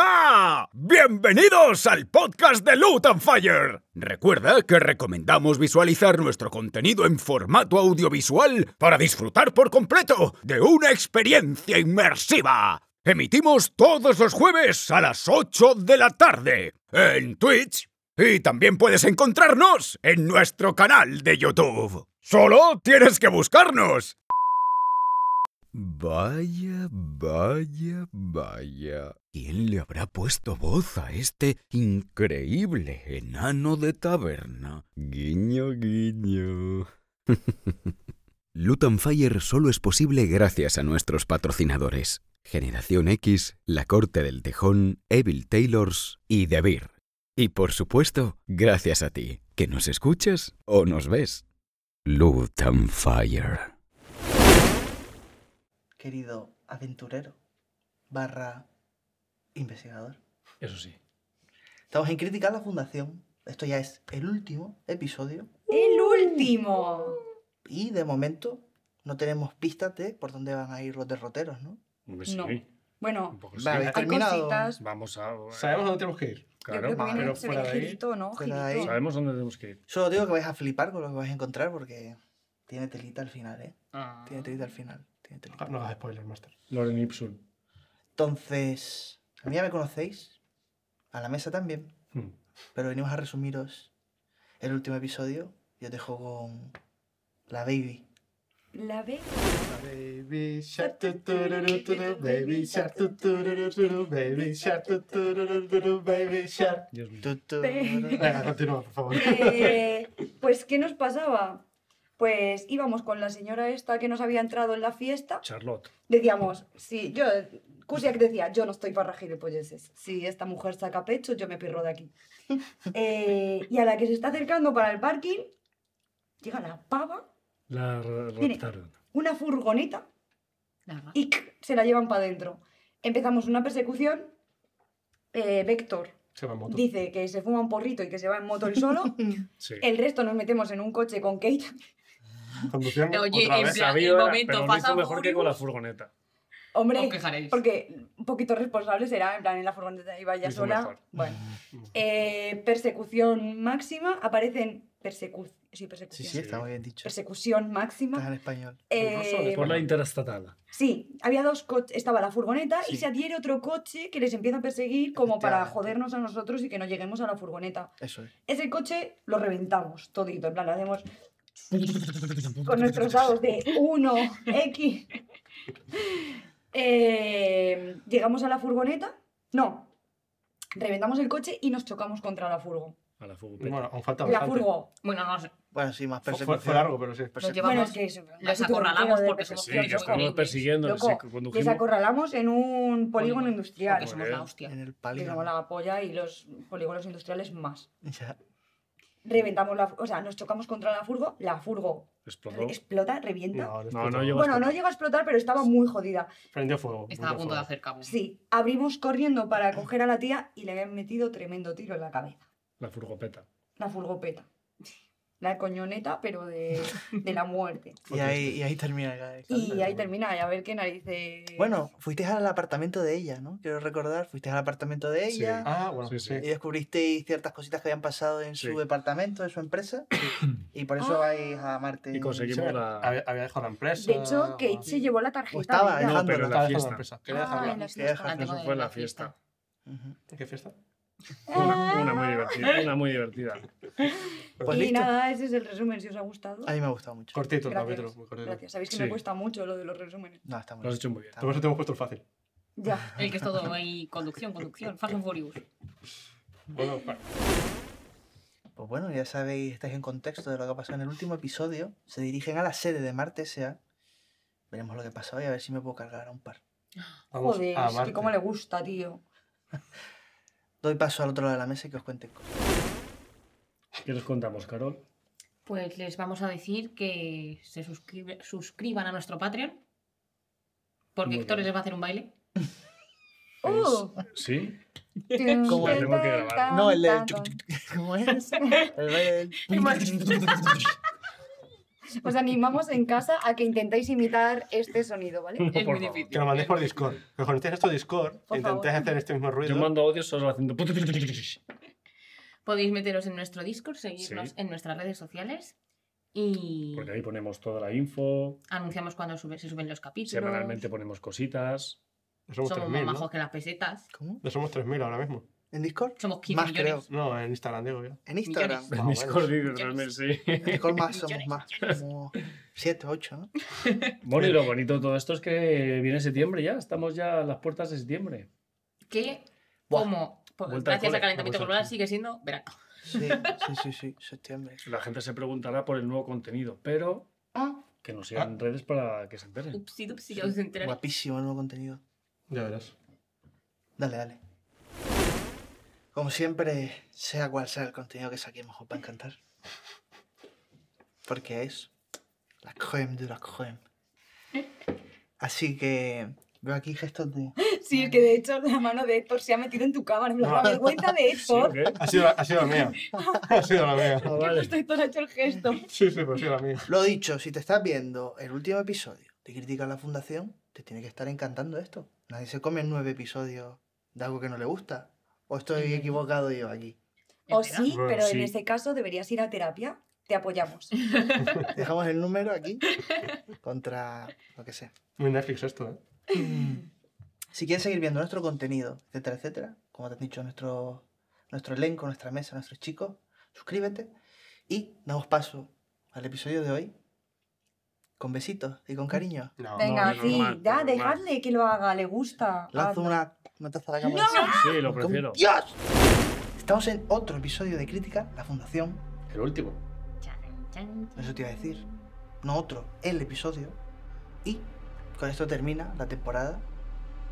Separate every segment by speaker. Speaker 1: Hola, bienvenidos al podcast de Loot and Fire. Recuerda que recomendamos visualizar nuestro contenido en formato audiovisual para disfrutar por completo de una experiencia inmersiva. Emitimos todos los jueves a las 8 de la tarde en Twitch y también puedes encontrarnos en nuestro canal de YouTube. Solo tienes que buscarnos. Vaya, vaya, vaya. ¿Quién le habrá puesto voz a este increíble enano de taberna? Guiño, guiño. Luton Fire solo es posible gracias a nuestros patrocinadores. Generación X, La Corte del Tejón, Evil Taylors y The Beer. Y por supuesto, gracias a ti, que nos escuchas o nos ves. Luton Fire.
Speaker 2: querido aventurero barra investigador.
Speaker 3: Eso sí.
Speaker 2: Estamos en Crítica a la Fundación. Esto ya es el último episodio
Speaker 4: El último.
Speaker 2: y de momento no tenemos pistas de por dónde van a ir los derroteros, ¿no?
Speaker 3: Hombre,
Speaker 4: No.
Speaker 3: sí. Un
Speaker 4: Bueno,
Speaker 3: poco sí.
Speaker 2: Vale.
Speaker 4: hay
Speaker 2: Terminado.
Speaker 4: cositas.
Speaker 3: Vamos a.
Speaker 5: Sabemos dónde tenemos que ir.
Speaker 4: yo creo
Speaker 3: Claro,
Speaker 4: que viene
Speaker 3: pero
Speaker 4: se
Speaker 3: fuera
Speaker 4: ve
Speaker 3: de ahí.
Speaker 4: Gilito, ¿no?
Speaker 2: fuera de ahí.
Speaker 4: Gilito.
Speaker 3: Sabemos dónde tenemos que ir.
Speaker 2: Solo digo que vais a flipar con lo que vais a encontrar porque tiene telita al final, ¿eh? Tiene telita al final. Tiene telita.
Speaker 5: Ah, No hagas spoiler, Master.
Speaker 3: Loren Ipsum.
Speaker 2: Entonces, a mí ya me conocéis, a la mesa también,
Speaker 3: Hmm.
Speaker 2: pero venimos a resumiros el último episodio. Yo dejo con la baby.
Speaker 4: La ve.
Speaker 5: Baby shark, tu, tu, ru, ru, tu, ru, baby shark, tu, tu, ru, ru, tu, ru, baby shark, tu, tu, ru, ru, tu, ru, baby shark.
Speaker 3: Dios mío.
Speaker 2: Tu, tu,
Speaker 4: Baby.
Speaker 5: Venga, continúa, por favor.
Speaker 4: Eh, pues, ¿qué nos pasaba? Pues íbamos con la señora esta que nos había entrado en la fiesta.
Speaker 3: Charlotte.
Speaker 4: Decíamos, sí, yo. Cusiak decía, yo no estoy para gilipolleces. Si esta mujer saca pecho, yo me pirro de aquí. Eh, y a la que se está acercando para el parking, llega la pava,
Speaker 3: La ra-
Speaker 4: Mire.
Speaker 3: raptaron.
Speaker 4: una furgoneta y ¡c! se la llevan para adentro. Empezamos una persecución. Eh, Vector
Speaker 5: Se va en moto.
Speaker 4: dice que se fuma un porrito y que se va en moto el solo.
Speaker 3: Sí.
Speaker 4: El resto nos metemos en un coche con Kate.
Speaker 5: Conducción.
Speaker 6: Oye,
Speaker 3: Otra
Speaker 6: en
Speaker 3: vez
Speaker 6: plan,
Speaker 3: sabía,
Speaker 6: el momento
Speaker 3: pero lo
Speaker 6: pasa
Speaker 3: hizo mejor que
Speaker 6: Maurice.
Speaker 3: con la furgoneta.
Speaker 4: Hombre,
Speaker 6: Os quejaréis.
Speaker 4: porque un poquito responsable será, en plan, en la furgoneta iba ya
Speaker 3: Hizo
Speaker 4: sola.
Speaker 3: mejor.
Speaker 4: Bueno. Eh, persecución máxima. Aparecen persecu... sí,
Speaker 2: Sí,
Speaker 4: persecución.
Speaker 2: sí, está muy bien dicho.
Speaker 4: Persecución
Speaker 2: Estás
Speaker 4: máxima.
Speaker 2: en español.
Speaker 4: Eh,
Speaker 3: Por la interestatal.
Speaker 4: sí, había dos coches. Estaba la furgoneta y
Speaker 3: Sí.
Speaker 4: se adhiere otro coche que les empieza a perseguir como para
Speaker 2: Efectivamente.
Speaker 4: jodernos a nosotros y que no lleguemos a la furgoneta.
Speaker 2: Eso es.
Speaker 4: Ese coche lo reventamos todito, en plan, lo hacemos con nuestros dados de 1X. Eh, llegamos a la furgoneta, no, reventamos el coche y nos chocamos contra la furgo.
Speaker 3: A la furgoneta.
Speaker 5: Bueno, aún falta
Speaker 4: La
Speaker 5: bastante.
Speaker 4: furgo.
Speaker 6: Bueno, no, nos,
Speaker 2: Bueno, sí, más
Speaker 5: Fue-
Speaker 2: persecución.
Speaker 5: Fue, fue largo, pero sí.
Speaker 6: nos
Speaker 2: Persecución.
Speaker 4: Bueno,
Speaker 6: llevamos.
Speaker 4: es que es un
Speaker 6: los
Speaker 4: turbillo
Speaker 6: acorralamos
Speaker 4: de
Speaker 6: porque somos
Speaker 3: sí,
Speaker 4: persecución,
Speaker 6: tíos
Speaker 3: que estamos
Speaker 4: loco.
Speaker 6: horribles.
Speaker 3: persiguiendo.
Speaker 4: Loco, Les acorralamos en un polígono
Speaker 6: Polígono,
Speaker 4: industrial.
Speaker 6: Porque somos la hostia.
Speaker 2: En el
Speaker 4: Que
Speaker 2: palio.
Speaker 4: somos la polla y los polígonos industriales más.
Speaker 2: Ya.
Speaker 4: Reventamos la... O sea, nos chocamos contra la furgo, la furgo
Speaker 3: Explotó.
Speaker 4: explota, revienta.
Speaker 5: No,
Speaker 3: No, no
Speaker 5: explotó.
Speaker 3: llegó.
Speaker 4: Bueno, no llegó a explotar, pero estaba muy jodida.
Speaker 5: Prendió fuego.
Speaker 6: Estaba a
Speaker 5: prendió
Speaker 6: punto de
Speaker 5: fuego.
Speaker 6: hacer cabo.
Speaker 4: Sí, abrimos corriendo para coger a la tía y le habían metido tremendo tiro en la cabeza.
Speaker 3: La furgopeta.
Speaker 4: La furgopeta. La coñoneta, pero de, de la muerte.
Speaker 2: Y ahí, y ahí termina el gag.
Speaker 4: Y ahí termina, y a ver qué narices.
Speaker 2: Bueno, fuisteis al apartamento de ella, ¿no? Quiero recordar, fuisteis al apartamento de
Speaker 3: Sí.
Speaker 2: ella
Speaker 5: Ah, bueno,
Speaker 3: Sí,
Speaker 5: sí.
Speaker 3: sí.
Speaker 2: y descubristeis ciertas cositas que habían pasado en su
Speaker 3: Sí.
Speaker 2: departamento, en su empresa, y por
Speaker 4: Ah.
Speaker 2: eso vais a Marte.
Speaker 3: Y conseguimos la.
Speaker 5: Había, había dejado la empresa. Ah,
Speaker 4: de hecho, Kate se llevó la tarjeta.
Speaker 2: O estaba
Speaker 4: ¿verdad?
Speaker 3: No,
Speaker 2: dejándola.
Speaker 3: pero
Speaker 5: Estaba dejando la
Speaker 3: la fiesta.
Speaker 5: empresa.
Speaker 2: Quería dejarla,
Speaker 4: Ah, en la
Speaker 2: quería
Speaker 4: fiesta.
Speaker 2: dejarla.
Speaker 6: Antes
Speaker 3: Eso
Speaker 6: de
Speaker 3: fue
Speaker 6: la
Speaker 3: la fiesta.
Speaker 2: Ujú.
Speaker 5: ¿Qué fiesta?
Speaker 4: Ah,
Speaker 3: Una, una muy divertida. Una muy divertida.
Speaker 2: Pues
Speaker 4: y
Speaker 2: listo.
Speaker 4: nada, ese es el resumen, si os ha gustado.
Speaker 2: A mí me ha gustado mucho.
Speaker 5: Cortito el
Speaker 4: Gracias.
Speaker 5: capítulo, muy cortito.
Speaker 4: Gracias, sabéis que
Speaker 3: Sí.
Speaker 4: me cuesta mucho lo de los resúmenes.
Speaker 2: No, está muy
Speaker 3: Lo has
Speaker 2: bien.
Speaker 3: hecho muy bien.
Speaker 2: Está
Speaker 5: Por eso te hemos puesto el fácil.
Speaker 4: Ya.
Speaker 6: El que es todo ahí, conducción, conducción. Fast and Furious.
Speaker 5: Bueno, pa-
Speaker 2: Pues bueno, ya sabéis, estáis en contexto de lo que ha pasado en el último episodio. Se dirigen a la sede de Marte S.A. Veremos lo que ha pasado y a ver si me puedo cargar a un par.
Speaker 5: vamos
Speaker 4: Joder,
Speaker 5: a
Speaker 4: es
Speaker 5: Marte.
Speaker 4: que cómo le gusta, tío.
Speaker 2: Doy paso al otro lado de la mesa y que os cuenten cosas.
Speaker 3: ¿Qué les contamos, Carol?
Speaker 6: Pues les vamos a decir que se suscribe- suscriban a nuestro Patreon. Porque
Speaker 3: Muy
Speaker 6: Héctor
Speaker 3: bien.
Speaker 6: les va a hacer un baile.
Speaker 4: ¡Oh!
Speaker 3: ¿Sí?
Speaker 2: ¿Cómo?
Speaker 3: La tengo que grabar.
Speaker 2: No, el del...
Speaker 4: Tan, tan, tan.
Speaker 2: ¿Cómo es? El baile del...
Speaker 4: Os animamos en casa a que intentéis imitar este sonido, ¿vale?
Speaker 3: No,
Speaker 6: Es
Speaker 3: por
Speaker 6: muy
Speaker 3: favor.
Speaker 6: difícil.
Speaker 5: Que lo mandéis por Discord. Que os conectéis a nuestro Discord,
Speaker 4: Por
Speaker 5: intentéis
Speaker 4: favor.
Speaker 5: hacer este mismo ruido.
Speaker 3: Yo mando audios solo haciendo.
Speaker 6: Podéis meteros en nuestro Discord, seguirnos
Speaker 3: Sí.
Speaker 6: en nuestras redes sociales y
Speaker 3: Porque ahí ponemos toda la info.
Speaker 6: anunciamos cuando sube- se suben los capítulos.
Speaker 3: Semanalmente ponemos cositas.
Speaker 5: No somos
Speaker 6: Somos
Speaker 5: 3.000,
Speaker 6: más majos
Speaker 5: ¿no?
Speaker 6: que las pesetas.
Speaker 2: ¿Cómo?
Speaker 5: No somos 3.000 ahora mismo.
Speaker 2: ¿En Discord?
Speaker 6: Somos 15
Speaker 2: Más,
Speaker 6: millones.
Speaker 5: No, en Instagram digo yo.
Speaker 2: En Instagram.
Speaker 6: Millones.
Speaker 5: Ah,
Speaker 3: Mis
Speaker 5: bueno.
Speaker 3: corditos,
Speaker 6: Millones.
Speaker 3: realmente, sí.
Speaker 2: En Discord más somos
Speaker 6: Millones,
Speaker 2: más. Como 7, 8, ¿no?
Speaker 3: Bueno, y lo bonito de todo esto es que viene septiembre ya. Estamos ya a las puertas de septiembre.
Speaker 6: Que,
Speaker 2: Buah.
Speaker 6: como por-
Speaker 3: Vuelta al
Speaker 6: gracias
Speaker 3: cole,
Speaker 6: al calentamiento
Speaker 5: la
Speaker 6: global,
Speaker 5: cosa.
Speaker 6: sigue siendo verano.
Speaker 2: Sí, sí, sí, sí. Septiembre.
Speaker 3: La gente se preguntará por el nuevo contenido, pero
Speaker 2: Ah,
Speaker 3: que nos sigan en redes para que se enteren.
Speaker 6: Upsi, dupsi, ya os enteráis.
Speaker 2: guapísimo el nuevo contenido.
Speaker 5: Ya verás.
Speaker 2: Dale, dale. Como siempre, sea cual sea el contenido que saquemos, os va a encantar. Porque es la creme de la creme. Así que veo aquí gestos de...
Speaker 4: Sí, es que de hecho la mano de Héctor se ha metido en tu cámara. Me la vergüenza de
Speaker 3: Ah. ¿Sí o
Speaker 4: Héctor.
Speaker 3: qué?
Speaker 5: Ha sido, ha sido la mía. Ha sido la mía.
Speaker 3: Ah, vale.
Speaker 4: Justo Héctor ha hecho el gesto.
Speaker 5: Sí, sí, pero ha sido la mía.
Speaker 2: Lo dicho, si te estás viendo el último episodio de Crítica a la Fundación, te tiene que estar encantando esto. Nadie se come nueve episodios de algo que no le gusta. ¿O estoy equivocado yo aquí?
Speaker 4: O
Speaker 6: Es
Speaker 4: Oh,
Speaker 6: verano.
Speaker 4: sí,
Speaker 3: Bueno,
Speaker 4: pero en
Speaker 3: sí.
Speaker 4: ese caso deberías ir a terapia. Te apoyamos.
Speaker 2: Dejamos el número aquí contra lo que sea.
Speaker 5: Muy Netflix esto, ¿eh?
Speaker 2: Si quieres seguir viendo nuestro contenido, etcétera, etcétera, como te han dicho nuestro, nuestro elenco, nuestra mesa, nuestros chicos, suscríbete y damos paso al episodio de hoy con besitos y con cariño.
Speaker 5: No.
Speaker 4: Venga,
Speaker 3: no,
Speaker 4: sí,
Speaker 3: normal,
Speaker 4: ya,
Speaker 3: normal.
Speaker 4: dejadle que lo haga, le gusta.
Speaker 2: Lanzo
Speaker 4: Hazlo.
Speaker 2: una, una taza a la cámara.
Speaker 3: Sí, lo
Speaker 2: ¡Con
Speaker 3: prefiero.
Speaker 2: ¡Dios! Estamos en otro episodio de Crítica, la Fundación.
Speaker 3: El último.
Speaker 6: Chan, chan, chan.
Speaker 2: Eso te iba a decir. No otro, el episodio. Y con esto termina la temporada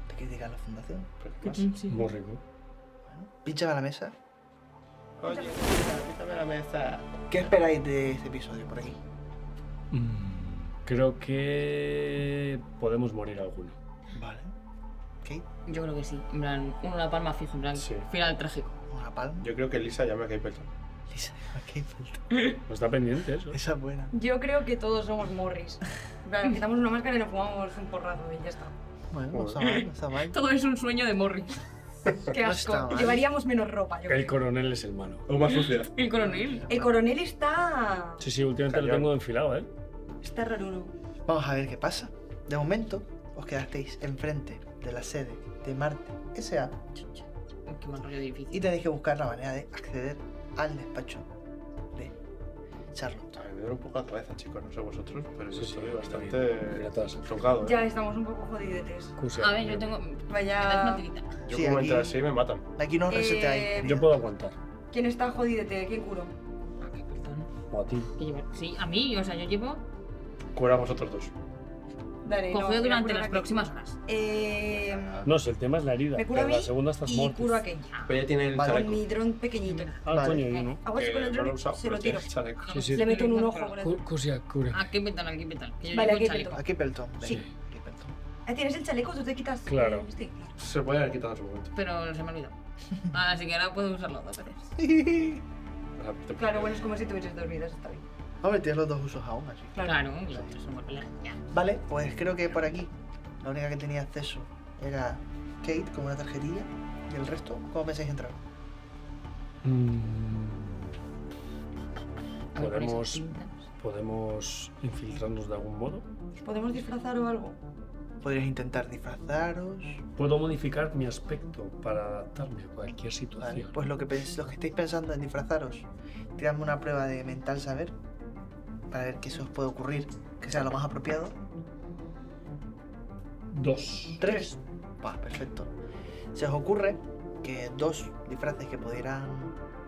Speaker 2: de Crítica, la Fundación.
Speaker 3: Pero ¿qué
Speaker 6: Qué
Speaker 3: más?
Speaker 6: dulce.
Speaker 3: Muy rico.
Speaker 2: Bueno, pínchame a la mesa.
Speaker 5: Oye, quítame la mesa.
Speaker 2: ¿Qué esperáis de este episodio por aquí?
Speaker 3: Creo que podemos morir alguno.
Speaker 2: Vale. Kate,
Speaker 6: Yo creo que sí. En plan, uno la palma fijo, en plan,
Speaker 3: Sí.
Speaker 6: final trágico.
Speaker 2: una palma.
Speaker 5: Yo creo que Lisa llama a Kate Pelton.
Speaker 2: Lisa, Kate falta.
Speaker 3: No está pendiente eso.
Speaker 2: Esa es buena.
Speaker 4: Yo creo que todos somos morris. En plan, quitamos una máscara y nos fumamos un porrazo y ya está.
Speaker 2: Bueno, no está mal, no está mal.
Speaker 6: Todo es un sueño de Morris.
Speaker 4: Qué
Speaker 2: No
Speaker 4: asco.
Speaker 2: está mal.
Speaker 4: Llevaríamos menos ropa, yo
Speaker 3: El
Speaker 4: creo.
Speaker 3: coronel es el malo.
Speaker 5: O más sucia.
Speaker 6: El coronel.
Speaker 4: El coronel está.
Speaker 3: Sí, sí, últimamente lo
Speaker 5: Callado.
Speaker 3: tengo enfilado, ¿eh?
Speaker 4: Está raro.
Speaker 2: Vamos a ver qué pasa. De momento, os quedasteis enfrente de la sede de Marte S.A.
Speaker 3: Mm.
Speaker 6: Qué mal rollo
Speaker 2: y
Speaker 6: difícil.
Speaker 2: tenéis que buscar la manera de acceder al despacho de Charlotte.
Speaker 5: A mí me duele un poco la cabeza, chicos, no sé vosotros, pero yo
Speaker 3: Sí, sí,
Speaker 5: estoy
Speaker 3: yo
Speaker 5: bastante
Speaker 3: también. Todas.
Speaker 5: tocado. ¿eh?
Speaker 4: Ya estamos un poco jodidetes.
Speaker 6: A ver, yo tengo. Me
Speaker 3: Ah.
Speaker 6: das
Speaker 4: Vaya.
Speaker 6: una tirita.
Speaker 5: Yo
Speaker 2: Sí,
Speaker 5: como
Speaker 2: aquí-
Speaker 5: entre así me matan.
Speaker 2: Aquí no os
Speaker 4: Eh,
Speaker 2: reseteáis.
Speaker 3: Yo
Speaker 2: querida.
Speaker 3: puedo aguantar.
Speaker 4: ¿Quién está jodidete? ¿Quién curo?
Speaker 6: Perdón.
Speaker 3: O a ti.
Speaker 6: ¿Qué llevo? Sí, a mí, o sea, yo llevo
Speaker 5: Cura vosotros dos.
Speaker 4: Dale. no, voy
Speaker 6: cogido
Speaker 4: a
Speaker 6: durante
Speaker 4: curar
Speaker 6: las
Speaker 4: a
Speaker 6: próximas horas.
Speaker 4: Kate. Eh.
Speaker 3: No, si el tema es la herida.
Speaker 4: Me cura
Speaker 3: Pero
Speaker 4: a
Speaker 3: la
Speaker 4: mí
Speaker 3: segunda estás
Speaker 4: Y
Speaker 3: muerto.
Speaker 4: curo a Kate.
Speaker 5: Pero ya tiene el
Speaker 2: Vale.
Speaker 4: Con mi dron pequeñito.
Speaker 3: Ah,
Speaker 2: Vale.
Speaker 3: coño, yo no.
Speaker 4: Aguas con el
Speaker 5: no lo he
Speaker 4: dron,
Speaker 5: usado,
Speaker 4: se
Speaker 5: pero
Speaker 4: lo tiro.
Speaker 5: tiene el chaleco.
Speaker 6: Ah.
Speaker 3: Sí, sí.
Speaker 4: Le meto en un ojo con el
Speaker 3: Cusia, cura.
Speaker 6: ¿A Ah, qué metal? ¿A qué metal? Que yo
Speaker 4: Vale,
Speaker 6: llevo
Speaker 4: aquí
Speaker 6: chaleco.
Speaker 4: metal.
Speaker 2: Aquí Pelton, ven.
Speaker 6: Sí.
Speaker 2: Aquí Pelton.
Speaker 4: Ah, ¿Tienes el chaleco? ¿Tú te quitas?
Speaker 3: Claro.
Speaker 4: eh, este?
Speaker 5: Se puede haber quitado en su momento.
Speaker 6: Pero se me ha olvidado. Ah, Así que ahora puedo usarlo dos veces.
Speaker 5: O sea, te-
Speaker 4: Claro, bueno, es como si tuvieses dos vidas, está bien.
Speaker 2: Hombre, tienes los dos usos aún así.
Speaker 6: Claro, y los tres son por pelear. Ya.
Speaker 2: Vale, pues creo que por aquí la única que tenía acceso era Kate con una tarjetilla y el resto, ¿cómo pensáis entrar?
Speaker 3: Mm,
Speaker 6: Con esas
Speaker 3: Podemos-
Speaker 6: cintas.
Speaker 3: ¿Podemos infiltrarnos de algún modo?
Speaker 4: ¿Nos podemos disfrazar o algo?
Speaker 2: Podrías intentar disfrazaros.
Speaker 3: Puedo modificar mi aspecto para adaptarme a cualquier
Speaker 2: Vale,
Speaker 3: situación.
Speaker 2: pues lo que pens- los que estáis pensando en disfrazaros, tiradme una prueba de mental saber para ver qué se os puede ocurrir, que sea lo más apropiado.
Speaker 3: Dos.
Speaker 2: Tres. Bah, perfecto. Se os ocurre que dos disfraces que pudieran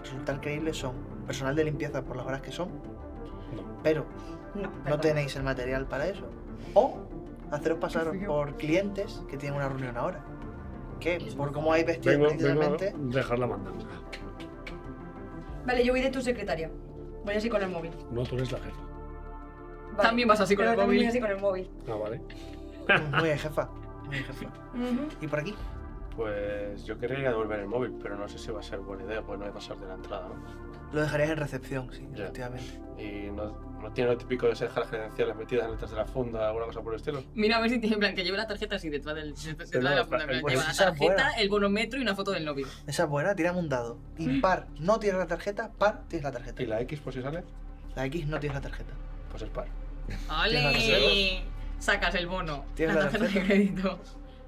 Speaker 2: resultar creíbles son personal de limpieza por las horas que son,
Speaker 3: No.
Speaker 2: pero
Speaker 4: No,
Speaker 2: no
Speaker 4: perdón.
Speaker 2: tenéis el material para eso. O haceros pasar
Speaker 3: Fío.
Speaker 2: por clientes que tienen una reunión ahora. Que
Speaker 6: Es
Speaker 2: por
Speaker 6: muy
Speaker 2: cómo hay vestidos
Speaker 3: Vengo, vengo a
Speaker 2: precisamente,
Speaker 3: dejar la mandanza.
Speaker 4: Vale, yo voy de tu secretaria. Voy así con el móvil.
Speaker 3: No, tú eres la jefa.
Speaker 4: Vale.
Speaker 6: También vas así con
Speaker 4: Pero
Speaker 6: el
Speaker 4: también voy
Speaker 6: móvil.
Speaker 4: así con el móvil.
Speaker 3: Ah, vale.
Speaker 2: muy de jefa. Muy de jefa. Y por aquí
Speaker 7: Pues yo querría devolver el móvil, pero no sé si va a ser buena idea, pues no voy a pasar de la entrada, ¿no?
Speaker 2: Lo dejarías en recepción, sí,
Speaker 7: Ya.
Speaker 2: efectivamente.
Speaker 7: Y no, no tiene lo típico de ser las credenciales metidas en letras de la funda, alguna cosa por el estilo.
Speaker 6: Mira a ver si tiene en plan que lleve la tarjeta así detrás del, detrás de
Speaker 7: no,
Speaker 6: la
Speaker 7: el
Speaker 6: funda. en plan,
Speaker 7: bono-
Speaker 6: Lleva la
Speaker 2: esa es buena.
Speaker 6: tarjeta, el bonometro y una foto del novio.
Speaker 2: Esa es buena, tiramos un dado. Impar, no tienes la tarjeta, par, tienes la tarjeta.
Speaker 7: ¿Y la X por si sale?
Speaker 2: La X no tienes la tarjeta.
Speaker 7: Pues es par.
Speaker 6: ¡Ale! Sacas el bono.
Speaker 2: Tienes
Speaker 6: la
Speaker 2: la
Speaker 6: tarjeta de
Speaker 2: tarjeta.
Speaker 6: crédito.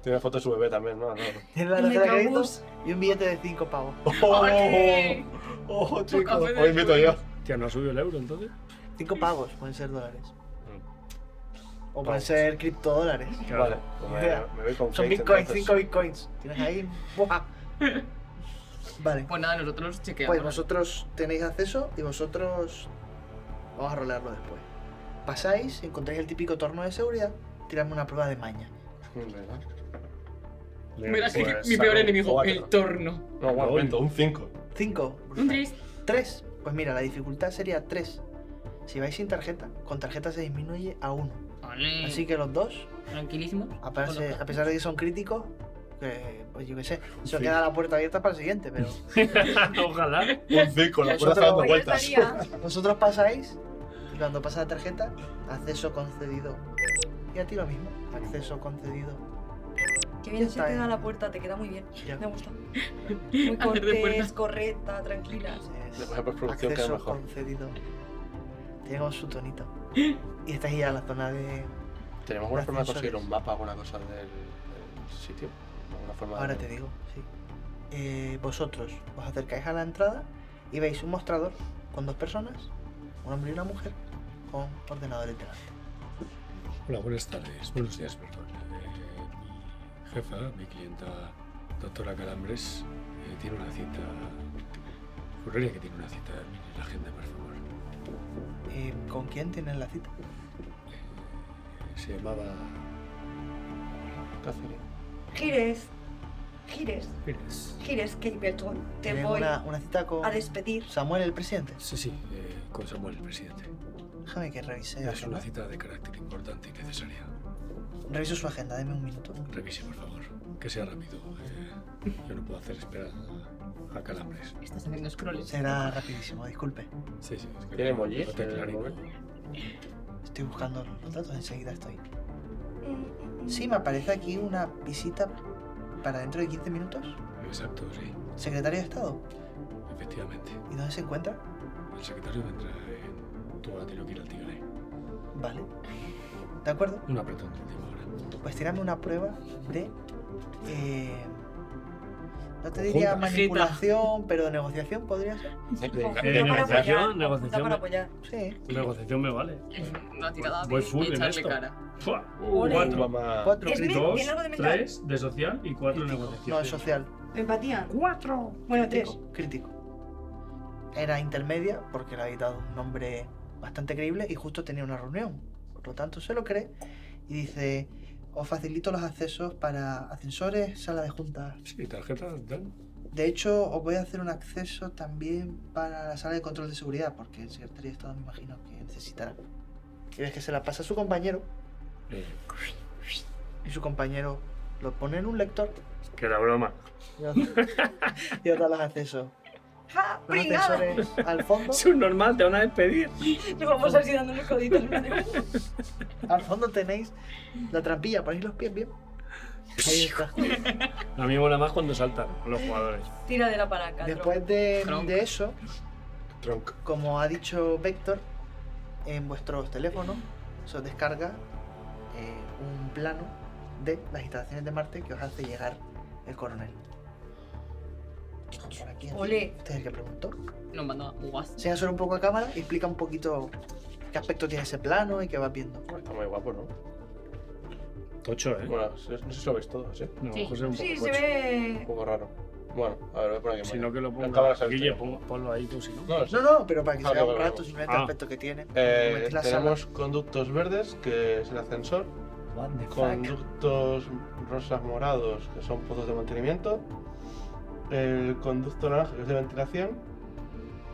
Speaker 7: Tiene la foto de su bebé también, ¿no? no.
Speaker 2: Tienes la
Speaker 6: Me
Speaker 2: tarjeta de
Speaker 6: cago.
Speaker 2: crédito y un billete de 5 pavos.
Speaker 6: ¡Ole!
Speaker 7: ¡Oh,
Speaker 6: Poca
Speaker 7: chico!
Speaker 6: fe de
Speaker 7: Hoy invito yo.
Speaker 3: Tía, ¿no ha subido el euro entonces?
Speaker 2: 5 pavos, pueden ser dólares. O pueden
Speaker 7: Mm. Pavos.
Speaker 2: ser criptodólares.
Speaker 7: Vale, pues
Speaker 2: Idea.
Speaker 7: me, me voy con
Speaker 2: Son
Speaker 7: Kate,
Speaker 2: bitcoins,
Speaker 7: entonces.
Speaker 2: 5 bitcoins. Tienes ahí. ¡buah! Vale.
Speaker 6: Pues nada, nosotros chequeamos.
Speaker 2: Pues vosotros tenéis acceso y vosotros. Vamos a rolearlo después. Pasáis, encontráis el típico torno de seguridad, tiramos una prueba de maña.
Speaker 7: Mm, ¿verdad?
Speaker 6: Mira, sí,
Speaker 7: Pues
Speaker 6: mi
Speaker 7: saco
Speaker 6: peor
Speaker 7: un
Speaker 6: enemigo,
Speaker 7: cuatro.
Speaker 6: el torno.
Speaker 7: No, bueno, miento, un 5.
Speaker 2: 5.
Speaker 6: Un 3.
Speaker 2: 3. Pues mira, la dificultad sería 3. Si vais sin tarjeta, con tarjeta se disminuye a 1.
Speaker 6: ¡Ale!
Speaker 2: Así que los dos,
Speaker 6: Tranquilísimo.
Speaker 2: a, pesar-
Speaker 6: Con los-
Speaker 2: a pesar de que son críticos, que, pues yo qué sé, se os queda la puerta abierta para el siguiente, pero
Speaker 3: Ojalá.
Speaker 7: Un 5, la puerta está dando
Speaker 2: Pues
Speaker 6: Yo
Speaker 7: vueltas.
Speaker 6: estaría-
Speaker 2: vosotros pasáis y cuando pasa la tarjeta, acceso concedido. Y a ti lo mismo, acceso concedido.
Speaker 4: Que bien se
Speaker 2: Está
Speaker 4: te da
Speaker 2: bien.
Speaker 4: la puerta, te queda muy bien.
Speaker 2: Ya.
Speaker 4: Me gusta. Muy
Speaker 6: Hacer de puerta.
Speaker 4: cortés, correcta, tranquila.
Speaker 2: Es
Speaker 7: Después de postproducción queda
Speaker 2: acceso
Speaker 7: mejor.
Speaker 2: concedido. Tiene como su tonito. Y estáis ya en la zona de.
Speaker 7: ¿Tenemos alguna forma de conseguir
Speaker 2: Ascensores.
Speaker 7: un mapa, alguna cosa del, del sitio? ¿Alguna forma
Speaker 2: Ahora
Speaker 7: de...
Speaker 2: te digo, sí. Eh, vosotros os acercáis a la entrada y veis un mostrador con dos personas, un hombre y una mujer, con ordenadores delante.
Speaker 8: Hola, buenas tardes. Buenos días, perdón. Eh, mi jefa, mi clienta, doctora Calambres, eh, tiene una cita. Juraría que tiene una cita en la agenda, por favor.
Speaker 2: Eh, ¿Con quién tienen la cita?
Speaker 8: Eh, se llamaba.
Speaker 7: Catherine.
Speaker 4: Gires, gires,
Speaker 8: Pérez.
Speaker 4: gires, Kate Belton. Te
Speaker 2: Tienen
Speaker 4: voy
Speaker 2: una, una cita con
Speaker 4: a despedir.
Speaker 2: Samuel, el presidente.
Speaker 8: Sí, sí, eh, con Samuel, el presidente. Eh,
Speaker 2: Déjame que revise. la
Speaker 8: Es una
Speaker 2: agenda.
Speaker 8: cita de carácter importante y necesaria.
Speaker 2: Reviso su agenda, deme un minuto.
Speaker 8: Revise, por favor. Que sea rápido. eh, yo no puedo hacer esperar a, a Calambres.
Speaker 6: Estás haciendo scrolls.
Speaker 2: Será rapidísimo, disculpe.
Speaker 8: Sí, sí, es que.
Speaker 7: ¿Tiene
Speaker 8: no-
Speaker 7: emojis
Speaker 8: no tengo
Speaker 7: en el
Speaker 8: clarín.
Speaker 7: móvil?
Speaker 2: Estoy buscando los datos, enseguida estoy. Sí, me aparece aquí una visita para dentro de 15 minutos.
Speaker 8: Exacto, sí,
Speaker 2: Secretario de Estado.
Speaker 8: efectivamente.
Speaker 2: ¿Y dónde se encuentra?
Speaker 8: El secretario vendrá en tu te lo que ir al tigre.
Speaker 2: Vale. ¿De acuerdo?
Speaker 8: Un apretón de ¿eh? última hora.
Speaker 2: Pues tirame una prueba de. eh, no te diría
Speaker 3: Conjunta.
Speaker 2: manipulación, pero de negociación podría ser.
Speaker 4: Conjunta
Speaker 3: eh,
Speaker 4: para
Speaker 3: negociación,
Speaker 4: apoyar, conjunta
Speaker 3: negociación.
Speaker 4: para apoyar.
Speaker 2: Sí.
Speaker 3: Negociación me vale.
Speaker 6: Una tirada
Speaker 3: Voy
Speaker 6: de
Speaker 3: full en
Speaker 6: echarle
Speaker 3: esto.
Speaker 6: cara.
Speaker 3: Fua,
Speaker 4: Ole.
Speaker 3: Cuatro.
Speaker 7: Mamá.
Speaker 2: Cuatro
Speaker 4: Es
Speaker 2: críticos.
Speaker 4: ¿Tiene
Speaker 3: Dos,
Speaker 4: algo de mental?
Speaker 3: tres de social y Ah. cuatro de
Speaker 2: Crítico. No,
Speaker 3: negociación.
Speaker 2: es social.
Speaker 4: Empatía. Cuatro. Bueno, tres.
Speaker 2: Crítico, Crítico. Era intermedia porque le había dado un nombre bastante creíble y justo tenía una reunión. Por lo tanto, se lo cree y dice: Os facilito los accesos para ascensores, sala de juntas.
Speaker 8: Sí, tarjeta, dan.
Speaker 2: De hecho, os voy a hacer un acceso también para la sala de control de seguridad porque el secretario de Estado me imagino que necesitará. Y ves que se la pasa a su compañero
Speaker 8: Eh,
Speaker 2: y su compañero lo pone en un lector
Speaker 3: Que era broma.
Speaker 2: y os, y os da los accesos.
Speaker 4: ¡Ja!
Speaker 2: Los
Speaker 4: ¡Pringada!
Speaker 2: ascensores al fondo.
Speaker 3: Es un normal, te van a despedir.
Speaker 4: Nos vamos así dando unos coditos. ¿no?
Speaker 2: Al fondo tenéis la trampilla, ponéis los pies bien. Ahí está.
Speaker 3: A mí me mola más cuando saltan los jugadores.
Speaker 4: Tira de la palanca.
Speaker 2: Después de, de eso,
Speaker 7: Tronc.
Speaker 2: como ha dicho Vector, en vuestros teléfonos se os descarga eh, un plano de las instalaciones de Marte que os hace llegar el coronel. Por aquí,
Speaker 6: Ole.
Speaker 2: Este es el que preguntó.
Speaker 6: Nos manda guas.
Speaker 2: Enseña solo un poco a cámara y explica un poquito qué aspecto tiene ese plano y qué vas viendo.
Speaker 7: Está muy guapo, ¿no?
Speaker 3: ¿Eh? Tocho, ¿eh?
Speaker 7: Bueno, no sé si lo veis todos, ¿eh?
Speaker 3: No,
Speaker 6: Sí.
Speaker 3: José, un poco
Speaker 4: Sí,
Speaker 3: tocho.
Speaker 4: se ve.
Speaker 7: Un poco raro. Bueno, a ver, voy a poner aquí.
Speaker 3: Si no, que lo
Speaker 7: La cámara
Speaker 3: ponga.
Speaker 7: se ve
Speaker 3: Guille,
Speaker 7: feo.
Speaker 3: pon- ponlo ahí tú, si no.
Speaker 7: No, lo sé.
Speaker 2: No, no, pero para que
Speaker 7: Ah,
Speaker 2: se vea
Speaker 7: vale,
Speaker 2: un
Speaker 7: vale,
Speaker 2: rato,
Speaker 7: vale.
Speaker 2: simplemente el
Speaker 3: Ah.
Speaker 2: aspecto que tiene.
Speaker 7: Eh,
Speaker 2: Metéis la sala.
Speaker 7: tenemos conductos verdes, que es el ascensor. Conductos rosas morados, que son pozos de mantenimiento. El conducto naranja, que es de ventilación.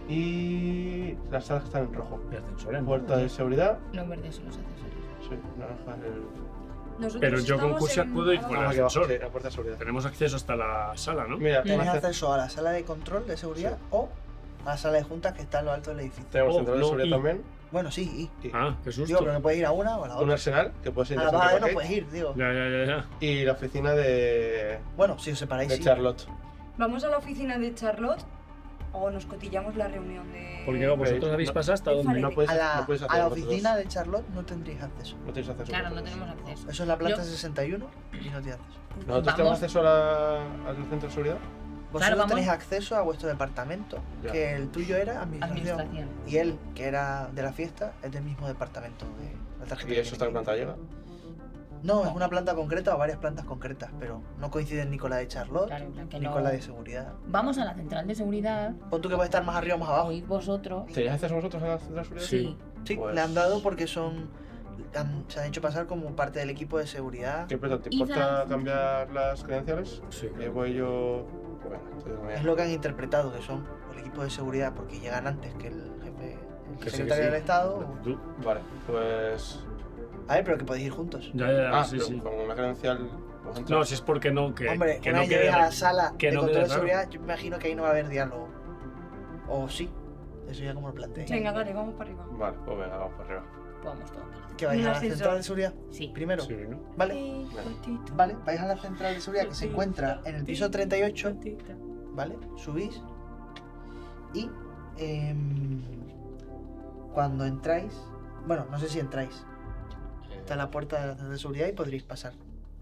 Speaker 7: Y las salas que están en rojo. Pues
Speaker 3: El ascensor, ¿eh?
Speaker 7: Puerta de seguridad.
Speaker 6: No en verde son los ascensores.
Speaker 7: Sí, naranja es el
Speaker 4: Nosotros
Speaker 3: Pero yo con
Speaker 4: estamos
Speaker 3: Cusia
Speaker 4: en-
Speaker 3: puedo ir
Speaker 4: ah,
Speaker 3: por
Speaker 7: Ah,
Speaker 3: el
Speaker 7: que va, sí,
Speaker 3: ascensor.
Speaker 7: la puerta de seguridad.
Speaker 3: Tenemos acceso hasta la sala, ¿no?
Speaker 7: Mira,
Speaker 2: Tienes
Speaker 7: tenemos, ce-
Speaker 2: acceso a la sala de control de seguridad o a la sala de juntas que está en lo alto del edificio.
Speaker 7: tenemos
Speaker 3: Oh,
Speaker 7: central de
Speaker 3: no,
Speaker 7: seguridad
Speaker 3: y-
Speaker 7: también,
Speaker 2: Bueno, sí, y-
Speaker 3: Ah, qué
Speaker 2: digo,
Speaker 3: susto.
Speaker 2: pero no puedes ir a una o a la
Speaker 7: un
Speaker 2: otra.
Speaker 7: arsenal que puede ser
Speaker 2: A la vaga no
Speaker 7: interesante
Speaker 2: puedes ir, digo.
Speaker 3: Ya, ya, ya, ya.
Speaker 7: y la oficina de,
Speaker 2: Bueno, si os separáis,
Speaker 7: de
Speaker 2: sí.
Speaker 7: Charlotte.
Speaker 4: Vamos a la oficina de Charlotte o nos cotillamos la reunión de.
Speaker 3: Porque no, Pues vosotros
Speaker 7: no-
Speaker 3: habéis pasado hasta
Speaker 4: Vale.
Speaker 3: donde.
Speaker 7: No puedes,
Speaker 2: A la,
Speaker 7: no puedes
Speaker 2: a
Speaker 7: hacer
Speaker 2: la
Speaker 7: vosotros.
Speaker 2: oficina de Charlotte no tendréis acceso.
Speaker 7: No tenéis acceso.
Speaker 6: Claro, no
Speaker 7: vosotros.
Speaker 6: tenemos acceso.
Speaker 2: Eso es la planta
Speaker 6: Yo-
Speaker 2: 61 y no tiene acceso.
Speaker 7: Nosotros
Speaker 6: Vamos.
Speaker 7: tenemos acceso a la- al centro de seguridad.
Speaker 2: Vosotros
Speaker 6: Claro, vamos.
Speaker 2: tenéis acceso a vuestro departamento,
Speaker 7: Ya.
Speaker 2: que el tuyo era administración.
Speaker 6: Administración.
Speaker 2: Y él, que era de la fiesta, es del mismo departamento de la tarjeta.
Speaker 7: Y
Speaker 2: que
Speaker 7: eso está en
Speaker 2: tenéis.
Speaker 7: planta llega.
Speaker 2: No, es una planta concreta o varias plantas concretas, pero no coinciden ni con la de Charlotte
Speaker 6: Claro, en plan que
Speaker 2: ni
Speaker 6: no-
Speaker 2: con la de seguridad.
Speaker 6: Vamos a la central de seguridad.
Speaker 2: Pon tú que puede estar más arriba o más abajo.
Speaker 6: Oíd vosotros.
Speaker 7: ¿Tenéis acceso vosotros al centro de seguridad?
Speaker 6: Sí.
Speaker 2: Sí,
Speaker 7: Pues-
Speaker 2: le han dado porque son. han- se han hecho pasar como parte del equipo de seguridad.
Speaker 7: ¿Qué perdón, ¿Te
Speaker 6: Id
Speaker 7: importa
Speaker 6: al-
Speaker 7: cambiar las credenciales?
Speaker 8: Sí,
Speaker 7: Eh,
Speaker 8: claro.
Speaker 7: voy yo. Bueno, estoy de
Speaker 2: Es
Speaker 7: manera.
Speaker 2: lo que han interpretado, que son el equipo de seguridad porque llegan antes que el jefe, el
Speaker 8: Que sí,
Speaker 2: secretario
Speaker 8: que sí.
Speaker 2: del Estado.
Speaker 3: Tú.
Speaker 7: Vale, pues.
Speaker 2: A ver, pero que podéis ir juntos.
Speaker 3: Ya, ya, ya,
Speaker 7: Ah,
Speaker 3: Eh, sí,
Speaker 7: pero
Speaker 3: sí.
Speaker 7: Con una credencial. pues, entra.
Speaker 3: No, si es porque no, que,
Speaker 2: Hombre,
Speaker 3: que
Speaker 2: una
Speaker 3: no
Speaker 2: vez lleguéis
Speaker 3: quede.
Speaker 2: a la sala
Speaker 3: que
Speaker 2: de
Speaker 3: no
Speaker 2: control
Speaker 3: quede
Speaker 2: de
Speaker 3: raro.
Speaker 2: seguridad, yo me imagino que ahí no va a haber diálogo. O sí, eso ya como lo planteéis.
Speaker 4: Venga, dale, vamos para arriba.
Speaker 7: Vale, pues venga, vamos para arriba.
Speaker 6: Vamos todos para la-
Speaker 2: Que vais
Speaker 4: Un
Speaker 2: a la
Speaker 4: ascensor.
Speaker 2: central de seguridad
Speaker 6: Sí.
Speaker 2: primero,
Speaker 8: Sí, ¿no?
Speaker 2: ¿vale?
Speaker 4: Patita,
Speaker 2: Vale, vais a la central de seguridad que se encuentra en el piso 38,
Speaker 4: patita.
Speaker 2: ¿vale? Subís y em, cuando entráis, bueno, no sé si entráis, está la puerta de la central de seguridad y podréis pasar.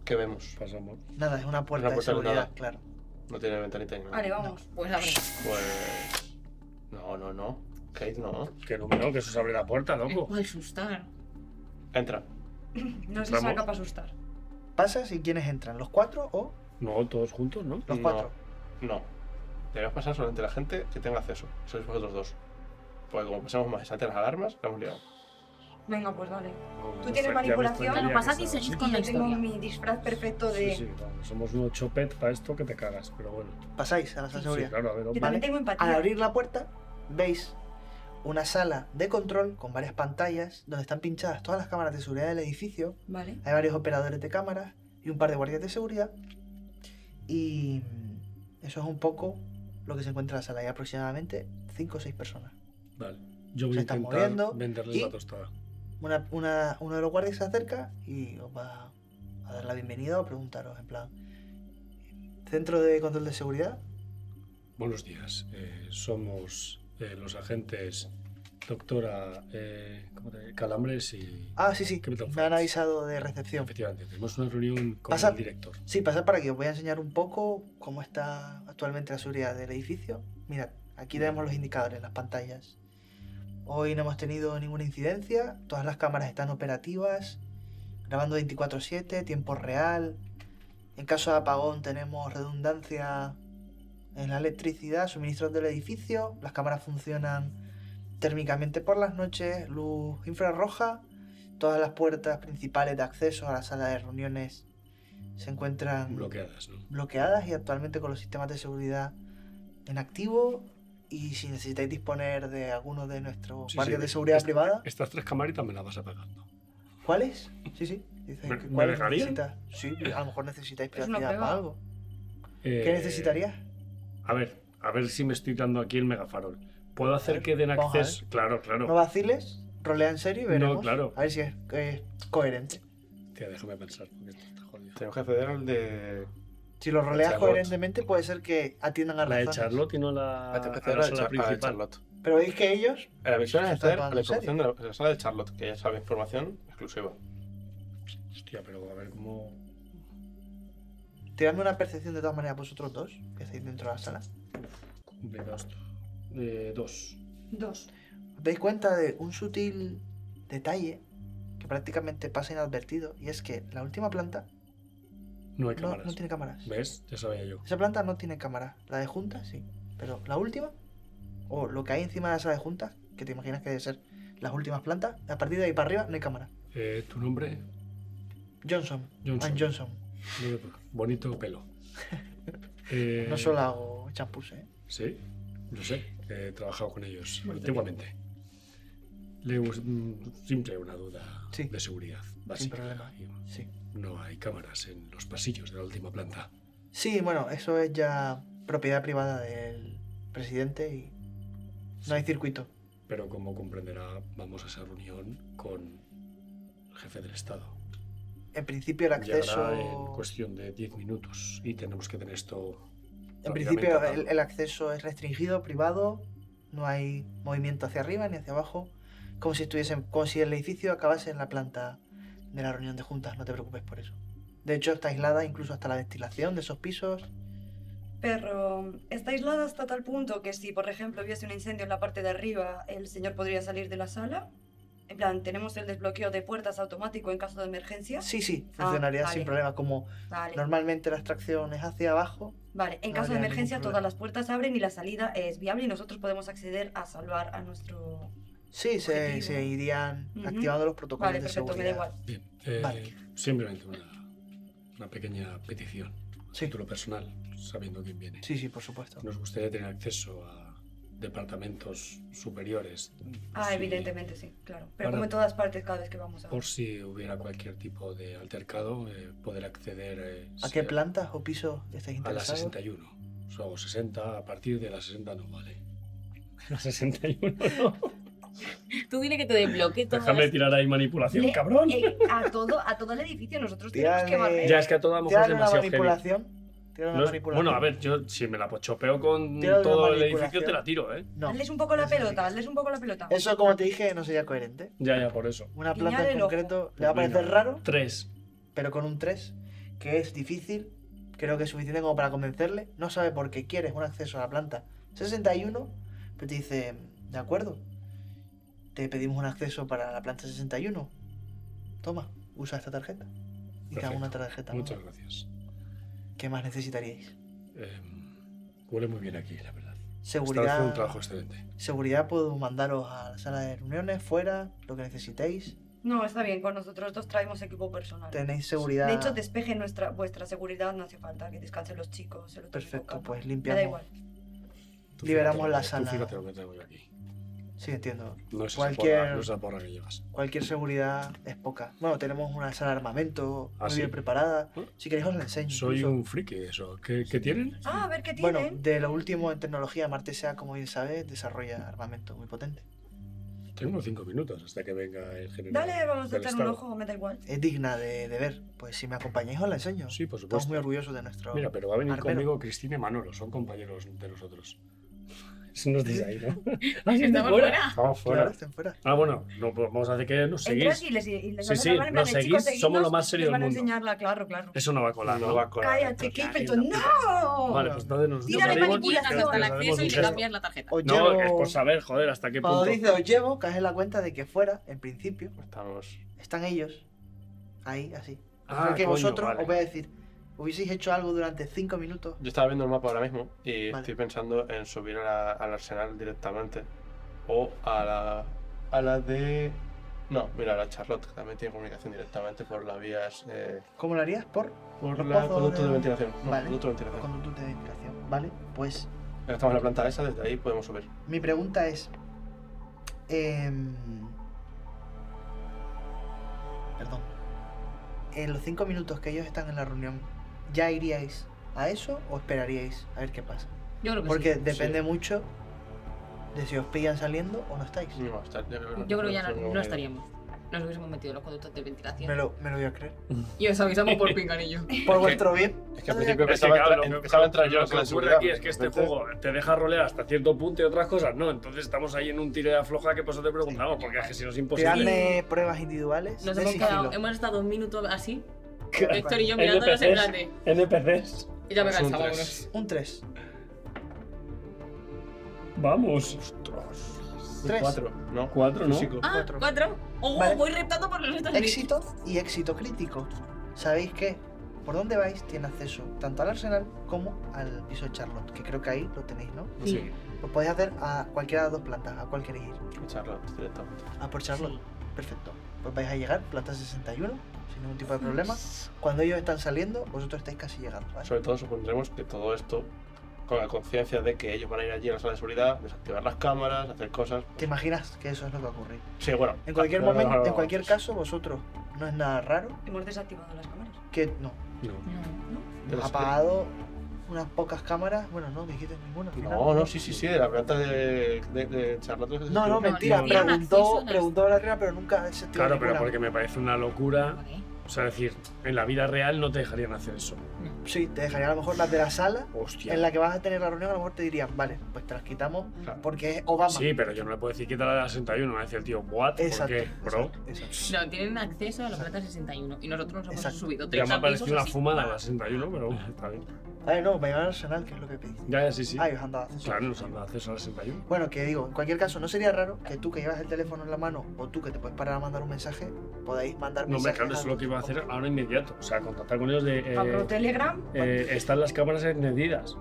Speaker 7: ¿Qué vemos?
Speaker 8: Pasamos.
Speaker 2: Nada, es una puerta,
Speaker 7: Una puerta
Speaker 2: de seguridad,
Speaker 7: blindada.
Speaker 2: claro.
Speaker 7: No tiene ventanita ni nada.
Speaker 4: Vale, vamos.
Speaker 6: Pues abre.
Speaker 7: Pues. No, no, no. Kate, no.
Speaker 8: Que no, no, que eso se abre la puerta,
Speaker 6: Me
Speaker 8: loco.
Speaker 6: puedo asustar.
Speaker 7: Entra.
Speaker 4: No se
Speaker 3: Vamos.
Speaker 4: saca para asustar.
Speaker 2: ¿Pasas y quiénes entran? ¿Los cuatro o
Speaker 8: No, todos juntos, ¿no?
Speaker 2: los
Speaker 7: No.
Speaker 2: cuatro?
Speaker 7: No. Debemos pasar solamente la gente que tenga acceso. Sois vosotros dos. Porque como pasamos más antes las alarmas, la hemos liado.
Speaker 4: Venga, pues dale.
Speaker 8: No,
Speaker 4: ¿Tú tienes
Speaker 8: ya me
Speaker 4: manipulación?
Speaker 8: extrañaría
Speaker 6: Bueno,
Speaker 8: que
Speaker 6: pasad y
Speaker 8: estaba-
Speaker 6: seguid
Speaker 4: Y
Speaker 6: con la
Speaker 4: yo tengo
Speaker 6: historia.
Speaker 4: mi disfraz perfecto de.
Speaker 8: Sí, sí, vamos, somos un chopet para esto que te cagas, pero bueno.
Speaker 2: Pasáis a la sala de
Speaker 8: Sí,
Speaker 2: seguridad.
Speaker 8: claro, a ver,
Speaker 4: Yo
Speaker 8: hombre.
Speaker 2: Vale.
Speaker 4: también tengo empatía.
Speaker 2: Al abrir la puerta, veis una sala de control con varias pantallas donde están pinchadas todas las cámaras de seguridad del edificio.
Speaker 4: Vale.
Speaker 2: Hay varios operadores de cámaras y un par de guardias de seguridad. Y eso es un poco lo que se encuentra en la sala. Hay aproximadamente 5 o 6 personas.
Speaker 8: Vale. Yo voy
Speaker 2: Se
Speaker 8: a
Speaker 2: está
Speaker 8: intentar
Speaker 2: moviendo
Speaker 8: venderles
Speaker 2: y-
Speaker 8: la tostada.
Speaker 2: Una, una- uno de los guardias se acerca y os va a dar la bienvenida o preguntaros en plan... Centro de control de seguridad.
Speaker 8: Buenos días. eh, somos eh, los agentes doctora eh, ¿cómo te- Calambres y...
Speaker 2: Ah, sí, sí.
Speaker 8: ¿Qué me tengo
Speaker 2: Me han
Speaker 8: que-
Speaker 2: avisado de recepción.
Speaker 8: Efectivamente, tenemos una reunión con
Speaker 2: Pasad.
Speaker 8: el director.
Speaker 2: Sí, pasad para aquí. Os voy a enseñar un poco cómo está actualmente la seguridad del edificio. Mirad, aquí tenemos los indicadores, las pantallas. Hoy no hemos tenido ninguna incidencia. Todas las cámaras están operativas, grabando 24/7, tiempo real. En caso de apagón tenemos redundancia en la electricidad, suministros del edificio. Las cámaras funcionan térmicamente por las noches, luz infrarroja. Todas las puertas principales de acceso a la sala de reuniones se encuentran
Speaker 8: Bloqueadas, ¿no?
Speaker 2: bloqueadas y actualmente con los sistemas de seguridad en activo. Y si necesitáis disponer de alguno de nuestros
Speaker 8: Sí, este-
Speaker 2: guardias
Speaker 8: sí,
Speaker 2: de seguridad
Speaker 8: esta-
Speaker 2: privada,
Speaker 8: Estas tres camaritas me las vas apagando.
Speaker 2: ¿cuáles? Sí, sí. Dices
Speaker 8: ¿Me-
Speaker 2: que
Speaker 8: me
Speaker 2: cuáles
Speaker 8: regalían?
Speaker 2: necesitas. Sí, a lo mejor necesitáis
Speaker 4: Es una
Speaker 2: privacidad
Speaker 4: pega.
Speaker 2: para algo.
Speaker 8: Eh,
Speaker 2: ¿Qué necesitarías?
Speaker 8: A ver, a ver si me estoy dando aquí el megafarol. ¿Puedo hacer
Speaker 2: ver,
Speaker 8: que den
Speaker 2: vamos a ver.
Speaker 8: acceso? Claro, claro.
Speaker 2: No vaciles, rolea en serio y
Speaker 8: No,
Speaker 2: veremos.
Speaker 8: claro.
Speaker 2: A ver si es, es coherente.
Speaker 8: Tía, déjame pensar, porque esto está jodido.
Speaker 7: Tenemos que acceder al de.
Speaker 2: Si lo roleas
Speaker 8: Charlotte.
Speaker 2: coherentemente, puede ser que atiendan a
Speaker 8: La de
Speaker 2: razones.
Speaker 8: Charlotte y no la,
Speaker 7: Ah, tenemos que
Speaker 8: a
Speaker 7: acceder
Speaker 8: la
Speaker 7: al de
Speaker 8: sala
Speaker 7: Char- al de
Speaker 8: principal.
Speaker 7: Charlotte.
Speaker 2: Pero veis que ellos.
Speaker 7: La misión es
Speaker 2: ¿Se está
Speaker 7: acceder a la
Speaker 2: tomando en
Speaker 7: información de la, de la sala de Charlotte, que ya sabe información exclusiva.
Speaker 8: Hostia, pero a ver cómo...
Speaker 2: Tiradme una percepción de todas maneras vosotros dos, que estáis dentro de la sala.
Speaker 8: Complicado esto. Eh, dos.
Speaker 4: Dos.
Speaker 2: os dais cuenta de un sutil detalle que prácticamente pasa inadvertido y es que la última planta
Speaker 8: No hay
Speaker 2: no,
Speaker 8: cámaras.
Speaker 2: no tiene cámaras.
Speaker 8: ¿Ves? Ya sabía yo.
Speaker 2: Esa planta no tiene cámaras. La de juntas sí, pero la última o lo que hay encima de esa de juntas, que te imaginas que debe ser las últimas plantas, a partir de ahí para arriba no hay cámara.
Speaker 8: Eh, ¿Tu nombre?
Speaker 2: Johnson,
Speaker 8: Johnson.
Speaker 2: and Johnson.
Speaker 8: No me toca. Bonito pelo. Eh,
Speaker 2: No solo hago champús, ¿eh?
Speaker 8: Sí, no sé. He trabajado con ellos antiguamente. Le, bus- mm, siempre una duda
Speaker 2: Sí.
Speaker 8: de seguridad
Speaker 2: Sin
Speaker 8: básica.
Speaker 2: problema. Sí.
Speaker 8: no hay cámaras en los pasillos de la última planta.
Speaker 2: Sí, bueno, eso es ya propiedad privada del presidente y no hay circuito.
Speaker 8: Pero como comprenderá, vamos a esa reunión con el jefe del Estado.
Speaker 2: En principio el acceso...
Speaker 8: Llegará en cuestión de 10 minutos y tenemos que tener esto.
Speaker 2: En
Speaker 8: prácticamente
Speaker 2: principio
Speaker 8: atado.
Speaker 2: el, el acceso es restringido, privado, no hay movimiento hacia arriba ni hacia abajo, como si estuviesen, como si el edificio acabase en la planta de la reunión de juntas, no te preocupes por eso. De hecho está aislada incluso hasta la destilación de esos pisos.
Speaker 4: Pero está aislada hasta tal punto que si, por ejemplo, hubiese un incendio en la parte de arriba, el señor podría salir de la sala. En plan, tenemos el desbloqueo de puertas automático en caso de emergencia.
Speaker 2: Sí, sí, funcionaría
Speaker 4: Ah, vale.
Speaker 2: sin problema, como
Speaker 4: Vale.
Speaker 2: normalmente la extracción es hacia abajo.
Speaker 4: Vale, en
Speaker 2: No
Speaker 4: caso de
Speaker 2: habría
Speaker 4: emergencia
Speaker 2: ningún
Speaker 4: todas
Speaker 2: problema.
Speaker 4: las puertas abren y la salida es viable y nosotros podemos acceder a salvar a nuestro...
Speaker 2: Sí, se,
Speaker 4: Objetivo.
Speaker 2: se irían
Speaker 4: Ujú.
Speaker 2: activando los protocolos
Speaker 4: Vale,
Speaker 2: de
Speaker 4: perfecto, me da
Speaker 2: seguridad.
Speaker 4: igual.
Speaker 8: Bien, eh,
Speaker 2: Vale.
Speaker 8: simplemente una, una pequeña petición.
Speaker 2: Sí.
Speaker 8: A título personal, sabiendo quién viene.
Speaker 2: Sí, sí, por supuesto.
Speaker 8: Nos gustaría tener acceso a departamentos superiores.
Speaker 4: Ah,
Speaker 8: si-
Speaker 4: evidentemente, sí, claro. Pero
Speaker 8: Ahora-
Speaker 4: como en todas partes cada vez que vamos a...
Speaker 8: Por si hubiera cualquier tipo de altercado, eh, poder acceder eh,
Speaker 2: ¿A
Speaker 8: si-
Speaker 2: qué plantas o pisos estáis
Speaker 8: A la
Speaker 2: interesados?
Speaker 8: 61. Solo 60, a partir de la 60 no vale. La 61 no.
Speaker 6: Tú dile que te desbloquee todo.
Speaker 3: Déjame tirar ahí manipulación, cabrón.
Speaker 4: Eh, a, todo, a todo el edificio nosotros tenemos que
Speaker 2: Tírale-
Speaker 4: barrer.
Speaker 3: Ya es que a toda mujer es
Speaker 2: Tírale una
Speaker 3: demasiado heavy.
Speaker 2: manipulación. Tírale una
Speaker 3: No es-
Speaker 2: manipulación.
Speaker 3: bueno, a ver, yo si me la pochopeo con
Speaker 2: Tira de
Speaker 3: todo el
Speaker 2: manipulación.
Speaker 3: edificio, te la tiro, ¿eh?
Speaker 2: No.
Speaker 4: Hazles un poco la
Speaker 2: Eso sí.
Speaker 4: pelota, hazles un poco la pelota.
Speaker 2: Eso, como te dije, no sería coherente.
Speaker 3: Ya, ya, por eso.
Speaker 2: Una
Speaker 4: Guiñar
Speaker 2: planta en
Speaker 4: el ojo.
Speaker 2: concreto le va a
Speaker 3: Venga.
Speaker 2: parecer raro,
Speaker 3: Tres.
Speaker 2: pero con un 3, que es difícil. Creo que es suficiente como para convencerle. No sabe por qué quieres un acceso a la planta 61, pero te dice, de acuerdo, te pedimos un acceso para la planta 61. Toma, usa esta tarjeta. Y te hago una
Speaker 8: Perfecto.
Speaker 2: tarjeta. nueva.
Speaker 8: Muchas gracias.
Speaker 2: ¿Qué más necesitaríais?
Speaker 8: Em, huele muy bien aquí, la verdad. Está haciendo
Speaker 2: Seguridad.
Speaker 8: un trabajo excelente.
Speaker 2: Seguridad puedo mandaros a la sala de reuniones, fuera, lo que necesitéis.
Speaker 4: No, está bien, con nosotros dos traemos equipo personal.
Speaker 2: Tenéis seguridad.
Speaker 4: De hecho, despeje nuestra, vuestra seguridad, no hace falta que descansen los chicos. Se lo tomen
Speaker 2: Perfecto,
Speaker 4: con calma.
Speaker 2: pues
Speaker 4: Me da
Speaker 2: limpiamos.
Speaker 4: igual.
Speaker 8: Tú
Speaker 2: Liberamos
Speaker 8: fíjate lo
Speaker 2: la
Speaker 8: que- tú
Speaker 2: sala.
Speaker 8: fíjate lo que tengo yo aquí.
Speaker 2: Sí, entiendo.
Speaker 8: No es,
Speaker 2: Cualquier-
Speaker 8: esa, porra, no es esa porra que llevas.
Speaker 2: Cualquier seguridad es poca. Bueno, tenemos una sala de armamento
Speaker 8: ¿Ah,
Speaker 2: muy
Speaker 8: sí?
Speaker 2: bien preparada.
Speaker 8: ¿Eh?
Speaker 2: Si queréis os la enseño.
Speaker 8: Soy
Speaker 2: incluso.
Speaker 8: un friki de eso. ¿Qué, qué tienen?
Speaker 4: Ah, a ver qué
Speaker 2: Bueno,
Speaker 4: tienen.
Speaker 2: de lo último en tecnología, Marte sea, como bien sabes, desarrolla armamento muy potente.
Speaker 8: Tengo cinco minutos hasta que venga el general.
Speaker 4: Dale, vamos a
Speaker 8: del
Speaker 4: echar
Speaker 8: Estado.
Speaker 4: un ojo, me da igual.
Speaker 2: Es digna de, de ver. Pues si me acompañáis os la enseño.
Speaker 8: Sí, por
Speaker 2: Estamos
Speaker 8: supuesto.
Speaker 2: muy orgullosos de nuestro...
Speaker 8: Mira, pero va a venir
Speaker 2: Arpero.
Speaker 8: conmigo Cristina y Manolo, son compañeros de nosotros. Eso nos dice ahí, ¿no?
Speaker 6: Ay, que estamos fuera.
Speaker 8: Vamos
Speaker 2: Claro,
Speaker 8: fuera.
Speaker 2: estén fuera.
Speaker 8: Ah, bueno, no, pues vamos a hacer que nos
Speaker 4: Entras
Speaker 8: seguís.
Speaker 4: y les, y les
Speaker 8: Sí,
Speaker 4: vas a
Speaker 8: sí,
Speaker 4: hablar en plan
Speaker 8: nos
Speaker 4: de, "Chicos,
Speaker 8: seguís, somos lo más serio
Speaker 4: seguidnos".
Speaker 8: del
Speaker 4: Van a
Speaker 8: mundo.
Speaker 4: enseñarla, claro, claro.
Speaker 8: Eso no va a colar, ¿no?
Speaker 7: No va a colar.
Speaker 4: Cállate,
Speaker 7: Entonces,
Speaker 4: Keith Pelton,
Speaker 7: ahí la
Speaker 4: ¡no!
Speaker 8: Vale, pues entonces nos
Speaker 4: Tira
Speaker 8: nos
Speaker 4: de
Speaker 8: salimos,
Speaker 4: manipulación.
Speaker 8: que
Speaker 6: hasta el
Speaker 8: hacemos
Speaker 6: acceso
Speaker 8: un
Speaker 6: y le
Speaker 8: gesto.
Speaker 6: cambias la tarjeta.
Speaker 2: Os
Speaker 3: No,
Speaker 2: llevo-
Speaker 3: es por saber, joder, hasta qué
Speaker 2: Cuando
Speaker 3: punto.
Speaker 2: dice os llevo, caes en la cuenta de que fuera, en principio,
Speaker 7: Estamos.
Speaker 2: están ellos. Ahí, así.
Speaker 8: Ah,
Speaker 2: Así que
Speaker 8: coño,
Speaker 2: vosotros
Speaker 8: vale.
Speaker 2: os voy a decir, hubieseis hecho algo durante cinco minutos.
Speaker 7: Yo estaba viendo el mapa ahora mismo y
Speaker 2: Vale.
Speaker 7: estoy pensando en subir a la- al arsenal directamente. O a la. a la de. No, mira, a la Charlotte, que también tiene comunicación directamente por las vías. eh,
Speaker 2: ¿Cómo lo harías? Por
Speaker 7: por
Speaker 2: Los
Speaker 7: la
Speaker 2: pozos
Speaker 7: conducto
Speaker 2: de-
Speaker 7: de ventilación. No,
Speaker 2: Vale.
Speaker 7: conducto de
Speaker 2: los
Speaker 7: ventilación.
Speaker 2: conductos de ventilación, ¿vale? Pues
Speaker 7: Ya Estamos en la planta esa, desde ahí podemos subir.
Speaker 2: mi pregunta es... em, Perdón. En los cinco minutos que ellos están en la reunión, ¿ya iríais a eso o esperaríais a ver qué pasa?
Speaker 6: Yo creo que
Speaker 2: Porque
Speaker 6: sí.
Speaker 2: depende mucho de si os pillan saliendo o no estáis.
Speaker 7: Ni más, tal, yo creo que no-
Speaker 6: Yo creo que ya
Speaker 7: no
Speaker 6: no,
Speaker 7: tengo
Speaker 6: no
Speaker 7: idea.
Speaker 6: estaríamos. Nos hubiésemos metido en los conductos de
Speaker 2: Me
Speaker 6: ventilación.
Speaker 2: lo, me lo voy a creer.
Speaker 6: Y os avisamos por pinganillo.
Speaker 2: Por vuestro bien.
Speaker 7: Es que al principio
Speaker 3: Es que,
Speaker 7: empezaba,
Speaker 3: claro,
Speaker 7: a
Speaker 3: lo
Speaker 7: entrar-
Speaker 3: que-
Speaker 7: empezaba a entrar
Speaker 3: lo
Speaker 7: yo
Speaker 3: que
Speaker 7: con la
Speaker 3: ocurre
Speaker 7: seguridad,
Speaker 3: aquí es que este
Speaker 7: entonces-
Speaker 3: juego te deja rolear hasta cierto punto y otras cosas no. Entonces estamos ahí en un tiro de afloja que por eso te preguntamos, porque es que si no es imposible.
Speaker 2: Tiradme eh, pruebas individuales.
Speaker 6: Nos
Speaker 2: de
Speaker 6: hemos quedado,
Speaker 2: sigilo.
Speaker 6: hemos estado un minuto así.
Speaker 2: Claro.
Speaker 6: Héctor y yo mirándonos en plan de.
Speaker 3: NPCs.
Speaker 6: Ya me
Speaker 7: Es un
Speaker 6: cansaba,
Speaker 7: tres.
Speaker 6: vámonos.
Speaker 2: Un 3.
Speaker 3: Vamos.
Speaker 2: Tres.
Speaker 7: Cuatro, ¿no?
Speaker 3: Cuatro, ¿no?
Speaker 7: Físico.
Speaker 6: Ah,
Speaker 2: Cuatro.
Speaker 6: cuatro. Oh,
Speaker 2: Vale.
Speaker 6: voy reptando por los Estados Unidos.
Speaker 2: Éxito y éxito crítico. Sabéis que por donde vais tiene acceso tanto al arsenal como al piso de Charlotte, que creo que ahí lo tenéis, ¿no?
Speaker 7: Sí,
Speaker 2: Lo podéis hacer a cualquiera de las dos plantas, a cuál queréis ir.
Speaker 7: Charlotte, directamente.
Speaker 2: A por Charlotte. Perfecto. Pues vais a llegar, planta 61, sin ningún tipo de problema. Cuando ellos están saliendo, vosotros estáis casi llegando. ¿vale?
Speaker 7: Sobre todo supondremos que todo esto con la conciencia de que ellos van a ir allí a la sala de seguridad, desactivar las cámaras, hacer cosas.
Speaker 2: ¿Te imaginas que eso es lo que va a ocurrir?
Speaker 7: Sí, bueno.
Speaker 2: En cualquier
Speaker 7: no, no,
Speaker 2: momento,
Speaker 7: no,
Speaker 2: en
Speaker 7: no,
Speaker 2: cualquier
Speaker 7: pues,
Speaker 2: caso, vosotros no es nada raro
Speaker 4: Hemos desactivado las cámaras.
Speaker 2: que no.
Speaker 3: No.
Speaker 7: de
Speaker 2: Hemos
Speaker 7: las-
Speaker 2: apagado unas pocas cámaras. Bueno, no dijiste ninguna. al final.
Speaker 7: No, no, sí, sí, sí, de la planta de, de, de charlatos que se
Speaker 2: No, no,
Speaker 7: estuvo-
Speaker 2: mentira.
Speaker 6: no, no.
Speaker 2: Preguntó,
Speaker 6: Acceso no
Speaker 2: preguntó la reina, pero nunca se activó
Speaker 3: Claro, pero
Speaker 2: ninguna.
Speaker 3: porque me parece una locura.
Speaker 6: Joder.
Speaker 3: O sea, decir, en la vida real no te dejarían hacer eso.
Speaker 2: Sí, te dejaría a lo mejor las de la sala
Speaker 3: Hostia.
Speaker 2: en la que vas a tener la reunión. A lo mejor te dirían, vale, pues te las quitamos
Speaker 7: Claro.
Speaker 2: porque es Obama.
Speaker 3: Sí, pero yo no le puedo decir quítala de la 61, me va a decir el tío, what? ¿Por
Speaker 2: Exacto.
Speaker 3: qué, bro?
Speaker 2: exacto, exacto.
Speaker 6: No, tienen acceso a la planta 61 y nosotros nos hemos
Speaker 2: Exacto.
Speaker 6: subido 30
Speaker 3: Ya me ha parecido
Speaker 6: pisos
Speaker 3: una
Speaker 6: así.
Speaker 3: fumada la 61, pero bueno, está bien.
Speaker 2: A ver, no, me llaman Arsenal, que es lo que pedí.
Speaker 3: Ya, ya, sí, sí.
Speaker 2: Ah, y os han dado acceso.
Speaker 3: Claro, nos han dado acceso a la 61.
Speaker 2: Bueno, que digo, en cualquier caso, no sería raro que tú que llevas el teléfono en la mano o tú que te puedes parar a mandar un mensaje, podáis mandar
Speaker 3: No, hombre,
Speaker 2: mensajes.
Speaker 3: claro, eso es lo que iba a hacer ahora inmediato. O sea, contactar con ellos de. eh,
Speaker 4: Abro Telegram.
Speaker 3: eh, están las cámaras encendidas.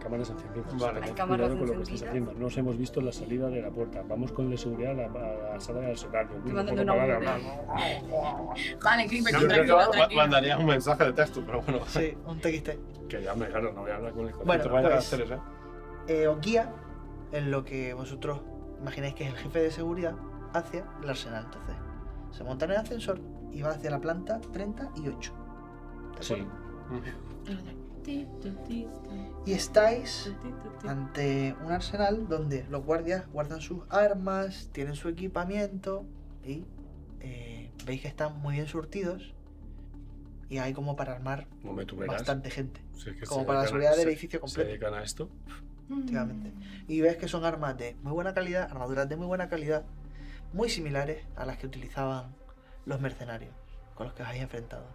Speaker 3: Cámaras encendidas.
Speaker 7: Vale.
Speaker 4: Hay
Speaker 3: Cuidado
Speaker 4: cámaras
Speaker 3: con lo que estás
Speaker 4: encendidas.
Speaker 3: haciendo. No os hemos visto en la salida de la puerta. Vamos con la seguridad a la, a la sala del sonario.
Speaker 4: Te mandan una
Speaker 3: hablar.
Speaker 6: Vale, Creeper,
Speaker 7: Yo
Speaker 6: tú
Speaker 7: creo que
Speaker 6: tranquilo,
Speaker 7: ma- ma-
Speaker 6: tranquilo.
Speaker 7: mandaría un mensaje de texto, pero bueno.
Speaker 2: Sí, un TXT.
Speaker 3: Que ya me dejaron, no voy a hablar con el
Speaker 2: Bueno,
Speaker 3: contacto.
Speaker 7: Te vayan a
Speaker 2: pues-
Speaker 7: hacer eso, ¿eh?
Speaker 2: Eh, os guía en lo que vosotros imagináis que es el jefe de seguridad hacia el Arsenal. Entonces, se monta en el ascensor y va hacia la planta 38.
Speaker 3: sí.
Speaker 2: Y estáis ante un arsenal donde los guardias guardan sus armas, tienen su equipamiento y eh, veis que están muy bien surtidos y hay como para armar
Speaker 3: No me tuberas.
Speaker 2: bastante gente,
Speaker 3: Si es que
Speaker 2: como
Speaker 3: se
Speaker 2: para la
Speaker 3: dedican a-
Speaker 2: seguridad del
Speaker 3: se-
Speaker 2: edificio
Speaker 3: Se
Speaker 2: completo.
Speaker 3: dedican a esto.
Speaker 2: efectivamente. Y ves que son armas de muy buena calidad, armaduras de muy buena calidad, muy similares a las que utilizaban los mercenarios con los que os habéis enfrentado.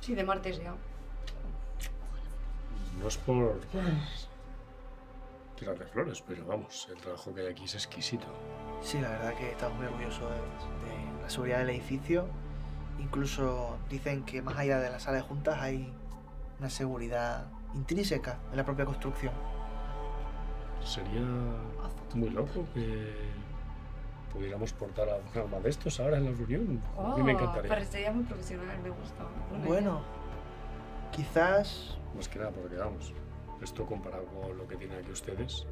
Speaker 4: Sí, de martes ya.
Speaker 3: No es por tirarle flores, pero vamos, el trabajo que hay aquí es exquisito.
Speaker 2: Sí, la verdad que estamos muy orgullosos de, de la seguridad del edificio. Incluso dicen que más allá de la sala de juntas hay una seguridad intrínseca en la propia construcción.
Speaker 3: Sería muy loco que pudiéramos portar a un arma de estos ahora en la reunión. a mí me
Speaker 4: Oh,
Speaker 3: encantaría.
Speaker 4: Parecería muy profesional, me gusta. Buena
Speaker 2: Bueno, quizás...
Speaker 3: Más que nada, porque vamos, esto comparado con lo que tienen aquí ustedes,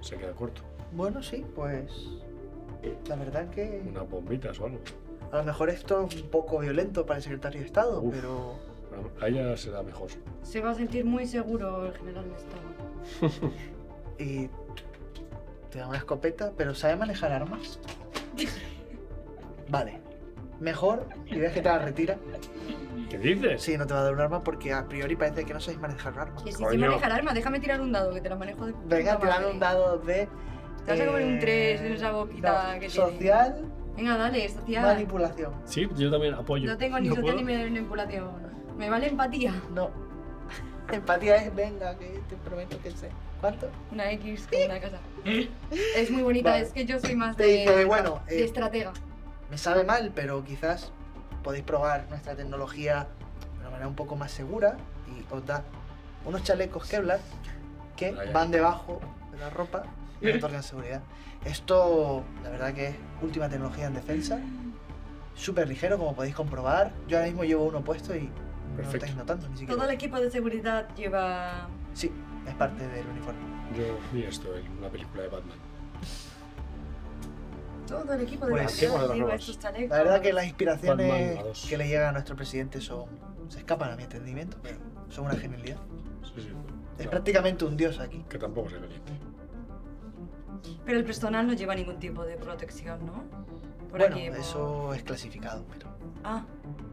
Speaker 3: se queda corto.
Speaker 2: Bueno, sí, pues... La verdad que
Speaker 3: Unas bombitas o algo.
Speaker 2: a lo mejor esto es un poco violento para el secretario de Estado,
Speaker 3: Uf.
Speaker 2: pero...
Speaker 3: A ella se da mejor.
Speaker 4: idea. Se va a sentir muy seguro el general de Estado.
Speaker 2: Y te da una escopeta, pero sabe manejar armas. Vale. Mejor y ves que te la retira.
Speaker 3: ¿Qué dices?
Speaker 2: Sí, no te va a dar un arma porque a priori parece que no sabéis manejar un arma.
Speaker 4: Que si se
Speaker 3: Coño.
Speaker 4: maneja el arma, déjame tirar un dado, que te la manejo de
Speaker 2: Venga, te
Speaker 4: puta
Speaker 2: dan
Speaker 4: madre.
Speaker 2: un dado de. eh,
Speaker 4: Te vas a comer un tres en esa
Speaker 2: no,
Speaker 4: boquita que tiene.
Speaker 2: Social,
Speaker 4: Venga, dale, social.
Speaker 2: manipulación.
Speaker 3: Sí, yo también apoyo.
Speaker 4: No tengo ni
Speaker 3: No
Speaker 4: social
Speaker 3: puedo.
Speaker 4: ni manipulación. Me vale empatía.
Speaker 2: No. Empatía es venga, que te prometo que sé. ¿Cuánto?
Speaker 4: Una X con una casa. Es muy bonita,
Speaker 2: ¿Eh? Vale.
Speaker 4: es que yo soy más
Speaker 2: Te
Speaker 4: de,
Speaker 2: dice, bueno,
Speaker 4: de
Speaker 2: eh,
Speaker 4: estratega.
Speaker 2: Me sabe mal, pero quizás podéis probar nuestra tecnología de una manera un poco más segura y os da unos chalecos Kevlar que
Speaker 3: Ay, ay.
Speaker 2: van debajo de la ropa y otorgan seguridad. Esto, la verdad que es última tecnología en defensa, súper ligero como podéis comprobar. Yo ahora mismo llevo uno puesto y no lo
Speaker 3: Perfecto.
Speaker 2: estáis notando ni
Speaker 4: Todo el
Speaker 2: siquiera.
Speaker 4: equipo de seguridad lleva.
Speaker 2: Sí, es parte del uniforme.
Speaker 3: Yo vi esto en una película de Batman.
Speaker 4: Todo el equipo de
Speaker 2: Pues,
Speaker 7: ¿qué
Speaker 4: seguridad
Speaker 7: más
Speaker 4: lleva
Speaker 7: robas?
Speaker 4: estos chalecos.
Speaker 2: La verdad que las
Speaker 3: Batman
Speaker 2: inspiraciones
Speaker 3: a dos.
Speaker 2: que le llegan a nuestro presidente son se escapan a mi entendimiento, pero son una genialidad.
Speaker 3: Sí, sí.
Speaker 2: Es
Speaker 3: No,
Speaker 2: prácticamente un dios aquí.
Speaker 3: que tampoco se caliente.
Speaker 4: Pero el personal no lleva ningún tipo de protección, ¿no? Por
Speaker 2: bueno,
Speaker 4: por-
Speaker 2: eso es clasificado, pero
Speaker 4: Ah,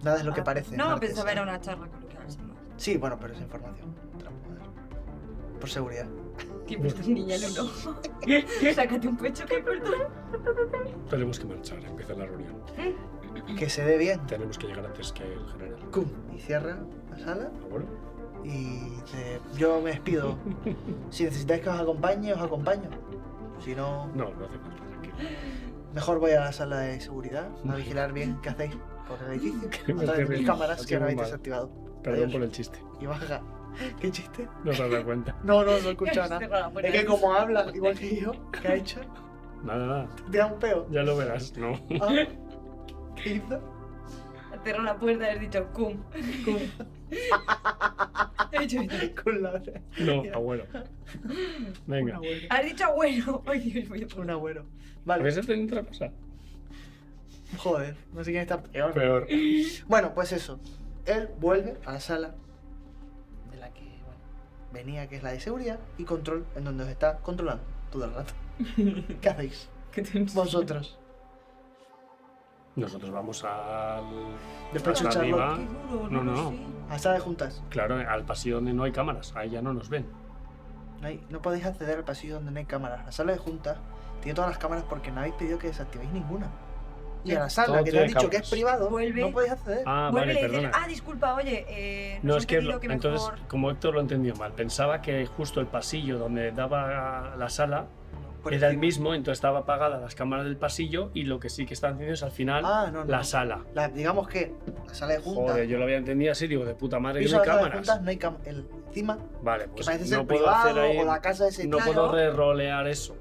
Speaker 2: nada es lo que
Speaker 4: ah.
Speaker 2: parece.
Speaker 4: No,
Speaker 2: Martes,
Speaker 4: pensaba era
Speaker 2: ¿eh?
Speaker 4: una charla coloquial. sin más.
Speaker 2: Sí, bueno, pero es información. no te la puedo dar. Por seguridad. pues,
Speaker 4: Tiempo estás niña en un ojo. Sácate un pecho que perdón.
Speaker 3: Tenemos que marchar, empieza la reunión.
Speaker 2: Que se dé bien.
Speaker 3: Tenemos que llegar antes que el general.
Speaker 2: Cum. Y cierra la sala
Speaker 3: ¿Abuelo?
Speaker 2: y dice, yo me despido. Si necesitáis que os acompañe, os acompaño. Si no,
Speaker 3: No, no hace falta, tranquilo.
Speaker 2: mejor voy a la sala de seguridad a vigilar bien qué hacéis por el edificio.
Speaker 3: Que me
Speaker 2: A través de mis
Speaker 3: terrible.
Speaker 2: cámaras que
Speaker 3: Hacía
Speaker 2: ahora
Speaker 3: muy
Speaker 2: habéis
Speaker 3: mal.
Speaker 2: desactivado.
Speaker 3: Perdón
Speaker 2: Adiós.
Speaker 3: por el chiste.
Speaker 2: Y baja. ¿Qué chiste?
Speaker 3: No te has dado cuenta.
Speaker 2: No, no, no he escuchado
Speaker 4: Cierra
Speaker 2: nada.
Speaker 4: la puerta.
Speaker 2: Es que como habla, igual que yo, ¿qué ha hecho?
Speaker 3: Nada, nada.
Speaker 2: Te da un peo.
Speaker 3: Ya lo verás. No.
Speaker 2: Ah, ¿Qué hizo?
Speaker 4: Cerró la puerta y has dicho, cum.
Speaker 5: Con la...
Speaker 3: No, abuelo.
Speaker 5: Un
Speaker 3: Venga.
Speaker 5: abuelo.
Speaker 4: Has dicho bueno. Ay, Dios mío.
Speaker 2: Un abuelo.
Speaker 3: ¿Habéis
Speaker 2: Vale,
Speaker 3: entendido otra cosa?
Speaker 2: joder, no sé quién está peor.
Speaker 3: Peor.
Speaker 2: Bueno, pues eso. Él vuelve a la sala de la que bueno, venía, que es la de seguridad, y control, en donde os está controlando todo el rato. ¿Qué hacéis?
Speaker 6: ¿Qué tenemos?
Speaker 2: Vosotros.
Speaker 8: Nosotros vamos al.
Speaker 2: Despacho
Speaker 8: hasta
Speaker 2: Charlotte.
Speaker 8: arriba.
Speaker 4: Qué duro,
Speaker 8: Ah, No,
Speaker 4: no,
Speaker 8: no.
Speaker 4: lo sé.
Speaker 2: A sala de juntas.
Speaker 8: Claro, al pasillo donde no hay cámaras. Ahí ya no nos ven.
Speaker 2: No, hay- no podéis acceder al pasillo donde no hay cámaras. La sala de juntas tiene todas las cámaras porque no habéis pedido que desactivéis ninguna. Y a la sala,
Speaker 8: Todo
Speaker 2: que te han
Speaker 8: tiene
Speaker 2: dicho que es
Speaker 8: cámaras.
Speaker 2: privado,
Speaker 4: Vuelve.
Speaker 2: no podéis acceder.
Speaker 8: Ah,
Speaker 4: Vuelve
Speaker 8: vale,
Speaker 4: y le dicen,
Speaker 8: perdona.
Speaker 4: ah, disculpa, oye, eh, nos
Speaker 8: No,
Speaker 4: han
Speaker 8: es que,
Speaker 4: pedido
Speaker 8: lo-
Speaker 4: que mejor...
Speaker 8: entonces, como Héctor lo entendió mal, pensaba que justo el pasillo donde daba la sala
Speaker 2: Por
Speaker 8: era el
Speaker 2: encima.
Speaker 8: mismo, entonces estaba apagada las cámaras del pasillo y lo que sí que están haciendo es al final
Speaker 2: Ah, no, no.
Speaker 8: la sala.
Speaker 2: La- digamos que la sala de juntas.
Speaker 8: Joder, yo lo había entendido así, digo, de puta madre que
Speaker 2: piso
Speaker 8: no
Speaker 2: de la
Speaker 8: hay
Speaker 2: sala de juntas
Speaker 8: cámaras.
Speaker 2: no hay cam- el- Encima,
Speaker 8: Vale,
Speaker 2: que
Speaker 8: pues
Speaker 2: parece ser
Speaker 8: no puedo hacer
Speaker 2: privado
Speaker 8: ahí.
Speaker 2: o la casa de ese
Speaker 8: No
Speaker 2: tío.
Speaker 8: puedo
Speaker 4: Claro.
Speaker 8: re-rolear eso.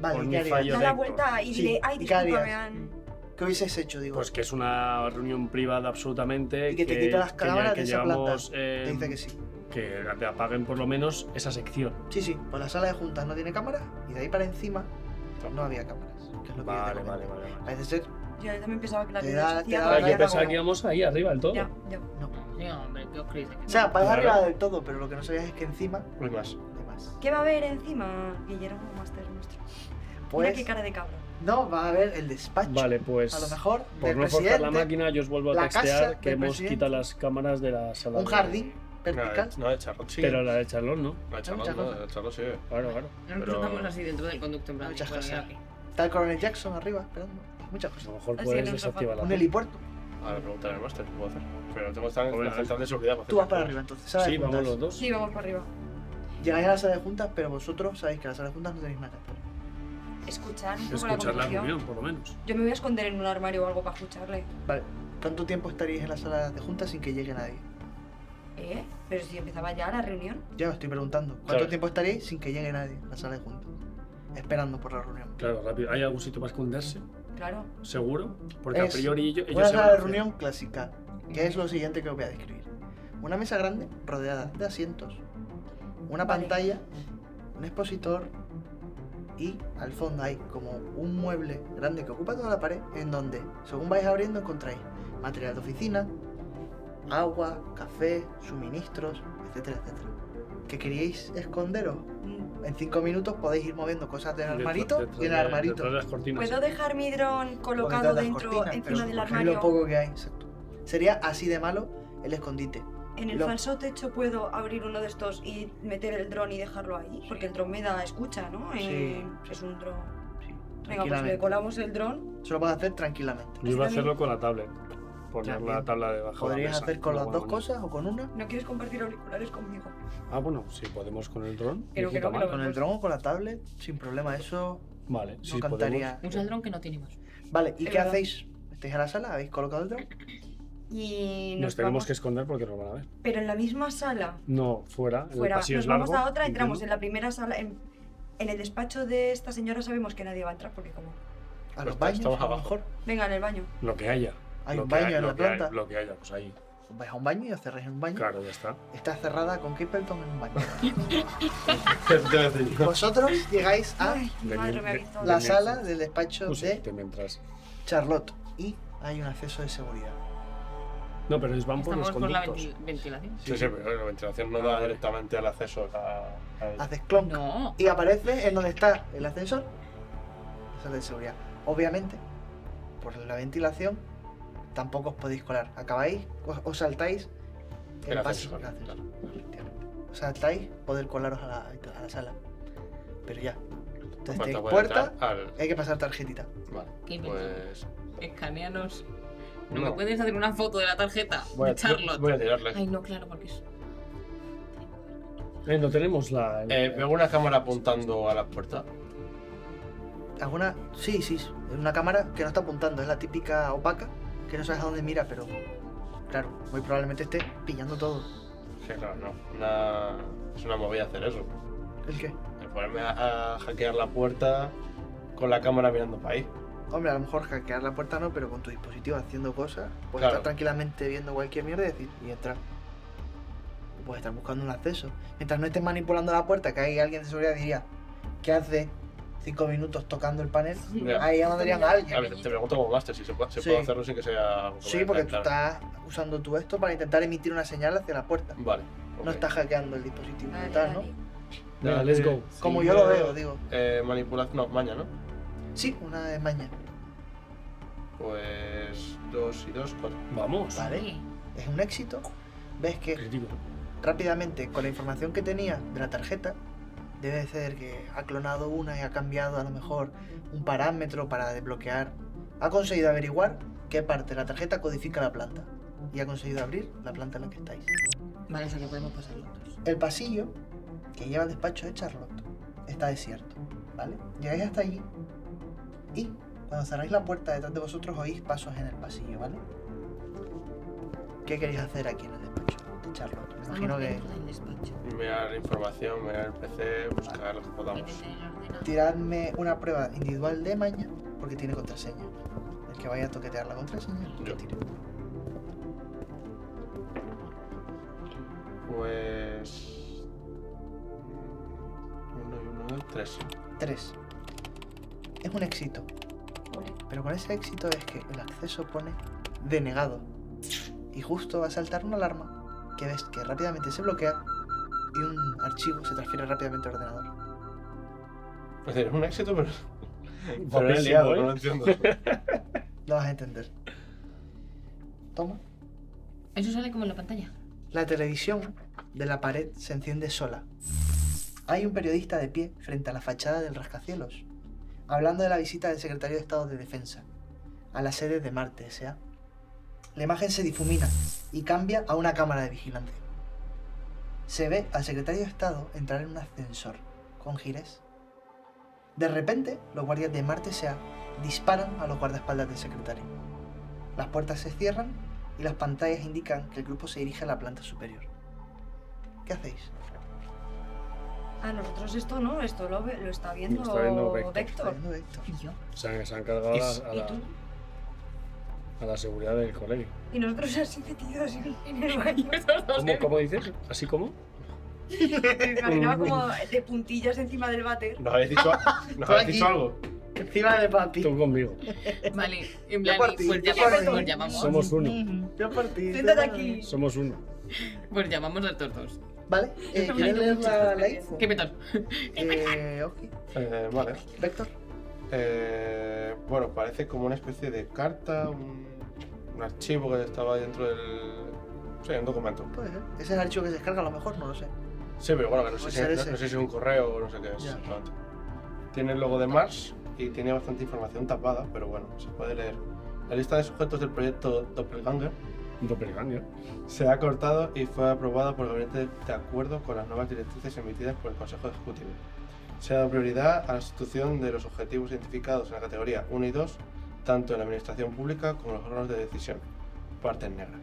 Speaker 2: Vale,
Speaker 8: por
Speaker 2: ¿qué
Speaker 8: mi
Speaker 2: harías?
Speaker 8: fallo
Speaker 4: da
Speaker 8: de
Speaker 4: la
Speaker 8: Héctor.
Speaker 4: vuelta y
Speaker 2: Sí,
Speaker 4: dile, ay,
Speaker 2: ¿y qué harías?
Speaker 4: disculpa, me han...
Speaker 2: ¿Qué hubieses hecho? Digo,
Speaker 8: Pues que es una reunión privada absolutamente.
Speaker 2: Y que te quita las
Speaker 8: ya-
Speaker 2: cámaras de esa planta.
Speaker 8: llevamos, eh,
Speaker 2: te dice que sí.
Speaker 8: que te apaguen por lo menos esa sección.
Speaker 2: Sí, sí, pues la sala de juntas no tiene cámaras y de ahí para encima no había cámaras. Que es lo que yo te
Speaker 8: Vale,
Speaker 2: comenté.
Speaker 8: vale, vale. vale.
Speaker 2: Parece ser,
Speaker 4: Yo también pensaba que la
Speaker 2: Te
Speaker 4: vida
Speaker 2: da-
Speaker 4: social
Speaker 2: te da
Speaker 4: era
Speaker 2: la
Speaker 8: Ah, yo
Speaker 4: como-
Speaker 8: pensaba que íbamos ahí arriba del todo.
Speaker 4: Ya, ya.
Speaker 6: Sí, hombre, ¿qué os creéis?
Speaker 2: o sea, para
Speaker 8: Claro.
Speaker 2: arriba del todo, pero lo que no sabías es que encima,
Speaker 7: No hay más.
Speaker 2: además,
Speaker 4: ¿Qué va a haber encima, Guillermo Master nuestro? Mira qué
Speaker 2: pues
Speaker 4: cara de cabra.
Speaker 2: no va a haber el despacho.
Speaker 8: Vale,
Speaker 2: a lo
Speaker 8: pues.
Speaker 2: mejor
Speaker 8: Por
Speaker 2: del
Speaker 8: no forzar la
Speaker 2: presidente,
Speaker 8: máquina, yo os vuelvo a
Speaker 2: la casa
Speaker 8: textear que
Speaker 2: del
Speaker 8: hemos
Speaker 2: presidente.
Speaker 8: quitado las cámaras de la sala.
Speaker 2: un
Speaker 8: de-
Speaker 2: jardín vertical.
Speaker 7: No, de Charlotte sí.
Speaker 8: Pero la de Charlón, ¿no?
Speaker 7: La de
Speaker 2: Hay
Speaker 7: Charlotte,
Speaker 2: muchas
Speaker 7: no, la de Charlotte sí.
Speaker 8: Claro, claro.
Speaker 6: Nosotros
Speaker 7: Pero-
Speaker 6: estamos así dentro del conducto en plan.
Speaker 2: Muchas
Speaker 6: bueno,
Speaker 2: cosas.
Speaker 6: ya, ok.
Speaker 2: Está el coronel Jackson arriba esperando. Muchas
Speaker 8: Pues A
Speaker 2: cosas.
Speaker 8: lo mejor
Speaker 6: Así en
Speaker 8: puedes
Speaker 6: un
Speaker 8: desactivar la.
Speaker 2: Un helipuerto.
Speaker 7: Ahora preguntar al máster qué puedo hacer. Pero no tengo que estar en
Speaker 8: Joder,
Speaker 7: la central de seguridad.
Speaker 2: Tú vas para arriba entonces, sala de
Speaker 8: Sí, vamos
Speaker 2: juntas.
Speaker 8: los dos.
Speaker 4: Sí, vamos para arriba.
Speaker 2: Llegáis a la sala de juntas, pero vosotros sabéis que en la sala de juntas no tenéis nada que hacer.
Speaker 4: Escuchar un poco
Speaker 8: Escuchar
Speaker 4: la
Speaker 8: la
Speaker 4: conversación.
Speaker 8: reunión, por lo menos.
Speaker 4: Yo me voy a esconder en un armario o algo para escucharle.
Speaker 2: Vale. ¿Cuánto tiempo estaríais en la sala de juntas sin que llegue nadie?
Speaker 4: ¿Eh? Pero si empezaba ya la reunión.
Speaker 2: Ya os estoy preguntando. ¿Cuánto
Speaker 8: Claro.
Speaker 2: tiempo estaríais sin que llegue nadie a la sala de juntas? Esperando por la reunión.
Speaker 8: Claro, rápido. ¿Hay algún sitio para esconderse?
Speaker 4: Claro.
Speaker 8: Seguro. Porque
Speaker 2: Es
Speaker 8: a priori ello- ellos.
Speaker 2: Una
Speaker 8: se van
Speaker 2: sala
Speaker 8: a
Speaker 2: de
Speaker 8: hacer.
Speaker 2: reunión clásica, que es lo siguiente que os voy a describir. Una mesa grande rodeada de asientos, una
Speaker 4: Vale.
Speaker 2: pantalla, un expositor y al fondo hay como un mueble grande que ocupa toda la pared en donde, según vais abriendo, encontráis material de oficina, agua, café, suministros, etcétera, etcétera. ¿Que queríais esconderos?
Speaker 4: Mm,
Speaker 2: En cinco minutos podéis ir moviendo cosas del
Speaker 8: Dentro-
Speaker 2: armarito
Speaker 8: dentro
Speaker 2: y en el
Speaker 8: de-
Speaker 2: armarito.
Speaker 8: dentro de las cortinas.
Speaker 4: ¿Puedo dejar mi dron
Speaker 2: Bonitas
Speaker 4: colocado
Speaker 2: las
Speaker 4: dentro,
Speaker 2: cortinas,
Speaker 4: encima
Speaker 2: pero
Speaker 4: del
Speaker 2: es
Speaker 4: armario?
Speaker 2: lo poco que hay, exacto. Sería así de malo el escondite.
Speaker 4: En el
Speaker 2: lo-
Speaker 4: falso techo puedo abrir uno de estos y meter el dron y dejarlo ahí. Porque el dron me da escucha, ¿no?
Speaker 2: Sí,
Speaker 4: Eh,
Speaker 2: sí.
Speaker 4: Es un dron. Venga, pues
Speaker 2: tranquilamente.
Speaker 4: le colamos el dron.
Speaker 2: Eso lo puedes hacer tranquilamente.
Speaker 8: Yo iba a
Speaker 4: Así
Speaker 8: hacerlo con la tablet. Poner
Speaker 2: También.
Speaker 8: la tabla debajo de la
Speaker 2: Podrías
Speaker 8: mesa.
Speaker 2: hacer con
Speaker 8: Una
Speaker 2: las dos
Speaker 8: buena
Speaker 2: cosas o con una,
Speaker 4: ¿No quieres compartir auriculares conmigo?
Speaker 8: manera. Ah, bueno, sí, podemos con el dron.
Speaker 6: Creo
Speaker 8: ni
Speaker 6: que
Speaker 8: puta
Speaker 6: no, que
Speaker 8: madre.
Speaker 2: con
Speaker 4: pues.
Speaker 2: el dron o con la tablet, sin problema. Eso
Speaker 8: Vale,
Speaker 2: no
Speaker 8: sí, podemos.
Speaker 2: cantaría.
Speaker 6: Un saldrón que no tiene más.
Speaker 2: Vale, ¿y
Speaker 4: Es
Speaker 2: qué
Speaker 4: verdad.
Speaker 2: hacéis? ¿Estáis en la sala? ¿Habéis colocado el dron?
Speaker 4: Y
Speaker 8: Nos
Speaker 4: nos,
Speaker 8: tenemos
Speaker 4: vamos-
Speaker 8: que esconder porque nos van a ver.
Speaker 4: Pero en la misma sala.
Speaker 8: No, fuera. el
Speaker 4: Fuera.
Speaker 8: pasillo
Speaker 4: Nos
Speaker 8: es largo.
Speaker 4: vamos a otra, entramos
Speaker 8: entiendo.
Speaker 4: en la primera sala. En, en el despacho de esta señora sabemos que nadie va a entrar porque como...
Speaker 2: ¿A
Speaker 7: Pues
Speaker 2: los
Speaker 7: está-
Speaker 2: baños?
Speaker 7: estamos
Speaker 2: a lo
Speaker 7: abajo.
Speaker 2: mejor.
Speaker 4: Venga, en el baño.
Speaker 8: Lo que haya.
Speaker 2: Hay
Speaker 8: Lo
Speaker 2: un
Speaker 8: que
Speaker 2: baño
Speaker 8: hay-
Speaker 2: en
Speaker 8: lo
Speaker 2: la
Speaker 8: que hay-
Speaker 2: planta.
Speaker 8: Lo que haya, pues ahí.
Speaker 2: Vais a un baño y os cerráis en un baño.
Speaker 8: Claro, ya está.
Speaker 2: Está cerrada con Capleton en un baño.
Speaker 7: arriba.
Speaker 2: Vosotros llegáis a
Speaker 4: Ay, mi
Speaker 8: de
Speaker 4: madre
Speaker 8: mi-
Speaker 4: me ha
Speaker 8: de-
Speaker 4: visto.
Speaker 2: la
Speaker 8: de-
Speaker 2: sala del despacho
Speaker 8: Tú
Speaker 2: de
Speaker 8: síguete mientras.
Speaker 2: Charlotte y hay un acceso de seguridad.
Speaker 8: No, pero ellos van por los
Speaker 6: Estamos por la
Speaker 8: conductos.
Speaker 6: venti- ventilación.
Speaker 7: Sí, sí, pero la ventilación no
Speaker 8: Ah,
Speaker 7: da
Speaker 8: vale.
Speaker 7: directamente al acceso a. a-
Speaker 2: Haces clonk
Speaker 6: No.
Speaker 2: Y aparece en donde está el ascensor. La sala de seguridad. Obviamente, por la ventilación, tampoco os podéis colar. Acabáis, os, os saltáis
Speaker 7: El
Speaker 2: pasillo-
Speaker 7: ascensor,
Speaker 2: el ascensor, efectivamente. Os saltáis poder colaros a la, a la sala. Pero ya. Entonces
Speaker 7: Falta
Speaker 2: tenéis
Speaker 7: poder
Speaker 2: puerta
Speaker 7: Pues entrar al.
Speaker 2: y hay que pasar tarjetita.
Speaker 7: Vale.
Speaker 6: Qué invención.
Speaker 7: Pues.
Speaker 6: Escaneanos. ¿No, me
Speaker 7: No.
Speaker 6: puedes hacer una foto de la tarjeta
Speaker 8: Voy a-
Speaker 6: de Charlotte?
Speaker 7: Voy a tirarle.
Speaker 6: Ay, no, claro, porque es.
Speaker 8: Eh, no tenemos la.
Speaker 7: Eh, veo una cámara apuntando a la puerta.
Speaker 2: ¿Alguna? Sí, sí. Es una cámara que no está apuntando. Es la típica opaca que no sabes a dónde mira, pero. Claro, muy probablemente esté pillando todo.
Speaker 7: Sí, claro, no. Una- Es una movida hacer eso.
Speaker 2: ¿El qué?
Speaker 7: El ponerme a, a hackear la puerta con la cámara mirando para ahí.
Speaker 2: Hombre, a lo mejor hackear la puerta no, pero con tu dispositivo haciendo cosas, pues puedes
Speaker 7: Claro.
Speaker 2: estar tranquilamente viendo cualquier mierda y decir, y entrar. puede estar buscando un acceso. Mientras no estés manipulando la puerta, que hay alguien de seguridad diría, ¿qué hace cinco minutos tocando el panel?
Speaker 7: Ya.
Speaker 2: Ahí llamarían a
Speaker 7: A ver,
Speaker 2: alguien.
Speaker 7: te pregunto como máster si se puede, se
Speaker 2: Sí.
Speaker 7: puede hacerlo sin que sea. algo
Speaker 2: Sí, porque tú
Speaker 7: comercial,
Speaker 2: estás usando tú esto para intentar emitir una señal hacia la puerta.
Speaker 7: claro. Vale.
Speaker 2: No
Speaker 7: ok.
Speaker 2: estás hackeando el dispositivo
Speaker 4: Vale,
Speaker 2: y tal, ¿no?
Speaker 4: vale.
Speaker 8: Venga, let's go.
Speaker 2: Como
Speaker 7: Sí,
Speaker 2: yo lo
Speaker 7: eh,
Speaker 2: veo, digo.
Speaker 7: Eh, manipulación, no, maña, ¿no?
Speaker 2: Sí, una de mañana.
Speaker 7: Pues. dos y dos, cuatro.
Speaker 8: Vamos.
Speaker 2: Vale.
Speaker 6: Sí.
Speaker 2: Es un éxito. Ves que
Speaker 8: Crítico.
Speaker 2: rápidamente con la información que tenía de la tarjeta, debe ser que ha clonado una y ha cambiado a lo mejor un parámetro para desbloquear. Ha conseguido averiguar qué parte de la tarjeta codifica la planta y ha conseguido abrir la planta en la que estáis.
Speaker 6: Vale, o sea que podemos pasar los dos.
Speaker 2: El pasillo que lleva al despacho de Charlotte está desierto, ¿vale? Llegáis hasta allí y cuando cerráis la puerta detrás de vosotros oís pasos en el pasillo, ¿vale? ¿Qué queréis hacer aquí en el despacho de Charlotte? Me imagino
Speaker 6: Estamos
Speaker 2: que
Speaker 6: dentro del despacho.
Speaker 7: Mirar información, mirar el PC, buscar lo que
Speaker 6: Y
Speaker 7: podamos.
Speaker 6: meter el ordenador.
Speaker 2: tiradme una prueba individual de maña porque tiene contraseña. El que vaya a toquetear la contraseña, que
Speaker 7: Yo.
Speaker 2: tire.
Speaker 7: Pues. mm, Uno y uno, dos, tres.
Speaker 2: 3. Es un éxito. Pero con ese éxito es que el acceso pone denegado. Y justo va a saltar una alarma que ves que rápidamente se bloquea y un archivo se transfiere rápidamente al ordenador.
Speaker 7: Es decir, es un éxito, pero. Pero
Speaker 3: Guapísimo,
Speaker 7: he liado,
Speaker 3: ¿eh?
Speaker 7: no lo entiendo.
Speaker 2: Lo vas a entender. Toma.
Speaker 6: Eso sale como en la pantalla.
Speaker 2: La televisión de la pared se enciende sola. Hay un periodista de pie frente a la fachada del rascacielos, hablando de la visita del secretario de Estado de Defensa a la sede de Marte S.A. La imagen se difumina y cambia a una cámara de vigilancia. Se ve al secretario de Estado entrar en un ascensor con gires. De repente, los guardias de Marte S.A. disparan a los guardaespaldas del secretario. Las puertas se cierran y las pantallas indican que el grupo se dirige a la planta superior. ¿Qué hacéis?
Speaker 4: A Ah, nosotros esto no, esto lo, ve- lo está viendo,
Speaker 8: está viendo Vector.
Speaker 4: Vector.
Speaker 2: Viendo esto.
Speaker 6: Y yo.
Speaker 8: Se han, se han cargado a la, a,
Speaker 6: Y
Speaker 8: la,
Speaker 6: tú.
Speaker 8: a la seguridad del colegio.
Speaker 4: Y nosotros así metidos en en el baño.
Speaker 8: ¿Cómo, cómo dices? ¿Así como?
Speaker 4: Me imaginaba como de puntillas encima del váter.
Speaker 7: ¿Nos habéis dicho, ¿nos habéis dicho algo?
Speaker 2: Encima de papi.
Speaker 8: Tú conmigo.
Speaker 6: Vale, en
Speaker 2: Ya
Speaker 6: plan,
Speaker 2: partí,
Speaker 6: pues
Speaker 2: ya
Speaker 6: llamamos,
Speaker 2: partí.
Speaker 6: pues llamamos.
Speaker 8: Somos uno.
Speaker 2: Yo partí.
Speaker 4: Siéntate aquí.
Speaker 8: Somos uno.
Speaker 6: Pues llamamos a todos dos.
Speaker 2: Vale, eh,
Speaker 6: Estamos
Speaker 2: ¿quieres
Speaker 6: haciendo
Speaker 2: leer
Speaker 6: muchas
Speaker 2: la, la
Speaker 6: tonterías.
Speaker 2: info?
Speaker 6: ¿Qué petón?
Speaker 2: Eh, ok.
Speaker 7: Eh, vale.
Speaker 2: Vector,
Speaker 7: Eh, bueno, parece como una especie de carta, un, un archivo que estaba dentro del. Sí, un documento.
Speaker 2: puede ser. Ese es el archivo que se descarga, a lo mejor, no lo sé.
Speaker 7: Sí, pero bueno, que no sé,
Speaker 2: Puede
Speaker 7: si,
Speaker 2: ser
Speaker 7: no-
Speaker 2: ese.
Speaker 7: no sé si es un correo o no sé qué es.
Speaker 2: Ya.
Speaker 7: exactamente. Tiene el logo de Mars y tiene bastante información tapada, pero bueno, se puede leer. La lista de sujetos del proyecto Doppelganger
Speaker 8: Un doppelganger.
Speaker 7: se ha cortado y fue aprobada por el gabinete de acuerdo con las nuevas directrices emitidas por el Consejo Ejecutivo. Se ha dado prioridad a la sustitución de los objetivos identificados en la categoría 1 y 2, tanto en la administración pública como en los órganos de decisión, parte en negra.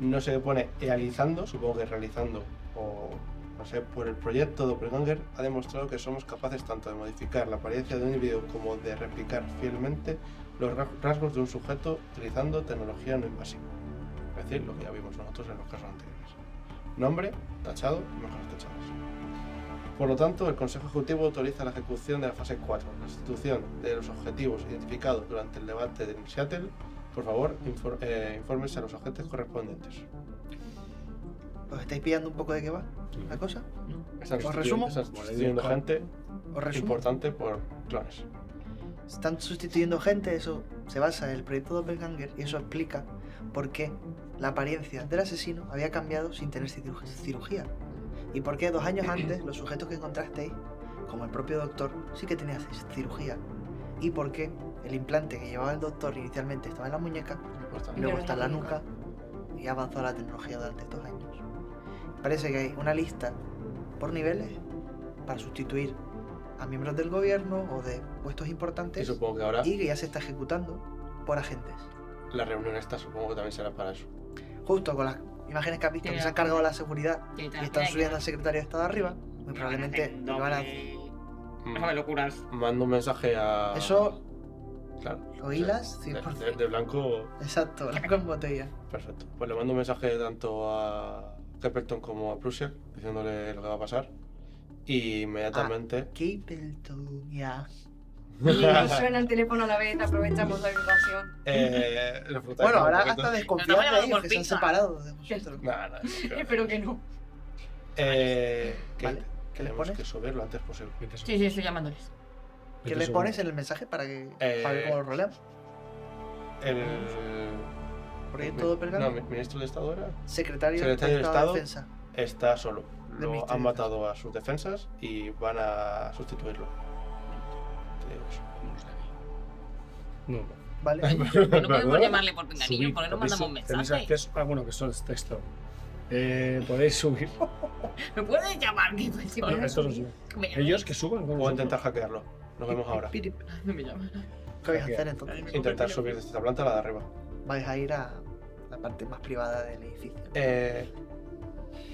Speaker 7: No se pone realizando, supongo que realizando o no sé, por el proyecto Doppelganger ha demostrado que somos capaces tanto de modificar la apariencia de un individuo como de replicar fielmente los ra- rasgos de un sujeto utilizando tecnología no invasiva es decir, lo que ya vimos nosotros en los casos anteriores. Nombre, tachado y mejores tachadas. Por lo tanto, el Consejo Ejecutivo autoriza la ejecución de la fase 4, la sustitución de los objetivos identificados durante el debate de Seattle. Por favor, infor- eh, infórmense a los agentes correspondientes.
Speaker 2: ¿Os estáis pillando un poco de qué va la cosa?
Speaker 7: Están
Speaker 2: Os
Speaker 7: sustituyendo-
Speaker 2: resumo.
Speaker 7: Están sustituyendo gente
Speaker 2: ¿Os resumo?
Speaker 7: importante por clones.
Speaker 2: Están sustituyendo gente, eso se basa en el proyecto Doppelganger y eso explica por qué la apariencia del asesino había cambiado sin tener ciru- cirugía. Y por qué dos años antes los sujetos que encontrasteis, como el propio doctor, sí que tenía ci- cirugía. Y por qué el implante que llevaba el doctor inicialmente estaba en la muñeca
Speaker 7: Importante.
Speaker 2: luego
Speaker 4: Pero
Speaker 2: está
Speaker 4: en
Speaker 2: la
Speaker 4: la
Speaker 2: nuca y avanzó la tecnología durante estos años. Parece que hay una lista por niveles para sustituir a miembros del gobierno o de puestos
Speaker 7: Y
Speaker 2: importantes
Speaker 7: supongo que ahora
Speaker 2: y que ya se está ejecutando por agentes.
Speaker 7: la reunión esta supongo que también será para eso.
Speaker 2: Justo con las imágenes que has visto
Speaker 6: Tiene
Speaker 2: que se
Speaker 6: la
Speaker 2: han cargado a
Speaker 6: pinta.
Speaker 2: la seguridad
Speaker 6: Que
Speaker 2: y
Speaker 6: tal,
Speaker 2: están
Speaker 6: mira,
Speaker 2: subiendo
Speaker 6: que-
Speaker 2: al secretario de Estado arriba, muy probablemente le van a...
Speaker 7: Mm,
Speaker 6: Déjame locuras.
Speaker 7: Mando un mensaje a...
Speaker 2: Eso
Speaker 7: Claro.
Speaker 2: lo hilas
Speaker 7: Ah, De,
Speaker 2: 100%.
Speaker 7: de- de blanco,
Speaker 2: Exacto, la en botella.
Speaker 7: perfecto. Pues le mando un mensaje tanto a Capleton como a Prusiak, diciéndole lo que va a pasar. Y inmediatamente.
Speaker 2: Ah. Capleton, ya.
Speaker 4: Nos suena el teléfono a la vez, aprovechamos la invasión.
Speaker 7: eh, le preguntáis
Speaker 2: Bueno,
Speaker 7: a
Speaker 2: ahora
Speaker 7: Capleton-
Speaker 2: hasta desconfiar
Speaker 6: Nos
Speaker 2: de
Speaker 6: vamos
Speaker 2: ellos, que se han
Speaker 6: pizza.
Speaker 2: separado de vosotros.
Speaker 7: Nah, nah, sí, claro.
Speaker 4: Espero que no.
Speaker 7: Eh, que
Speaker 2: Vale, ¿qué le
Speaker 7: tenemos
Speaker 2: pones?
Speaker 7: que subir lo antes posible.
Speaker 3: Mientras-
Speaker 6: Sí, sí, estoy llamándoles.
Speaker 2: ¿Qué le
Speaker 3: mientras-
Speaker 2: pones en el mensaje para que para ver
Speaker 7: Eh,
Speaker 2: cómo lo roleamos?
Speaker 7: El.
Speaker 2: Proyecto
Speaker 7: mi-
Speaker 2: Doppelganger.
Speaker 7: No, mi- ministro de Estado era.
Speaker 2: Secretario,
Speaker 7: Secretario de Estado.
Speaker 2: de Defensa.
Speaker 7: Está solo.
Speaker 2: Del
Speaker 7: Lo
Speaker 2: Ministerio
Speaker 7: han
Speaker 2: de
Speaker 7: matado a sus defensas y van a sustituirlo. Te digo eso.
Speaker 3: Vamos de aquí. No,
Speaker 2: Vale.
Speaker 6: Que no podemos
Speaker 3: ¿Verdad?
Speaker 6: llamarle por pinganillo,
Speaker 3: Subid,
Speaker 6: porque no
Speaker 3: tenéis-
Speaker 6: mandamos
Speaker 3: tenéis
Speaker 6: mensaje.
Speaker 3: acceso- Ah, bueno, que son es texto. Eh, podéis subir.
Speaker 6: ¿Me puedes llamar? Que pues, si
Speaker 3: Ah,
Speaker 6: me-
Speaker 3: estos no suben.
Speaker 6: me llaman.
Speaker 3: Ellos que suban. con
Speaker 7: Puedo
Speaker 3: nosotros.
Speaker 7: intentar hackearlo. Nos vemos ahora.
Speaker 2: Pirip.
Speaker 6: No me llaman.
Speaker 2: ¿Qué vais a hacer entonces?
Speaker 7: Intentar subir desde esta planta a la de arriba.
Speaker 2: Vais a ir a la parte más privada del edificio.
Speaker 7: Eh,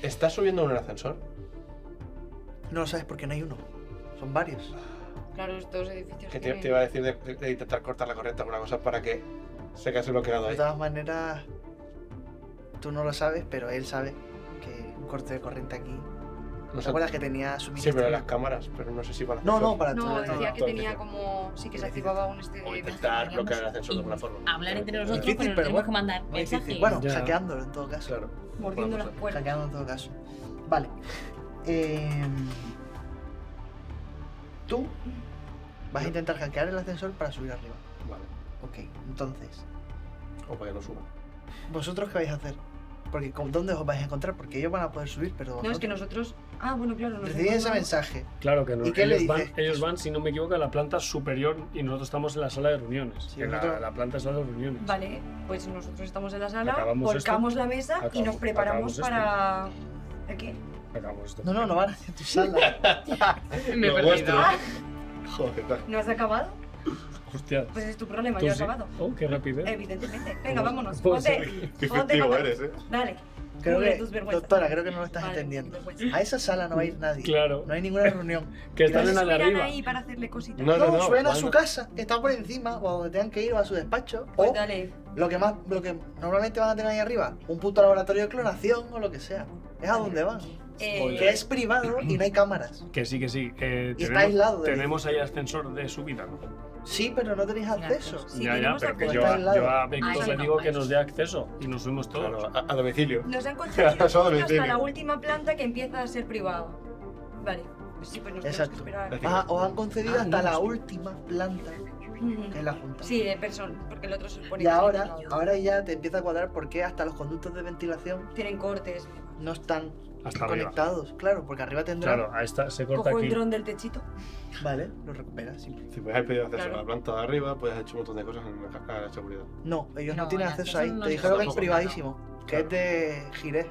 Speaker 7: ¿Estás subiendo en un ascensor?
Speaker 2: No lo sabes porque no hay uno. Son varios.
Speaker 4: Claro, estos edificios.
Speaker 7: Que te,
Speaker 4: tienen-
Speaker 7: te iba a decir de, de- de intentar cortar la corriente alguna cosa para que se quedase bloqueado
Speaker 2: De
Speaker 7: ahí.
Speaker 2: todas maneras, tú no lo sabes, pero él sabe que un corte de corriente aquí.
Speaker 7: No
Speaker 2: ¿Te
Speaker 7: sé-
Speaker 2: acuerdas que tenía
Speaker 7: sí,
Speaker 2: suministro?
Speaker 7: pero las cámaras, pero no sé si van a
Speaker 2: No, no, para
Speaker 4: No,
Speaker 2: todo.
Speaker 4: decía que
Speaker 7: todo el
Speaker 4: tenía
Speaker 7: edificio.
Speaker 4: como. Sí, que se
Speaker 2: El edificio.
Speaker 4: activaba un este.
Speaker 7: O
Speaker 4: de-
Speaker 7: intentar bloquear el ascensor de alguna forma.
Speaker 6: Hablar entre nosotros,
Speaker 2: Difícil,
Speaker 6: pero,
Speaker 2: pero
Speaker 6: nos tenemos
Speaker 2: bueno,
Speaker 6: que mandar
Speaker 2: Muy difícil.
Speaker 6: mensajes.
Speaker 2: Bueno,
Speaker 3: Ya.
Speaker 2: hackeándolo en todo caso.
Speaker 7: Claro.
Speaker 4: Mordiendo las
Speaker 7: Vamos
Speaker 4: puertas.
Speaker 2: Hackeando en todo caso. Vale. Em, tú vas a intentar hackear el ascensor para subir arriba.
Speaker 7: Vale.
Speaker 2: Ok, entonces.
Speaker 7: O para que no suba.
Speaker 2: ¿Vosotros qué vais a hacer? Porque ¿con- ¿dónde os vais a encontrar? Porque ellos van a poder subir, pero
Speaker 4: No,
Speaker 2: vosotros...
Speaker 4: es que nosotros. Ah, bueno, claro. nos
Speaker 2: Recibís ese
Speaker 4: encontramos-
Speaker 2: mensaje.
Speaker 3: Claro que no.
Speaker 2: ¿Y qué le
Speaker 3: ellos, van,
Speaker 2: dices?
Speaker 3: ellos van, si no me equivoco, a la planta superior y nosotros estamos en la sala de reuniones.
Speaker 2: Sí,
Speaker 3: en la,
Speaker 2: nosotros-
Speaker 3: la planta es la de reuniones.
Speaker 4: Vale, pues nosotros estamos en la sala,
Speaker 3: Acabamos esto.
Speaker 4: volcamos la mesa y
Speaker 3: Acabamos-
Speaker 4: nos preparamos
Speaker 3: acabamos esto.
Speaker 4: para. ¿De qué?
Speaker 3: Acabamos esto.
Speaker 2: No, no, no van hacia tu sala.
Speaker 6: Me he
Speaker 7: Lo
Speaker 6: perdido.
Speaker 7: vuestro. Joder, va.
Speaker 4: Ah, ¿No has acabado?
Speaker 3: Hostia.
Speaker 4: Pues es tu problema,
Speaker 3: tú
Speaker 4: yo he
Speaker 3: sí.
Speaker 4: acabado.
Speaker 3: Oh, qué rápido.
Speaker 2: Eh,
Speaker 4: Evidentemente. Venga,
Speaker 3: Vamos-
Speaker 4: vámonos.
Speaker 3: vamos a
Speaker 4: Ponte.
Speaker 9: Qué
Speaker 4: Ponte
Speaker 9: efectivo
Speaker 4: papel.
Speaker 9: eres, eh.
Speaker 4: Dale.
Speaker 2: Creo
Speaker 4: cubre
Speaker 2: que,
Speaker 4: tus vergüenzas.
Speaker 2: doctora, creo que no lo estás
Speaker 4: Vale,
Speaker 2: entendiendo.
Speaker 4: vergüenza.
Speaker 2: A esa sala no va a ir nadie.
Speaker 3: Claro.
Speaker 2: No hay ninguna reunión.
Speaker 3: Que están en la de
Speaker 4: subirán
Speaker 3: arriba.
Speaker 4: ahí para hacerle cositas.
Speaker 7: No,
Speaker 2: No, suben a
Speaker 7: van-
Speaker 2: su casa, está por encima, o a donde tengan que ir, o a su despacho.
Speaker 4: Pues
Speaker 2: o
Speaker 4: dale.
Speaker 2: lo que más, lo que normalmente van a tener ahí arriba, un puto laboratorio de clonación o lo que sea. Es a donde van.
Speaker 4: Eh,
Speaker 2: Que es privado y no hay cámaras.
Speaker 3: Que sí, que sí. Eh,
Speaker 2: Y está aislado del
Speaker 3: Tenemos ahí ascensor de subida, ¿no?
Speaker 2: Sí, pero no tenéis acceso.
Speaker 4: Sí,
Speaker 3: ya, ya,
Speaker 4: tenemos pues
Speaker 3: pero que
Speaker 4: acceso.
Speaker 3: yo,
Speaker 2: Está
Speaker 3: a-
Speaker 2: aislado.
Speaker 3: yo a
Speaker 6: Ah,
Speaker 3: Víctor
Speaker 6: eso
Speaker 3: le
Speaker 6: no,
Speaker 3: digo
Speaker 6: ah,
Speaker 3: que
Speaker 6: eso.
Speaker 3: nos dé acceso y nos subimos todos.
Speaker 7: Claro, a, a domicilio.
Speaker 4: Nos han conseguido
Speaker 7: Eso lo
Speaker 4: hasta
Speaker 7: decimos.
Speaker 4: la última planta que empieza a ser privado. Vale. Pues sí, pues nos tenemos
Speaker 2: Exacto.
Speaker 4: que esperar.
Speaker 2: Ah, os han concedido
Speaker 3: Ah,
Speaker 2: hasta
Speaker 3: no,
Speaker 2: la
Speaker 3: no.
Speaker 2: última planta,
Speaker 4: Mm,
Speaker 2: que es la junta.
Speaker 4: Sí, de persona, porque el otro se supone
Speaker 2: Y
Speaker 4: que es
Speaker 2: ahora,
Speaker 4: privado.
Speaker 2: ahora ya te empieza a cuadrar por qué hasta los conductos de ventilación
Speaker 4: Tienen cortes.
Speaker 2: no están
Speaker 3: Hasta arriba.
Speaker 2: conectados. Claro, porque arriba tendrán.
Speaker 3: Claro, ahí está, se corta
Speaker 4: Cojo
Speaker 3: aquí.
Speaker 4: el dron del techito.
Speaker 2: Vale, lo recuperas. sí.
Speaker 7: Si puedes haber pedido acceso a
Speaker 4: Claro.
Speaker 7: la planta de arriba, puedes haber hecho un montón de cosas en la, a la seguridad.
Speaker 2: No, ellos no,
Speaker 6: No,
Speaker 2: tienen
Speaker 6: el
Speaker 2: acceso
Speaker 6: acceso
Speaker 2: ahí. te
Speaker 6: no se
Speaker 2: dijeron que es
Speaker 6: toca.
Speaker 2: privadísimo, que es de Giré.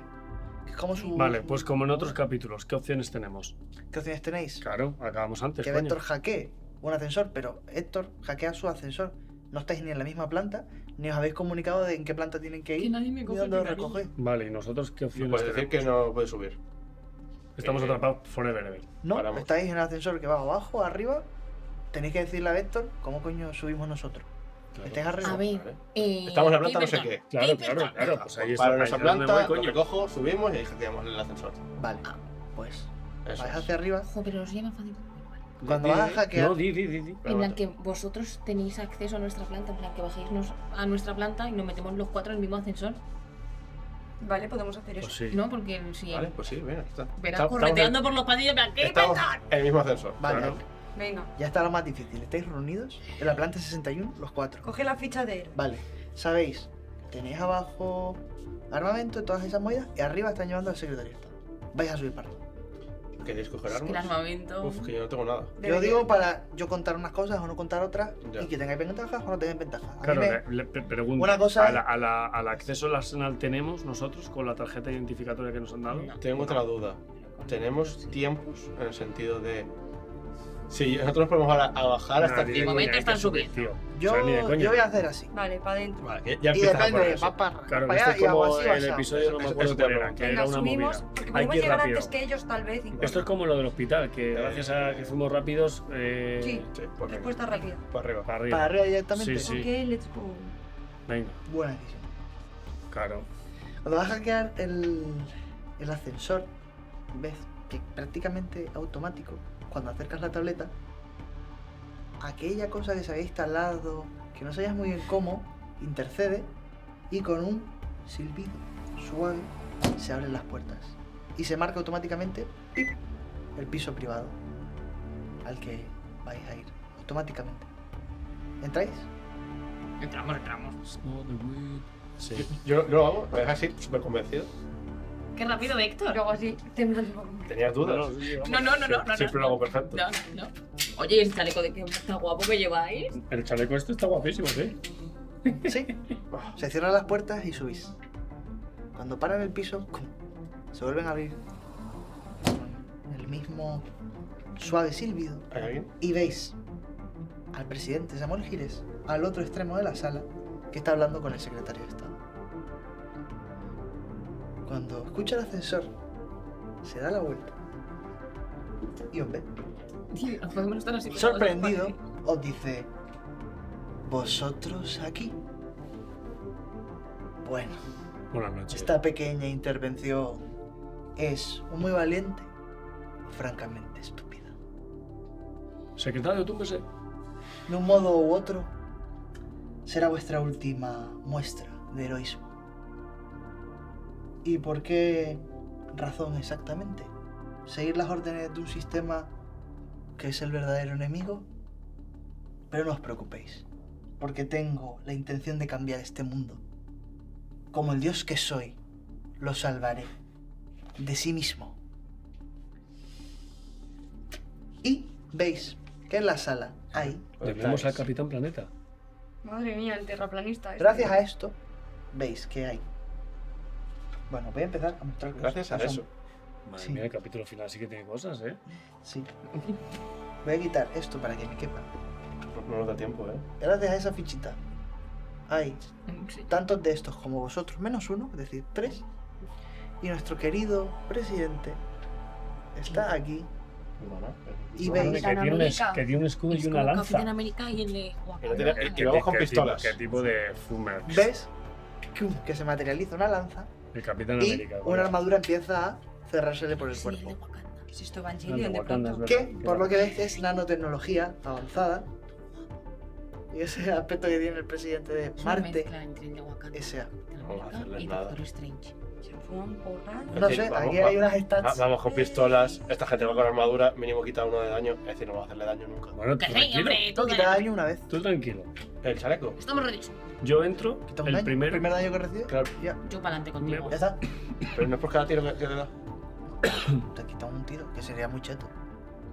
Speaker 2: Que es como su.
Speaker 3: Vale, pues como en otros capítulos, ¿qué opciones tenemos?
Speaker 2: ¿Qué opciones tenéis?
Speaker 3: Claro, acabamos antes,
Speaker 2: que
Speaker 3: coño.
Speaker 2: Héctor hackee un ascensor, pero Héctor hackea su ascensor. No estáis ni en la misma planta, ni os habéis comunicado de en qué planta tienen que ir,
Speaker 6: Que nadie me
Speaker 2: ni
Speaker 6: coge
Speaker 2: dónde os
Speaker 6: el
Speaker 2: recogéis.
Speaker 3: Vale, ¿y nosotros qué
Speaker 7: No
Speaker 3: opciones
Speaker 7: puedes decir
Speaker 3: tenemos?
Speaker 7: que no puedes subir.
Speaker 3: Estamos
Speaker 7: eh,
Speaker 3: atrapados forever ever.
Speaker 2: No,
Speaker 7: Paramos.
Speaker 2: estáis en el ascensor que va abajo, arriba. Tenéis que decirle a Héctor cómo coño subimos nosotros.
Speaker 3: Claro.
Speaker 2: Estáis arriba.
Speaker 6: A ver,
Speaker 7: Vale.
Speaker 6: eh,
Speaker 7: Estamos en la planta no sé
Speaker 6: Pemberton.
Speaker 7: qué.
Speaker 3: Claro,
Speaker 6: Pemberton.
Speaker 3: claro, claro. Pues ahí está.
Speaker 7: Para
Speaker 3: ahí
Speaker 7: nuestra
Speaker 3: es donde
Speaker 7: planta,
Speaker 3: voy,
Speaker 7: lo
Speaker 3: coño.
Speaker 7: recojo, subimos y ahí hackeamos el ascensor.
Speaker 2: Vale, pues
Speaker 7: Eso
Speaker 2: vais
Speaker 7: es.
Speaker 2: hacia arriba.
Speaker 6: Ojo, pero os llaman fácil.
Speaker 2: Cuando
Speaker 7: Di-
Speaker 2: vas a
Speaker 7: di-
Speaker 2: hackear,
Speaker 3: No, di, di, di, di.
Speaker 6: En plan que vosotros tenéis acceso a nuestra planta, en plan que bajéis nos- a nuestra planta y nos metemos los cuatro en el mismo ascensor.
Speaker 4: Vale, podemos hacer eso.
Speaker 3: Pues sí.
Speaker 6: No, porque si
Speaker 7: Vale, pues sí, bien, aquí está.
Speaker 6: verás
Speaker 3: Estamos-
Speaker 6: correteando por los pasillos, en plan, ¿qué
Speaker 7: Estamos
Speaker 6: pasa?
Speaker 7: en el mismo ascensor.
Speaker 2: Vale.
Speaker 7: Claro.
Speaker 4: Venga,
Speaker 2: ya está lo más difícil. Estáis reunidos en la planta 61, los cuatro.
Speaker 4: coge la ficha de él.
Speaker 2: Vale, sabéis, tenéis abajo armamento y todas esas movidas, y arriba están llevando al secretario de Estado. Vais a subir para arriba.
Speaker 7: ¿Queréis coger
Speaker 6: Es que el
Speaker 7: armas?
Speaker 6: armamento.
Speaker 7: Uf, que yo no tengo nada.
Speaker 2: Yo digo para yo contar unas cosas o no contar otras
Speaker 7: Ya.
Speaker 2: y que tengáis ventajas o no tengáis ventajas. A mí
Speaker 3: Claro,
Speaker 2: me-
Speaker 3: le, le pre- pregunto.
Speaker 2: Una cosa
Speaker 3: ¿a la-
Speaker 2: es-
Speaker 3: a la- ¿Al acceso al arsenal tenemos nosotros con la tarjeta identificatoria que nos han dado?
Speaker 6: No.
Speaker 7: Tengo otra duda. Tenemos tiempos en el sentido de. Si nosotros podemos ahora a bajar hasta
Speaker 3: Nah, ni
Speaker 7: aquí.
Speaker 6: De momento
Speaker 3: coña, hay que
Speaker 6: están
Speaker 3: subir,
Speaker 6: subiendo.
Speaker 3: tío.
Speaker 2: yo,
Speaker 3: O sea, ni de coña.
Speaker 2: yo voy a hacer así.
Speaker 4: Vale, para adentro.
Speaker 7: Vale, ya- ya
Speaker 2: Y
Speaker 7: empiezas a
Speaker 2: depende,
Speaker 7: poner eso.
Speaker 2: va para,
Speaker 3: Claro, que
Speaker 2: para
Speaker 3: esto
Speaker 2: allá
Speaker 3: es
Speaker 2: y hago
Speaker 3: como
Speaker 2: así, va
Speaker 3: el
Speaker 2: allá.
Speaker 3: episodio, no me
Speaker 7: Eso-
Speaker 3: acuerdo
Speaker 7: eso
Speaker 3: cuál
Speaker 7: te
Speaker 3: era,
Speaker 7: lo-
Speaker 3: que
Speaker 4: Venga,
Speaker 3: era una
Speaker 4: subimos,
Speaker 3: movida.
Speaker 4: porque
Speaker 3: Hay
Speaker 4: podemos
Speaker 3: que ir
Speaker 4: llegar
Speaker 3: rápido.
Speaker 4: antes que ellos, tal vez. incluso.
Speaker 3: Esto es como lo del hospital, que gracias a que fuimos rápidos, eh,
Speaker 4: Sí.
Speaker 7: Sí, pues venga,
Speaker 4: Respuesta rápida.
Speaker 7: para arriba.
Speaker 3: para arriba.
Speaker 2: Para arriba directamente.
Speaker 3: Sí.
Speaker 4: Ok, let's go.
Speaker 3: Venga,
Speaker 2: Buena decisión.
Speaker 3: claro.
Speaker 2: Cuando vas a hackear el, el ascensor, ves que prácticamente automático, cuando acercas la tableta, aquella cosa que se había instalado, que no sabías muy bien cómo, intercede y con un silbido suave se abren las puertas y se marca automáticamente ¡pip!, el piso privado al que vais a ir, automáticamente. ¿Entráis?
Speaker 6: Entramos, entramos.
Speaker 7: Sí. Yo, yo lo hago, me dejas así, súper convencido.
Speaker 6: Qué rápido, Héctor.
Speaker 4: Luego así, temblando.
Speaker 7: Tenías dudas.
Speaker 3: No, no, sí, vamos.
Speaker 6: No, no, no, no. no,
Speaker 7: Siempre
Speaker 6: no,
Speaker 7: lo hago perfecto.
Speaker 6: No, no. Oye, ¿y el chaleco de qué está guapo que lleváis?
Speaker 3: El chaleco este está guapísimo, sí.
Speaker 2: Sí. Se cierran las puertas y subís. Cuando paran el piso, ¡cum! se vuelven a abrir con el mismo suave silbido
Speaker 7: ¿Hay alguien?
Speaker 2: y veis al presidente Samuel Giles al otro extremo de la sala que está hablando con el secretario de Estado. Cuando escucha el ascensor, se da la vuelta y os ve.
Speaker 6: Tío, Podemos estar así.
Speaker 2: Sorprendido, os dice, ¿vosotros aquí? Bueno,
Speaker 8: Buenas noches.
Speaker 2: esta pequeña intervención es o muy valiente o francamente estúpida.
Speaker 8: Secretario, tú qué sé.
Speaker 2: De un modo u otro, será vuestra última muestra de heroísmo. ¿Y por qué razón exactamente? ¿Seguir las órdenes de un sistema que es el verdadero enemigo? Pero no os preocupéis, porque tengo la intención de cambiar este mundo. Como el dios que soy, lo salvaré de sí mismo. Y veis que en la sala hay
Speaker 7: Pues
Speaker 8: Llamemos al
Speaker 7: Nice.
Speaker 8: Capitán Planeta.
Speaker 4: Madre mía, el terraplanista. este.
Speaker 2: Gracias a esto, veis que hay. Bueno, voy a empezar a mostrar cosas.
Speaker 7: Gracias a
Speaker 2: Son-
Speaker 7: eso.
Speaker 8: Madre
Speaker 2: Sí.
Speaker 8: mía, el capítulo final sí que tiene cosas, ¿eh?
Speaker 2: Sí. Voy a quitar esto para que me quepa.
Speaker 7: No, no nos da tiempo, ¿eh?
Speaker 2: Gracias a esa fichita, hay
Speaker 6: Sí.
Speaker 2: tantos de estos como vosotros, menos uno, es decir, tres. Y nuestro querido presidente está aquí.
Speaker 7: Mi mamá.
Speaker 2: Y
Speaker 7: Mi mamá.
Speaker 2: veis-
Speaker 3: que, tiene un, es- que tiene un escudo
Speaker 6: Es
Speaker 3: y una
Speaker 6: como Capitán
Speaker 3: lanza.
Speaker 6: América y el de. Guau,
Speaker 7: Que no tiene-
Speaker 6: cabrón.
Speaker 7: el que- vamos con pistolas.
Speaker 8: Tipo, ¿Qué tipo de fumer?
Speaker 2: ¿Ves? ¡Cum! Que se materializa una lanza
Speaker 8: El Capitán
Speaker 2: y
Speaker 8: América.
Speaker 2: una
Speaker 8: bueno.
Speaker 2: armadura empieza a cerrársele por el
Speaker 6: Sí, el de
Speaker 2: cuerpo.
Speaker 6: Wakanda.
Speaker 4: ¿Qué es esto,
Speaker 3: Ah, de
Speaker 4: Evangelion? De
Speaker 3: Wakanda, es
Speaker 4: pronto.
Speaker 3: verdad.
Speaker 2: Que, por lo que veis, es nanotecnología avanzada. Y ese aspecto que tiene el presidente
Speaker 6: Es
Speaker 2: de
Speaker 6: una
Speaker 2: Marte,
Speaker 6: mezcla entre el de Wakanda,
Speaker 2: S.A.
Speaker 6: Capitán
Speaker 7: No vamos a
Speaker 6: América
Speaker 7: hacerles
Speaker 6: y
Speaker 7: nada. Pues
Speaker 6: Doctor Strange.
Speaker 4: Se fuman porras.
Speaker 2: No
Speaker 7: Es
Speaker 2: sé,
Speaker 7: decir, vamos,
Speaker 2: aquí
Speaker 7: va-
Speaker 2: hay unas
Speaker 7: Va-
Speaker 2: stats.
Speaker 7: Vamos con pistolas. Esta gente va con armadura. Mínimo quita uno de daño. Es decir, no va a hacerle daño nunca.
Speaker 8: Bueno, tú
Speaker 6: Que sí,
Speaker 8: tranquilo.
Speaker 6: hombre,
Speaker 2: Tengo
Speaker 6: tú
Speaker 2: que
Speaker 6: gana.
Speaker 2: quitar daño una vez.
Speaker 8: Tú tranquilo.
Speaker 7: El chaleco.
Speaker 6: Estamos redes.
Speaker 8: Yo entro,
Speaker 2: Quita un
Speaker 8: el
Speaker 2: daño.
Speaker 8: primero.
Speaker 2: primer daño que recibe.
Speaker 7: Claro,
Speaker 2: Ya,
Speaker 6: Yo para adelante contigo.
Speaker 2: ya está.
Speaker 7: pero no es por cada tiro que, que le da.
Speaker 2: Te quita un tiro, que sería muy cheto.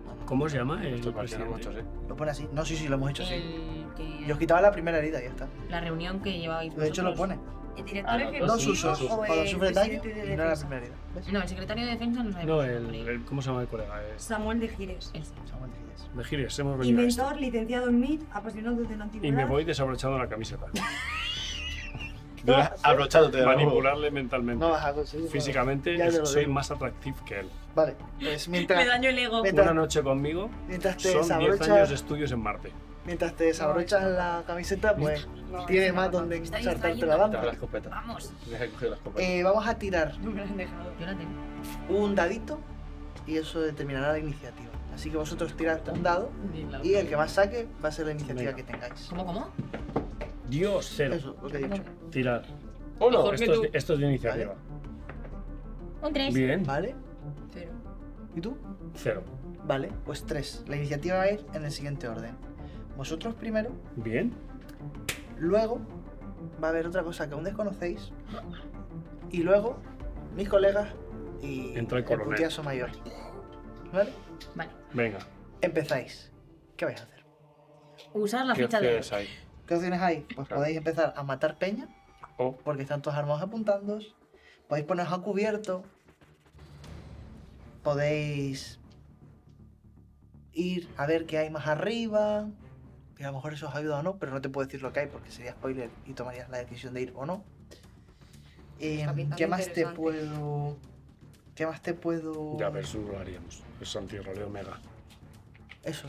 Speaker 2: No, no,
Speaker 8: ¿Cómo se llama? El
Speaker 7: Esto es para tirar
Speaker 8: presidente?
Speaker 7: muchos, ¿eh?
Speaker 2: Lo pone así. No, sí, sí, lo hemos hecho
Speaker 4: Eh,
Speaker 2: así.
Speaker 6: El que-
Speaker 2: Yo os quitaba la primera herida y ya está.
Speaker 6: La reunión que llevabais.
Speaker 2: De hecho, lo pone.
Speaker 6: vosotros.
Speaker 4: ¿El
Speaker 3: Ah,
Speaker 4: director
Speaker 3: no,
Speaker 4: ejecutivo
Speaker 3: dos
Speaker 2: Dos usos.
Speaker 3: usos.
Speaker 4: o
Speaker 2: Cuando
Speaker 4: el
Speaker 2: sufre daño,
Speaker 4: presidente de
Speaker 2: y no era la
Speaker 4: defensa? Mm.
Speaker 2: primera herida. ¿Ves?
Speaker 6: No, el secretario de defensa
Speaker 7: ¿eh?
Speaker 6: no sabe.
Speaker 8: No, el, el- ¿Cómo se llama el colega? Es
Speaker 4: Samuel de Gires.
Speaker 6: Ese.
Speaker 2: Samuel Giles.
Speaker 8: de Gires, hemos venido. a esto.
Speaker 4: Inventor, licenciado en MIT, apasionado de la antigüedad.
Speaker 8: Y me voy desabrochando la camiseta.
Speaker 7: Tú vas abrochándote de
Speaker 8: Manipularle mentalmente.
Speaker 2: No vas a conseguir. nada.
Speaker 8: Físicamente
Speaker 2: Ya te lo
Speaker 8: soy
Speaker 2: digo.
Speaker 8: más atractivo que él.
Speaker 2: Vale, pues
Speaker 6: Me
Speaker 2: mientras,
Speaker 6: daño el ego.
Speaker 2: Vete.
Speaker 8: Una noche conmigo
Speaker 2: mientras te
Speaker 8: son 10 años de
Speaker 2: desabrochas,
Speaker 8: estudios en Marte.
Speaker 2: mientras te desabrochas la camiseta, pues
Speaker 4: No,
Speaker 2: tienes
Speaker 4: no,
Speaker 2: más
Speaker 4: no,
Speaker 2: donde
Speaker 6: está
Speaker 2: ensartarte
Speaker 6: distrayendo.
Speaker 2: la
Speaker 7: Te la
Speaker 2: lámpara.
Speaker 7: escopeta.
Speaker 6: Vamos.
Speaker 7: Tienes que coger la escopeta.
Speaker 2: Eh, vamos a tirar
Speaker 4: No me lo han dejado.
Speaker 6: Yo la tengo.
Speaker 2: un dadito y eso determinará la iniciativa. Así que vosotros tirad un dado y el que más saque va a ser la iniciativa
Speaker 8: Venga.
Speaker 2: que tengáis.
Speaker 6: ¿Cómo, cómo?
Speaker 8: Dios, cero.
Speaker 2: Eso, lo que he dicho.
Speaker 8: Tirar.
Speaker 7: Uno.
Speaker 6: Mejor que
Speaker 8: Esto es,
Speaker 6: tú.
Speaker 8: de- esto es de iniciativa.
Speaker 6: Un 3.
Speaker 8: Bien,
Speaker 2: ¿Vale?
Speaker 4: Cero.
Speaker 2: ¿Y tú?
Speaker 8: cero.
Speaker 2: Vale, pues tres. La iniciativa va a ir en el siguiente orden. Vosotros primero,
Speaker 8: Bien.
Speaker 2: luego va a haber otra cosa que aún desconocéis. Y luego, mis colegas y
Speaker 8: Entra el coronel.
Speaker 2: putiazo mayor. ¿Vale?
Speaker 6: Vale.
Speaker 8: Venga.
Speaker 2: Empezáis. ¿Qué vais a hacer?
Speaker 6: Usar la
Speaker 7: ¿Qué
Speaker 6: ficha de.
Speaker 7: opciones hay?
Speaker 2: ¿Qué opciones hay? Pues
Speaker 7: Claro.
Speaker 2: podéis empezar a matar peña,
Speaker 7: Oh.
Speaker 2: porque están todos armados apuntando. Podéis poneros a cubierto. Podéis ir a ver qué hay más arriba. Y a lo mejor eso os ayuda o no, pero no te puedo decir lo que hay porque sería spoiler y tomarías la decisión de ir o no. Eh,
Speaker 4: Está pintando
Speaker 2: ¿Qué más te
Speaker 4: interesante.
Speaker 2: puedo.? ¿Qué más te puedo.?
Speaker 8: Ya, versus lo haríamos. Es antirroleo mega.
Speaker 2: Eso.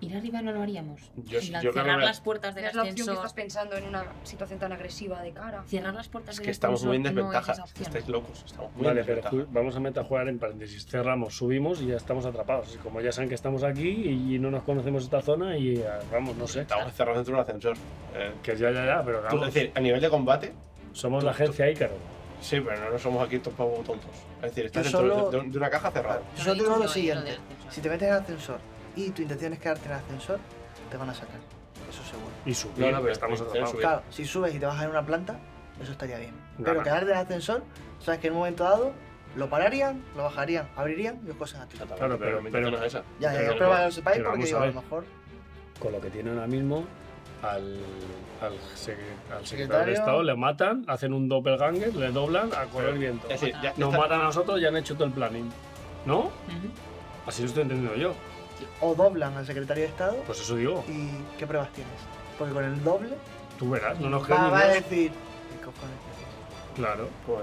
Speaker 6: Ir arriba no lo haríamos.
Speaker 7: Yo-
Speaker 6: En plan,
Speaker 7: yo creo que
Speaker 6: cerrar
Speaker 7: la-
Speaker 6: las puertas del
Speaker 4: Es la opción que
Speaker 6: ascensor.
Speaker 4: estás pensando en una situación tan agresiva de cara.
Speaker 6: Cerrar las puertas
Speaker 7: Es
Speaker 6: del
Speaker 7: que estamos muy en
Speaker 6: ascensor no es
Speaker 7: desventaja.
Speaker 6: esa opción.
Speaker 7: Estáis locos. Estamos muy
Speaker 3: Vale,
Speaker 7: en
Speaker 3: pero
Speaker 7: desventaja.
Speaker 3: ju- vamos a metajugar en paréntesis. Cerramos, subimos y ya estamos atrapados. Y como ya saben que estamos aquí y no nos conocemos esta zona y ah, vamos, no sé.
Speaker 7: Estamos encerrados dentro de un ascensor. Eh,
Speaker 3: Que ya, ya, ya, pero
Speaker 7: tú,
Speaker 3: vamos,
Speaker 7: es decir, a nivel de combate,
Speaker 3: somos la
Speaker 7: tú-
Speaker 3: agencia Ícaro.
Speaker 7: sí, pero no, no somos aquí estos pavos tontos. Es decir, estás
Speaker 2: Yo
Speaker 7: dentro
Speaker 2: solo-
Speaker 7: de, de- de una caja cerrada.
Speaker 2: Yo solo te digo
Speaker 6: dicho
Speaker 2: lo
Speaker 6: yo, yo
Speaker 2: siguiente.
Speaker 6: del ascensor.
Speaker 2: Si te metes en el ascensor y tu intención es quedarte en el ascensor, te van a sacar. Eso seguro.
Speaker 3: Y subir,
Speaker 7: No, no, pero
Speaker 3: estamos
Speaker 7: estoy-
Speaker 3: atrapados.
Speaker 7: estoy
Speaker 2: Claro, si subes y te bajas en una planta, eso estaría bien.
Speaker 3: No,
Speaker 2: Pero
Speaker 3: no.
Speaker 2: quedarte en el ascensor, sabes que en un momento dado lo pararían, lo bajarían, abrirían y os cosas a ti.
Speaker 3: Claro, pero-
Speaker 7: mi
Speaker 3: pero-
Speaker 7: intención es esa.
Speaker 2: Ya, ya,
Speaker 7: Pero-
Speaker 2: ya, pero para que lo sepáis
Speaker 3: pero
Speaker 2: porque
Speaker 3: vamos a
Speaker 2: digo, a,
Speaker 3: ver.
Speaker 2: lo mejor
Speaker 3: Con lo que tiene ahora mismo, al, al, sec- al secretario,
Speaker 2: Secretario.
Speaker 3: de Estado le matan, hacen un doppelganger, le doblan a correr viento.
Speaker 7: Es decir, ya
Speaker 3: Nos
Speaker 7: está-
Speaker 3: matan a nosotros y han hecho todo el planning. ¿No?
Speaker 6: Ujú.
Speaker 3: Así lo estoy entendiendo yo.
Speaker 2: o doblan al secretario de Estado
Speaker 3: Pues eso digo,
Speaker 2: y ¿qué pruebas tienes? Porque con el doble
Speaker 3: tú verás, no nos
Speaker 2: va,
Speaker 3: creemos.
Speaker 2: va a decir... ¿Qué cojones decís?
Speaker 3: Claro.
Speaker 7: Pues.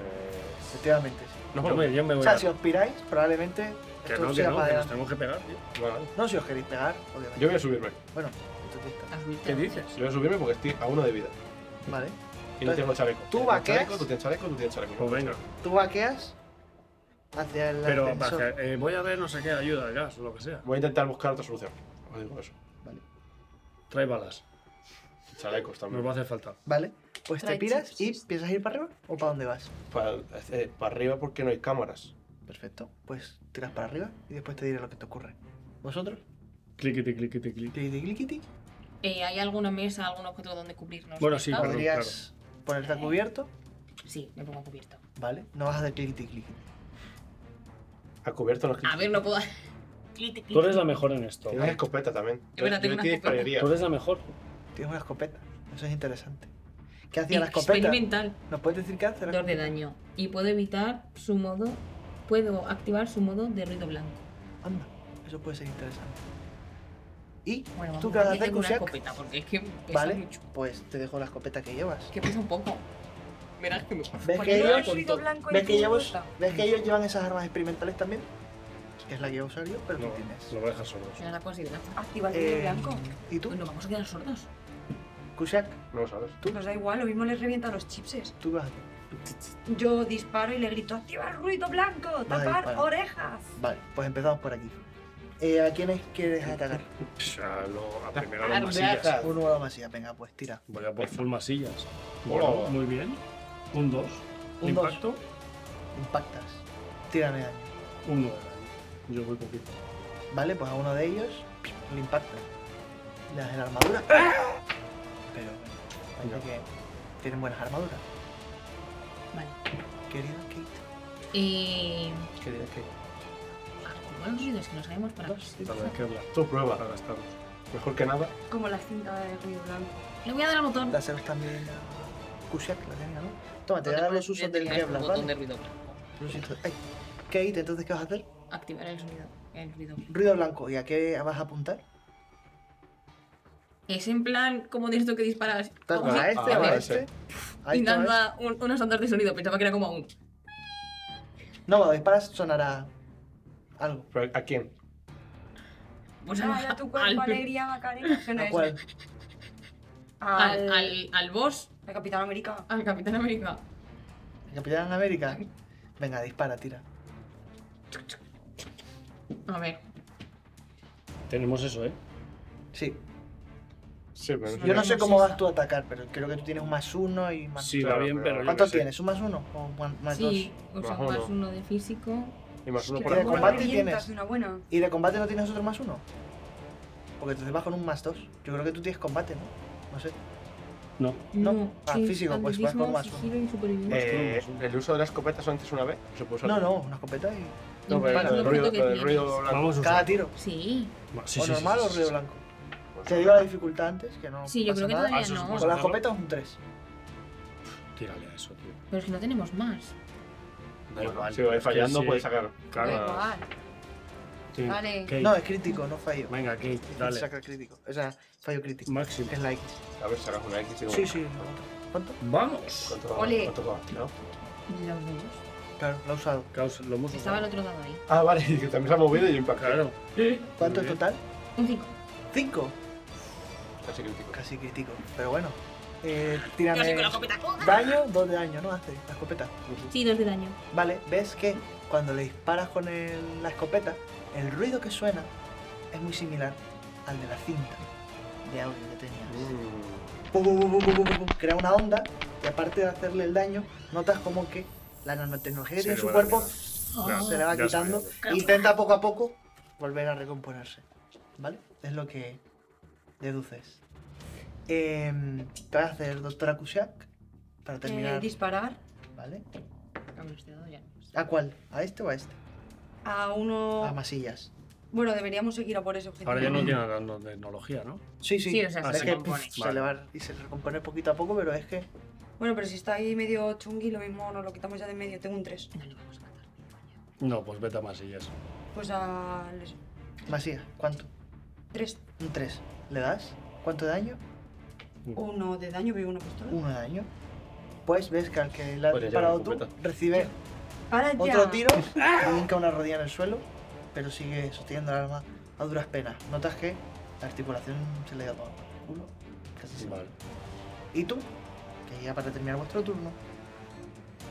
Speaker 2: Efectivamente, sí.
Speaker 3: Yo me, yo me
Speaker 2: O
Speaker 3: voy
Speaker 2: sea,
Speaker 3: a-
Speaker 2: si os piráis, probablemente
Speaker 3: Que
Speaker 2: esto
Speaker 3: no, que
Speaker 2: siga
Speaker 3: no,
Speaker 2: para
Speaker 3: que nos
Speaker 2: adelante.
Speaker 3: tenemos que pegar, tío.
Speaker 7: Vale.
Speaker 2: No, si os queréis pegar, obviamente.
Speaker 7: Yo voy a subirme.
Speaker 2: Bueno, entonces ya
Speaker 6: A subirte
Speaker 3: ¿Qué
Speaker 6: a la
Speaker 3: dices?
Speaker 7: Yo voy a subirme porque estoy a uno de vida.
Speaker 2: está. Vale.
Speaker 7: Y no tengo chaleco.
Speaker 2: ¿Tú
Speaker 7: Yo tengo
Speaker 2: vaqueas?
Speaker 7: chaleco, Tú tienes chaleco, tú tienes chaleco.
Speaker 3: Pues venga.
Speaker 2: Tú vaqueas hacia el
Speaker 3: Pero
Speaker 2: ascensor.
Speaker 3: baja, eh, voy a ver no sé qué, ayuda, gas o lo que sea.
Speaker 7: Voy a intentar buscar otra solución. Os digo eso.
Speaker 3: Trae balas,
Speaker 7: Chalecos también.
Speaker 3: nos va a hacer falta.
Speaker 2: Vale. Pues te
Speaker 6: Trae
Speaker 2: piras y
Speaker 6: chips.
Speaker 2: piensas ir para arriba o para dónde vas.
Speaker 7: Para, eh, para arriba porque no hay cámaras.
Speaker 2: Perfecto. Pues tiras para arriba y después te diré lo que te ocurre. ¿Vosotros?
Speaker 3: Cliquiti, cliquiti, cliquiti.
Speaker 2: Cliquiti, cliquiti.
Speaker 6: Eh, ¿Hay alguna mesa, algún objeto donde cubrirnos?
Speaker 3: Bueno, sí,
Speaker 6: ¿Está?
Speaker 3: perdón,
Speaker 2: Podrías ponerte a cubierto.
Speaker 6: Sí, me pongo a cubierto.
Speaker 2: Vale. No vas a hacer cliquiti, cliquiti.
Speaker 7: A cubierto los
Speaker 6: A ver, no puedo. Clic, clic.
Speaker 3: Tú eres la mejor en esto.
Speaker 7: Tienes escopeta también.
Speaker 6: Es verdad, tengo una
Speaker 7: tienes
Speaker 6: escopeta.
Speaker 7: disparería.
Speaker 3: Tú eres la mejor.
Speaker 2: Tienes una escopeta. Eso es interesante. ¿Qué hacía la escopeta?
Speaker 6: Experimental.
Speaker 2: ¿Nos puedes decir qué hace la
Speaker 6: Dos de
Speaker 2: escopeta?
Speaker 6: daño. Y puedo evitar su modo. Puedo activar su modo de ruido blanco.
Speaker 2: Anda. Eso puede ser interesante. ¿Y
Speaker 6: Bueno,
Speaker 2: tú
Speaker 6: vamos
Speaker 2: qué
Speaker 6: a
Speaker 2: vas a
Speaker 6: ver,
Speaker 2: hacer,
Speaker 6: tengo una
Speaker 2: Kusiak?
Speaker 6: escopeta, porque es que pesa
Speaker 2: Vale.
Speaker 6: mucho.
Speaker 2: Pues te dejo la escopeta que llevas.
Speaker 6: Que pesa un poco. Verás que me pasa.
Speaker 2: ¿Ves que
Speaker 4: Porque no
Speaker 2: ellos
Speaker 4: hay ruido blanco
Speaker 10: Pues
Speaker 2: ¿Ves
Speaker 4: y
Speaker 2: que,
Speaker 4: no
Speaker 2: ellos,
Speaker 4: importa.
Speaker 2: ¿Ves que ellos llevan esas armas experimentales también? Que es la que iba a usar yo, pero
Speaker 3: No,
Speaker 2: tú tienes.
Speaker 3: lo voy a dejar solos.
Speaker 6: pues, No la considero.
Speaker 4: Activa el
Speaker 2: Eh,
Speaker 4: ruido blanco.
Speaker 2: ¿Y tú?
Speaker 6: Uy, nos vamos a quedar sordos.
Speaker 2: Kushak,
Speaker 7: No lo sabes.
Speaker 4: Nos da igual, lo mismo les revienta los chipses.
Speaker 2: tú vas.
Speaker 4: Yo disparo y le grito, activa el ruido blanco, tapar
Speaker 2: dispara.
Speaker 4: orejas.
Speaker 2: Vale, pues empezamos por aquí. Eh, ¿A quiénes quieres atacar?
Speaker 3: Ya, lo- a primero las masillas.
Speaker 2: Un nuevo masía, venga, pues tira.
Speaker 3: Voy a por full masillas.
Speaker 7: Hola.
Speaker 3: Bueno, muy bien. Un 2.
Speaker 2: Un dos.
Speaker 3: Impacto,
Speaker 2: Impactas. Tírame daño.
Speaker 3: un 9. Yo voy poquito.
Speaker 2: Vale, pues a uno de ellos le impacta. Le das en la armadura.
Speaker 3: ¡Ah!
Speaker 2: Pero bueno, parece que tienen buenas armaduras.
Speaker 6: Vale.
Speaker 2: Querido Kate.
Speaker 6: Eh. ah,
Speaker 7: ¿Qué dices que?
Speaker 6: Bueno, sí, es que no sabemos para
Speaker 2: Dos.
Speaker 6: qué.
Speaker 3: Para que hablar.
Speaker 7: Tú prueba.
Speaker 3: Para gastarlos.
Speaker 7: Mejor que nada.
Speaker 4: Como la cinta de ruido blanco.
Speaker 6: Le voy a dar al botón.
Speaker 2: Dáselos también a Kushak, la tenía, ¿no? Toma, te voy a dar los usos del
Speaker 6: Tenía
Speaker 2: Kevlar,
Speaker 6: un botón
Speaker 2: ¿vale?
Speaker 6: de ruido blanco.
Speaker 2: Lo siento. Ay, Kate, entonces, ¿qué vas a hacer?
Speaker 6: Activar el ruido. El ruido blanco.
Speaker 2: Ruido blanco. ¿Y a qué vas a apuntar?
Speaker 6: Es en plan como de esto que disparas.
Speaker 2: ¿Tal
Speaker 6: como
Speaker 2: a
Speaker 6: si-
Speaker 2: este
Speaker 7: ah,
Speaker 2: o a
Speaker 7: vale,
Speaker 2: este? A
Speaker 6: Y
Speaker 2: este o a
Speaker 6: nada, un- unas ondas de sonido. Pensaba que era como a un.
Speaker 2: este. No, cuando disparas sonará algo.
Speaker 7: ¿Pero ¿A quién?
Speaker 6: Pues
Speaker 4: Vaya tu cuerpo, alegría, Macarena. Eso no
Speaker 2: ¿A
Speaker 4: es.
Speaker 2: cuál?
Speaker 6: al,
Speaker 4: Al,
Speaker 6: al, al boss,
Speaker 4: La Capitán América.
Speaker 6: al Capitán América.
Speaker 2: ¿El Capitán América? Venga, dispara, tira.
Speaker 6: A ver,
Speaker 3: Tenemos eso, ¿eh?
Speaker 2: Sí.
Speaker 7: Sí, pero
Speaker 2: Yo no sé cómo
Speaker 6: esa.
Speaker 2: vas tú a atacar, pero creo que tú tienes un más uno y más...
Speaker 3: Sí,
Speaker 7: Claro,
Speaker 3: va bien,
Speaker 7: pero-
Speaker 3: pero. yo
Speaker 2: ¿Cuánto
Speaker 3: qué sé.
Speaker 2: tienes? ¿Un más uno o un más más dos?
Speaker 6: sí, o sea,
Speaker 7: Más
Speaker 6: más
Speaker 7: uno.
Speaker 6: uno de físico.
Speaker 7: Y más uno
Speaker 4: Que
Speaker 7: por
Speaker 2: de
Speaker 4: te
Speaker 7: la
Speaker 2: el
Speaker 7: cola.
Speaker 2: combate
Speaker 4: revientas
Speaker 2: tienes.
Speaker 4: de una buena.
Speaker 2: ¿Y de combate no tienes otro más uno? Porque entonces vas con un más dos. Yo creo que tú tienes combate, ¿no? No sé.
Speaker 3: No.
Speaker 2: No. Ah, físico, pues vas
Speaker 6: atletismo,
Speaker 2: con más uno.
Speaker 6: sigilo y supervivencia.
Speaker 7: Eh, ¿El uso de la escopeta solamente es una vez? ¿O se puede usar?
Speaker 2: No, no, una escopeta y...
Speaker 6: Y
Speaker 7: No, pero
Speaker 6: es
Speaker 7: lo
Speaker 6: un
Speaker 7: del
Speaker 6: objeto
Speaker 7: ruido,
Speaker 6: que
Speaker 7: lo del
Speaker 6: tienes.
Speaker 7: ruido blanco.
Speaker 3: Vamos a
Speaker 2: Cada
Speaker 3: usar.
Speaker 2: tiro.
Speaker 6: Sí.
Speaker 3: Ma- sí,
Speaker 2: o
Speaker 3: sí, sí,
Speaker 2: normal
Speaker 3: sí,
Speaker 2: o
Speaker 3: sí,
Speaker 2: ruido
Speaker 3: sí.
Speaker 2: blanco.
Speaker 7: Pues
Speaker 2: Te
Speaker 7: no.
Speaker 2: digo la dificultad antes, que no
Speaker 6: Sí, yo
Speaker 2: pasa
Speaker 6: creo que
Speaker 2: nada.
Speaker 6: todavía
Speaker 3: Ah, eso es
Speaker 6: no.
Speaker 3: más
Speaker 2: Con la
Speaker 3: Vamos a
Speaker 2: escopeta es un 3.
Speaker 3: Tírale a eso, tío.
Speaker 6: Pero es que no tenemos más.
Speaker 3: Da
Speaker 7: Bueno,
Speaker 3: igual.
Speaker 7: Si vais fallando,
Speaker 3: Sí.
Speaker 7: puedes sacar.
Speaker 4: Da
Speaker 3: Claro.
Speaker 4: igual.
Speaker 3: Sí.
Speaker 4: Vale.
Speaker 3: Kate,
Speaker 2: No, es crítico, no fallo.
Speaker 3: Venga, Kate, dale. Mm.
Speaker 2: Saca crítico. O sea, fallo crítico.
Speaker 3: Máximo.
Speaker 2: Es la X.
Speaker 7: A ver, sacas una X y
Speaker 2: Sí,
Speaker 7: luego-
Speaker 2: sí. ¿Cuánto?
Speaker 3: Mm. ¡Vamos!
Speaker 7: ¿Cuánto
Speaker 4: Ole.
Speaker 7: cuánto va? ¿No?
Speaker 6: ¿Y los dos?
Speaker 2: Claro, lo he usado.
Speaker 3: Causa, lo hemos
Speaker 6: Estaba el
Speaker 3: usado.
Speaker 6: otro dado ahí.
Speaker 7: Ah, vale, que también se ha movido y impactado.
Speaker 3: Claro.
Speaker 2: ¿Cuánto
Speaker 3: Muy
Speaker 2: en
Speaker 3: bien.
Speaker 2: total?
Speaker 6: Un 5.
Speaker 2: 5.
Speaker 7: Casi crítico.
Speaker 2: Casi crítico. Pero bueno. Eh, tírame
Speaker 6: Yo soy con la escopeta.
Speaker 2: Daño, dos de daño, ¿no? Hace la escopeta.
Speaker 6: Sí, dos de daño.
Speaker 2: Vale, ves que cuando le disparas con el- la escopeta, el ruido que suena es muy similar al de la cinta de audio que tenías.
Speaker 7: Mm,
Speaker 2: Pum, pum, pum, pum, pum, pum, pum. Crea una onda y aparte de hacerle el daño, notas como que la nanotecnología que
Speaker 3: Se
Speaker 2: tiene
Speaker 3: le
Speaker 2: su
Speaker 3: va la
Speaker 2: cuerpo
Speaker 3: mierda. Ya,
Speaker 6: Ah,
Speaker 2: se le va
Speaker 3: ya
Speaker 2: quitando.
Speaker 3: sabía.
Speaker 2: e Intenta poco a poco volver a recomponerse. ¿Vale? Es lo que deduces. Em, te vas a hacer doctora Kushak para
Speaker 4: Eh,
Speaker 2: terminar.
Speaker 4: disparar
Speaker 2: ¿Vale?
Speaker 6: A menos de dos este ya.
Speaker 2: ¿A cuál? ¿A este o a este?
Speaker 4: a uno.
Speaker 2: A masillas.
Speaker 4: Bueno, deberíamos seguir a por ese objetivo.
Speaker 3: Ahora ya no tiene nanotecnología, ¿no?
Speaker 2: Sí, sí.
Speaker 6: Sí, o sea,
Speaker 3: Ah,
Speaker 6: se
Speaker 3: sí.
Speaker 2: Es que,
Speaker 6: recompone.
Speaker 2: puf, se le va y se recompone poquito a poco, pero es que
Speaker 4: Bueno, pero si está ahí medio chungui, lo mismo nos lo quitamos ya de en medio. Tengo un 3.
Speaker 6: No lo vamos a matar.
Speaker 3: No, pues vete a masillas.
Speaker 4: Pues al.
Speaker 2: Masía, ¿cuánto?
Speaker 4: 3.
Speaker 2: Un 3. ¿Le das? ¿Cuánto de daño?
Speaker 4: Uno de daño, veo una pistola.
Speaker 2: Uno de daño. Pues ves que al que le has
Speaker 7: Pues le
Speaker 2: disparado
Speaker 7: lleva
Speaker 2: tú
Speaker 7: la escopeta.
Speaker 2: recibe
Speaker 4: Ahora ya.
Speaker 2: otro tiro, hinca una rodilla en el suelo, pero sigue sosteniendo el arma a duras penas. Notas que la articulación se le ha ido por el culo. Casi se
Speaker 3: Vale.
Speaker 2: Y tú, que ya para terminar vuestro turno,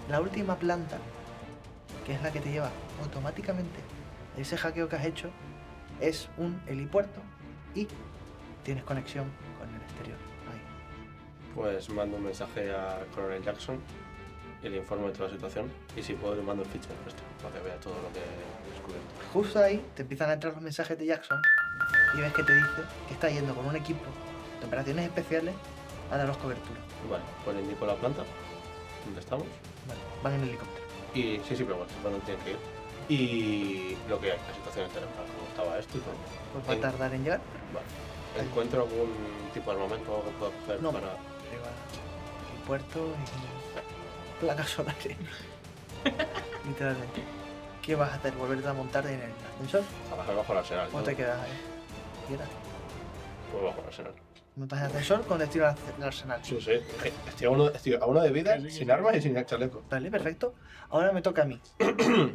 Speaker 2: la última planta, que es la que te lleva automáticamente a ese hackeo que has hecho, es un helipuerto y tienes conexión con el exterior. Ahí.
Speaker 7: Pues mando un mensaje al coronel Jackson y le informo de toda la situación. Y si puedo, le mando el ficha al resto para que vea todo lo que he descubierto.
Speaker 2: Justo ahí te empiezan a entrar los mensajes de Jackson y ves que te dice que está yendo con un equipo de operaciones especiales a daros cobertura.
Speaker 7: Vale, pues le indico la planta donde estamos.
Speaker 2: Vale, van en helicóptero.
Speaker 7: Y sí, sí, pero bueno, cuando tienen que ir. Y lo que hay, la situación entera, en plan, cómo estaba esto y todo.
Speaker 2: Pues va a
Speaker 7: En-
Speaker 2: tardar en llegar.
Speaker 7: Vale. ¿Encuentro algún tipo de armamento o algo que pueda coger
Speaker 2: No.
Speaker 7: para...?
Speaker 2: Arriba el puerto y placas solares. Literalmente. ¿Qué vas a hacer? ¿Volverte a montar en el ascensor?
Speaker 7: Trabajar bajo el arsenal.
Speaker 2: ¿O
Speaker 7: ¿no?
Speaker 2: te quedas ahí? Quieras.
Speaker 7: Pues bajo el arsenal.
Speaker 2: Montas en el ascensor con destino al al arsenal.
Speaker 7: Sí, sí. Estoy a uno, estoy a uno de vida,
Speaker 3: Sí, sí, sí.
Speaker 7: sin armas y sin chaleco.
Speaker 2: Vale, perfecto. Ahora me toca a mí.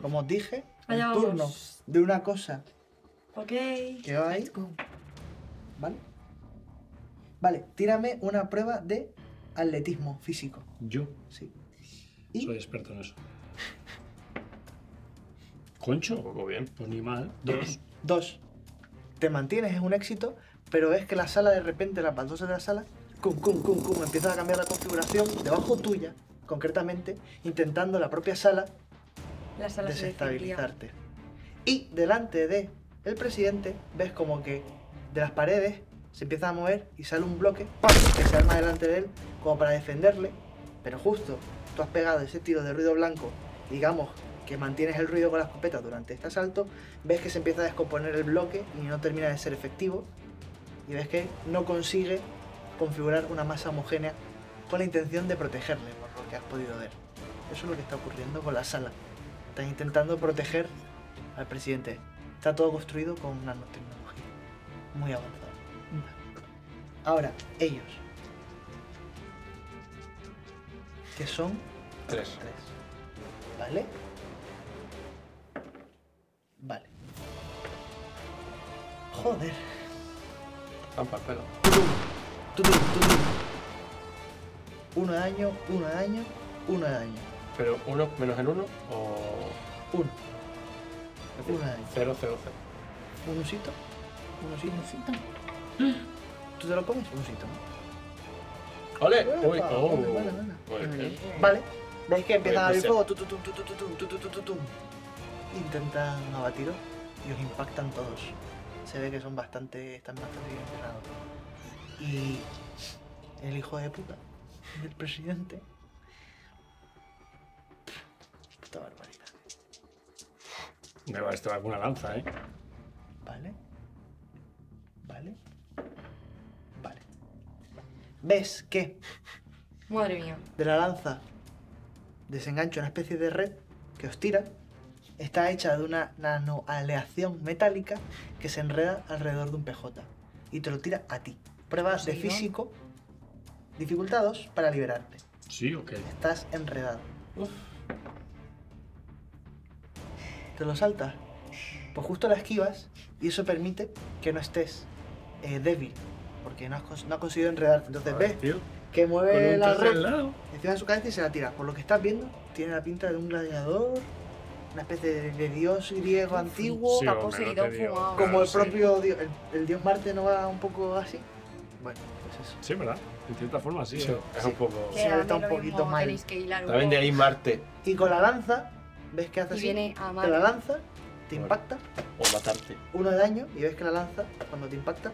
Speaker 2: Como os dije, el
Speaker 4: Allá vamos.
Speaker 2: turno de una cosa Oh.
Speaker 4: Ok.
Speaker 2: que va ahí. ¿Vale? Vale, tírame una prueba de atletismo físico.
Speaker 3: Yo
Speaker 2: Sí. Y
Speaker 3: soy experto en eso. ¿Concho?
Speaker 7: Muy bien.
Speaker 3: Pues ni mal. Dos.
Speaker 2: Dos, te mantienes, es un éxito, pero ves que la sala de repente, las baldosas de la sala, cum, cum, cum, cum, empiezan a cambiar la configuración debajo tuya, concretamente, intentando la propia sala
Speaker 4: La sala se desciclia.
Speaker 2: desestabilizarte. Y delante de el presidente, ves como que de las paredes se empieza a mover y sale un bloque ¡pam! que se arma delante de él como para defenderle, pero justo tú has pegado ese tiro de ruido blanco, digamos que mantienes el ruido con la escopeta durante este asalto, ves que se empieza a descomponer el bloque y no termina de ser efectivo, y ves que no consigue configurar una masa homogénea con la intención de protegerle, por lo que has podido ver. Eso es lo que está ocurriendo con la sala. Están intentando proteger al presidente. Está todo construido con nanotecnología. Muy avanzada. Ahora, ellos. Que son
Speaker 7: Tres.
Speaker 2: tres. ¿Vale? Vale. Joder.
Speaker 7: Tan pa'l pelo.
Speaker 2: Tutum, tutum. Uno de daño, uno de daño, uno de daño.
Speaker 7: Pero uno menos el uno o...
Speaker 2: Uno.
Speaker 7: es decir,
Speaker 2: Uno de daño.
Speaker 7: Cero, cero, cero.
Speaker 2: Un usito. Un usito. ¿Tú te lo comes? Un usito, ¿no?
Speaker 7: ¡Ole!
Speaker 2: Uepa,
Speaker 7: ¡Uy! ¡Oh!
Speaker 2: ole, vale, vale.
Speaker 7: Muy bien.
Speaker 2: Vale. ¿Veis que empiezan a abrir
Speaker 7: Empecé.
Speaker 2: fuego? Tu, tu, tu, tu, tu, tu, tu, tu, tu, tu, tu. Intentan abatiros y os impactan todos. Se ve que son bastante. están bastante bien entrenados. Y. el hijo de puta del presidente. Puta barbaridad.
Speaker 3: Me va a estar alguna lanza, ¿eh?
Speaker 2: Vale. Vale. Vale. ¿Ves que
Speaker 4: Madre mía.
Speaker 2: de la lanza desengancha una especie de red que os tira. Está hecha de una nanoaleación metálica que se enreda alrededor de un PJ y te lo tira a ti. Pruebas de
Speaker 4: Poseidón.
Speaker 2: físico, dificultados para liberarte.
Speaker 3: Sí, ok.
Speaker 2: Estás enredado. ¿Te lo saltas? Pues justo la esquivas y eso permite que no estés eh, débil, porque no has, cons- no has conseguido enredarte. Entonces ves
Speaker 3: Tío,
Speaker 2: que
Speaker 3: con
Speaker 2: mueve
Speaker 3: un
Speaker 2: la
Speaker 3: tercer
Speaker 2: red
Speaker 3: lado.
Speaker 2: encima de su cabeza y se la tira. Por lo que estás viendo, tiene la pinta de un gladiador, una especie de, de dios griego antiguo.
Speaker 3: Sí,
Speaker 4: Está
Speaker 3: hombre, no te
Speaker 4: poseído,
Speaker 3: digo,
Speaker 4: fumado.
Speaker 2: Como el
Speaker 3: sí.
Speaker 2: propio dios, el, el dios Marte no va un poco así. Bueno, pues eso.
Speaker 3: Sí, ¿verdad? En cierta forma, sí.
Speaker 7: Sí,
Speaker 3: ¿eh?
Speaker 7: es un poco.
Speaker 4: Que
Speaker 2: Sí,
Speaker 4: a mí
Speaker 2: está un
Speaker 4: lo mismo
Speaker 2: poquito mal.
Speaker 4: Tenéis que hilar un
Speaker 7: También de
Speaker 4: poco.
Speaker 7: ahí Marte.
Speaker 2: Y con la lanza, ves que hace
Speaker 4: Y
Speaker 2: así,
Speaker 4: viene a
Speaker 2: te la
Speaker 4: mal.
Speaker 2: lanza, te
Speaker 7: Bueno.
Speaker 2: impacta,
Speaker 7: O matarte.
Speaker 2: uno de daño, y ves que la lanza, cuando te impacta,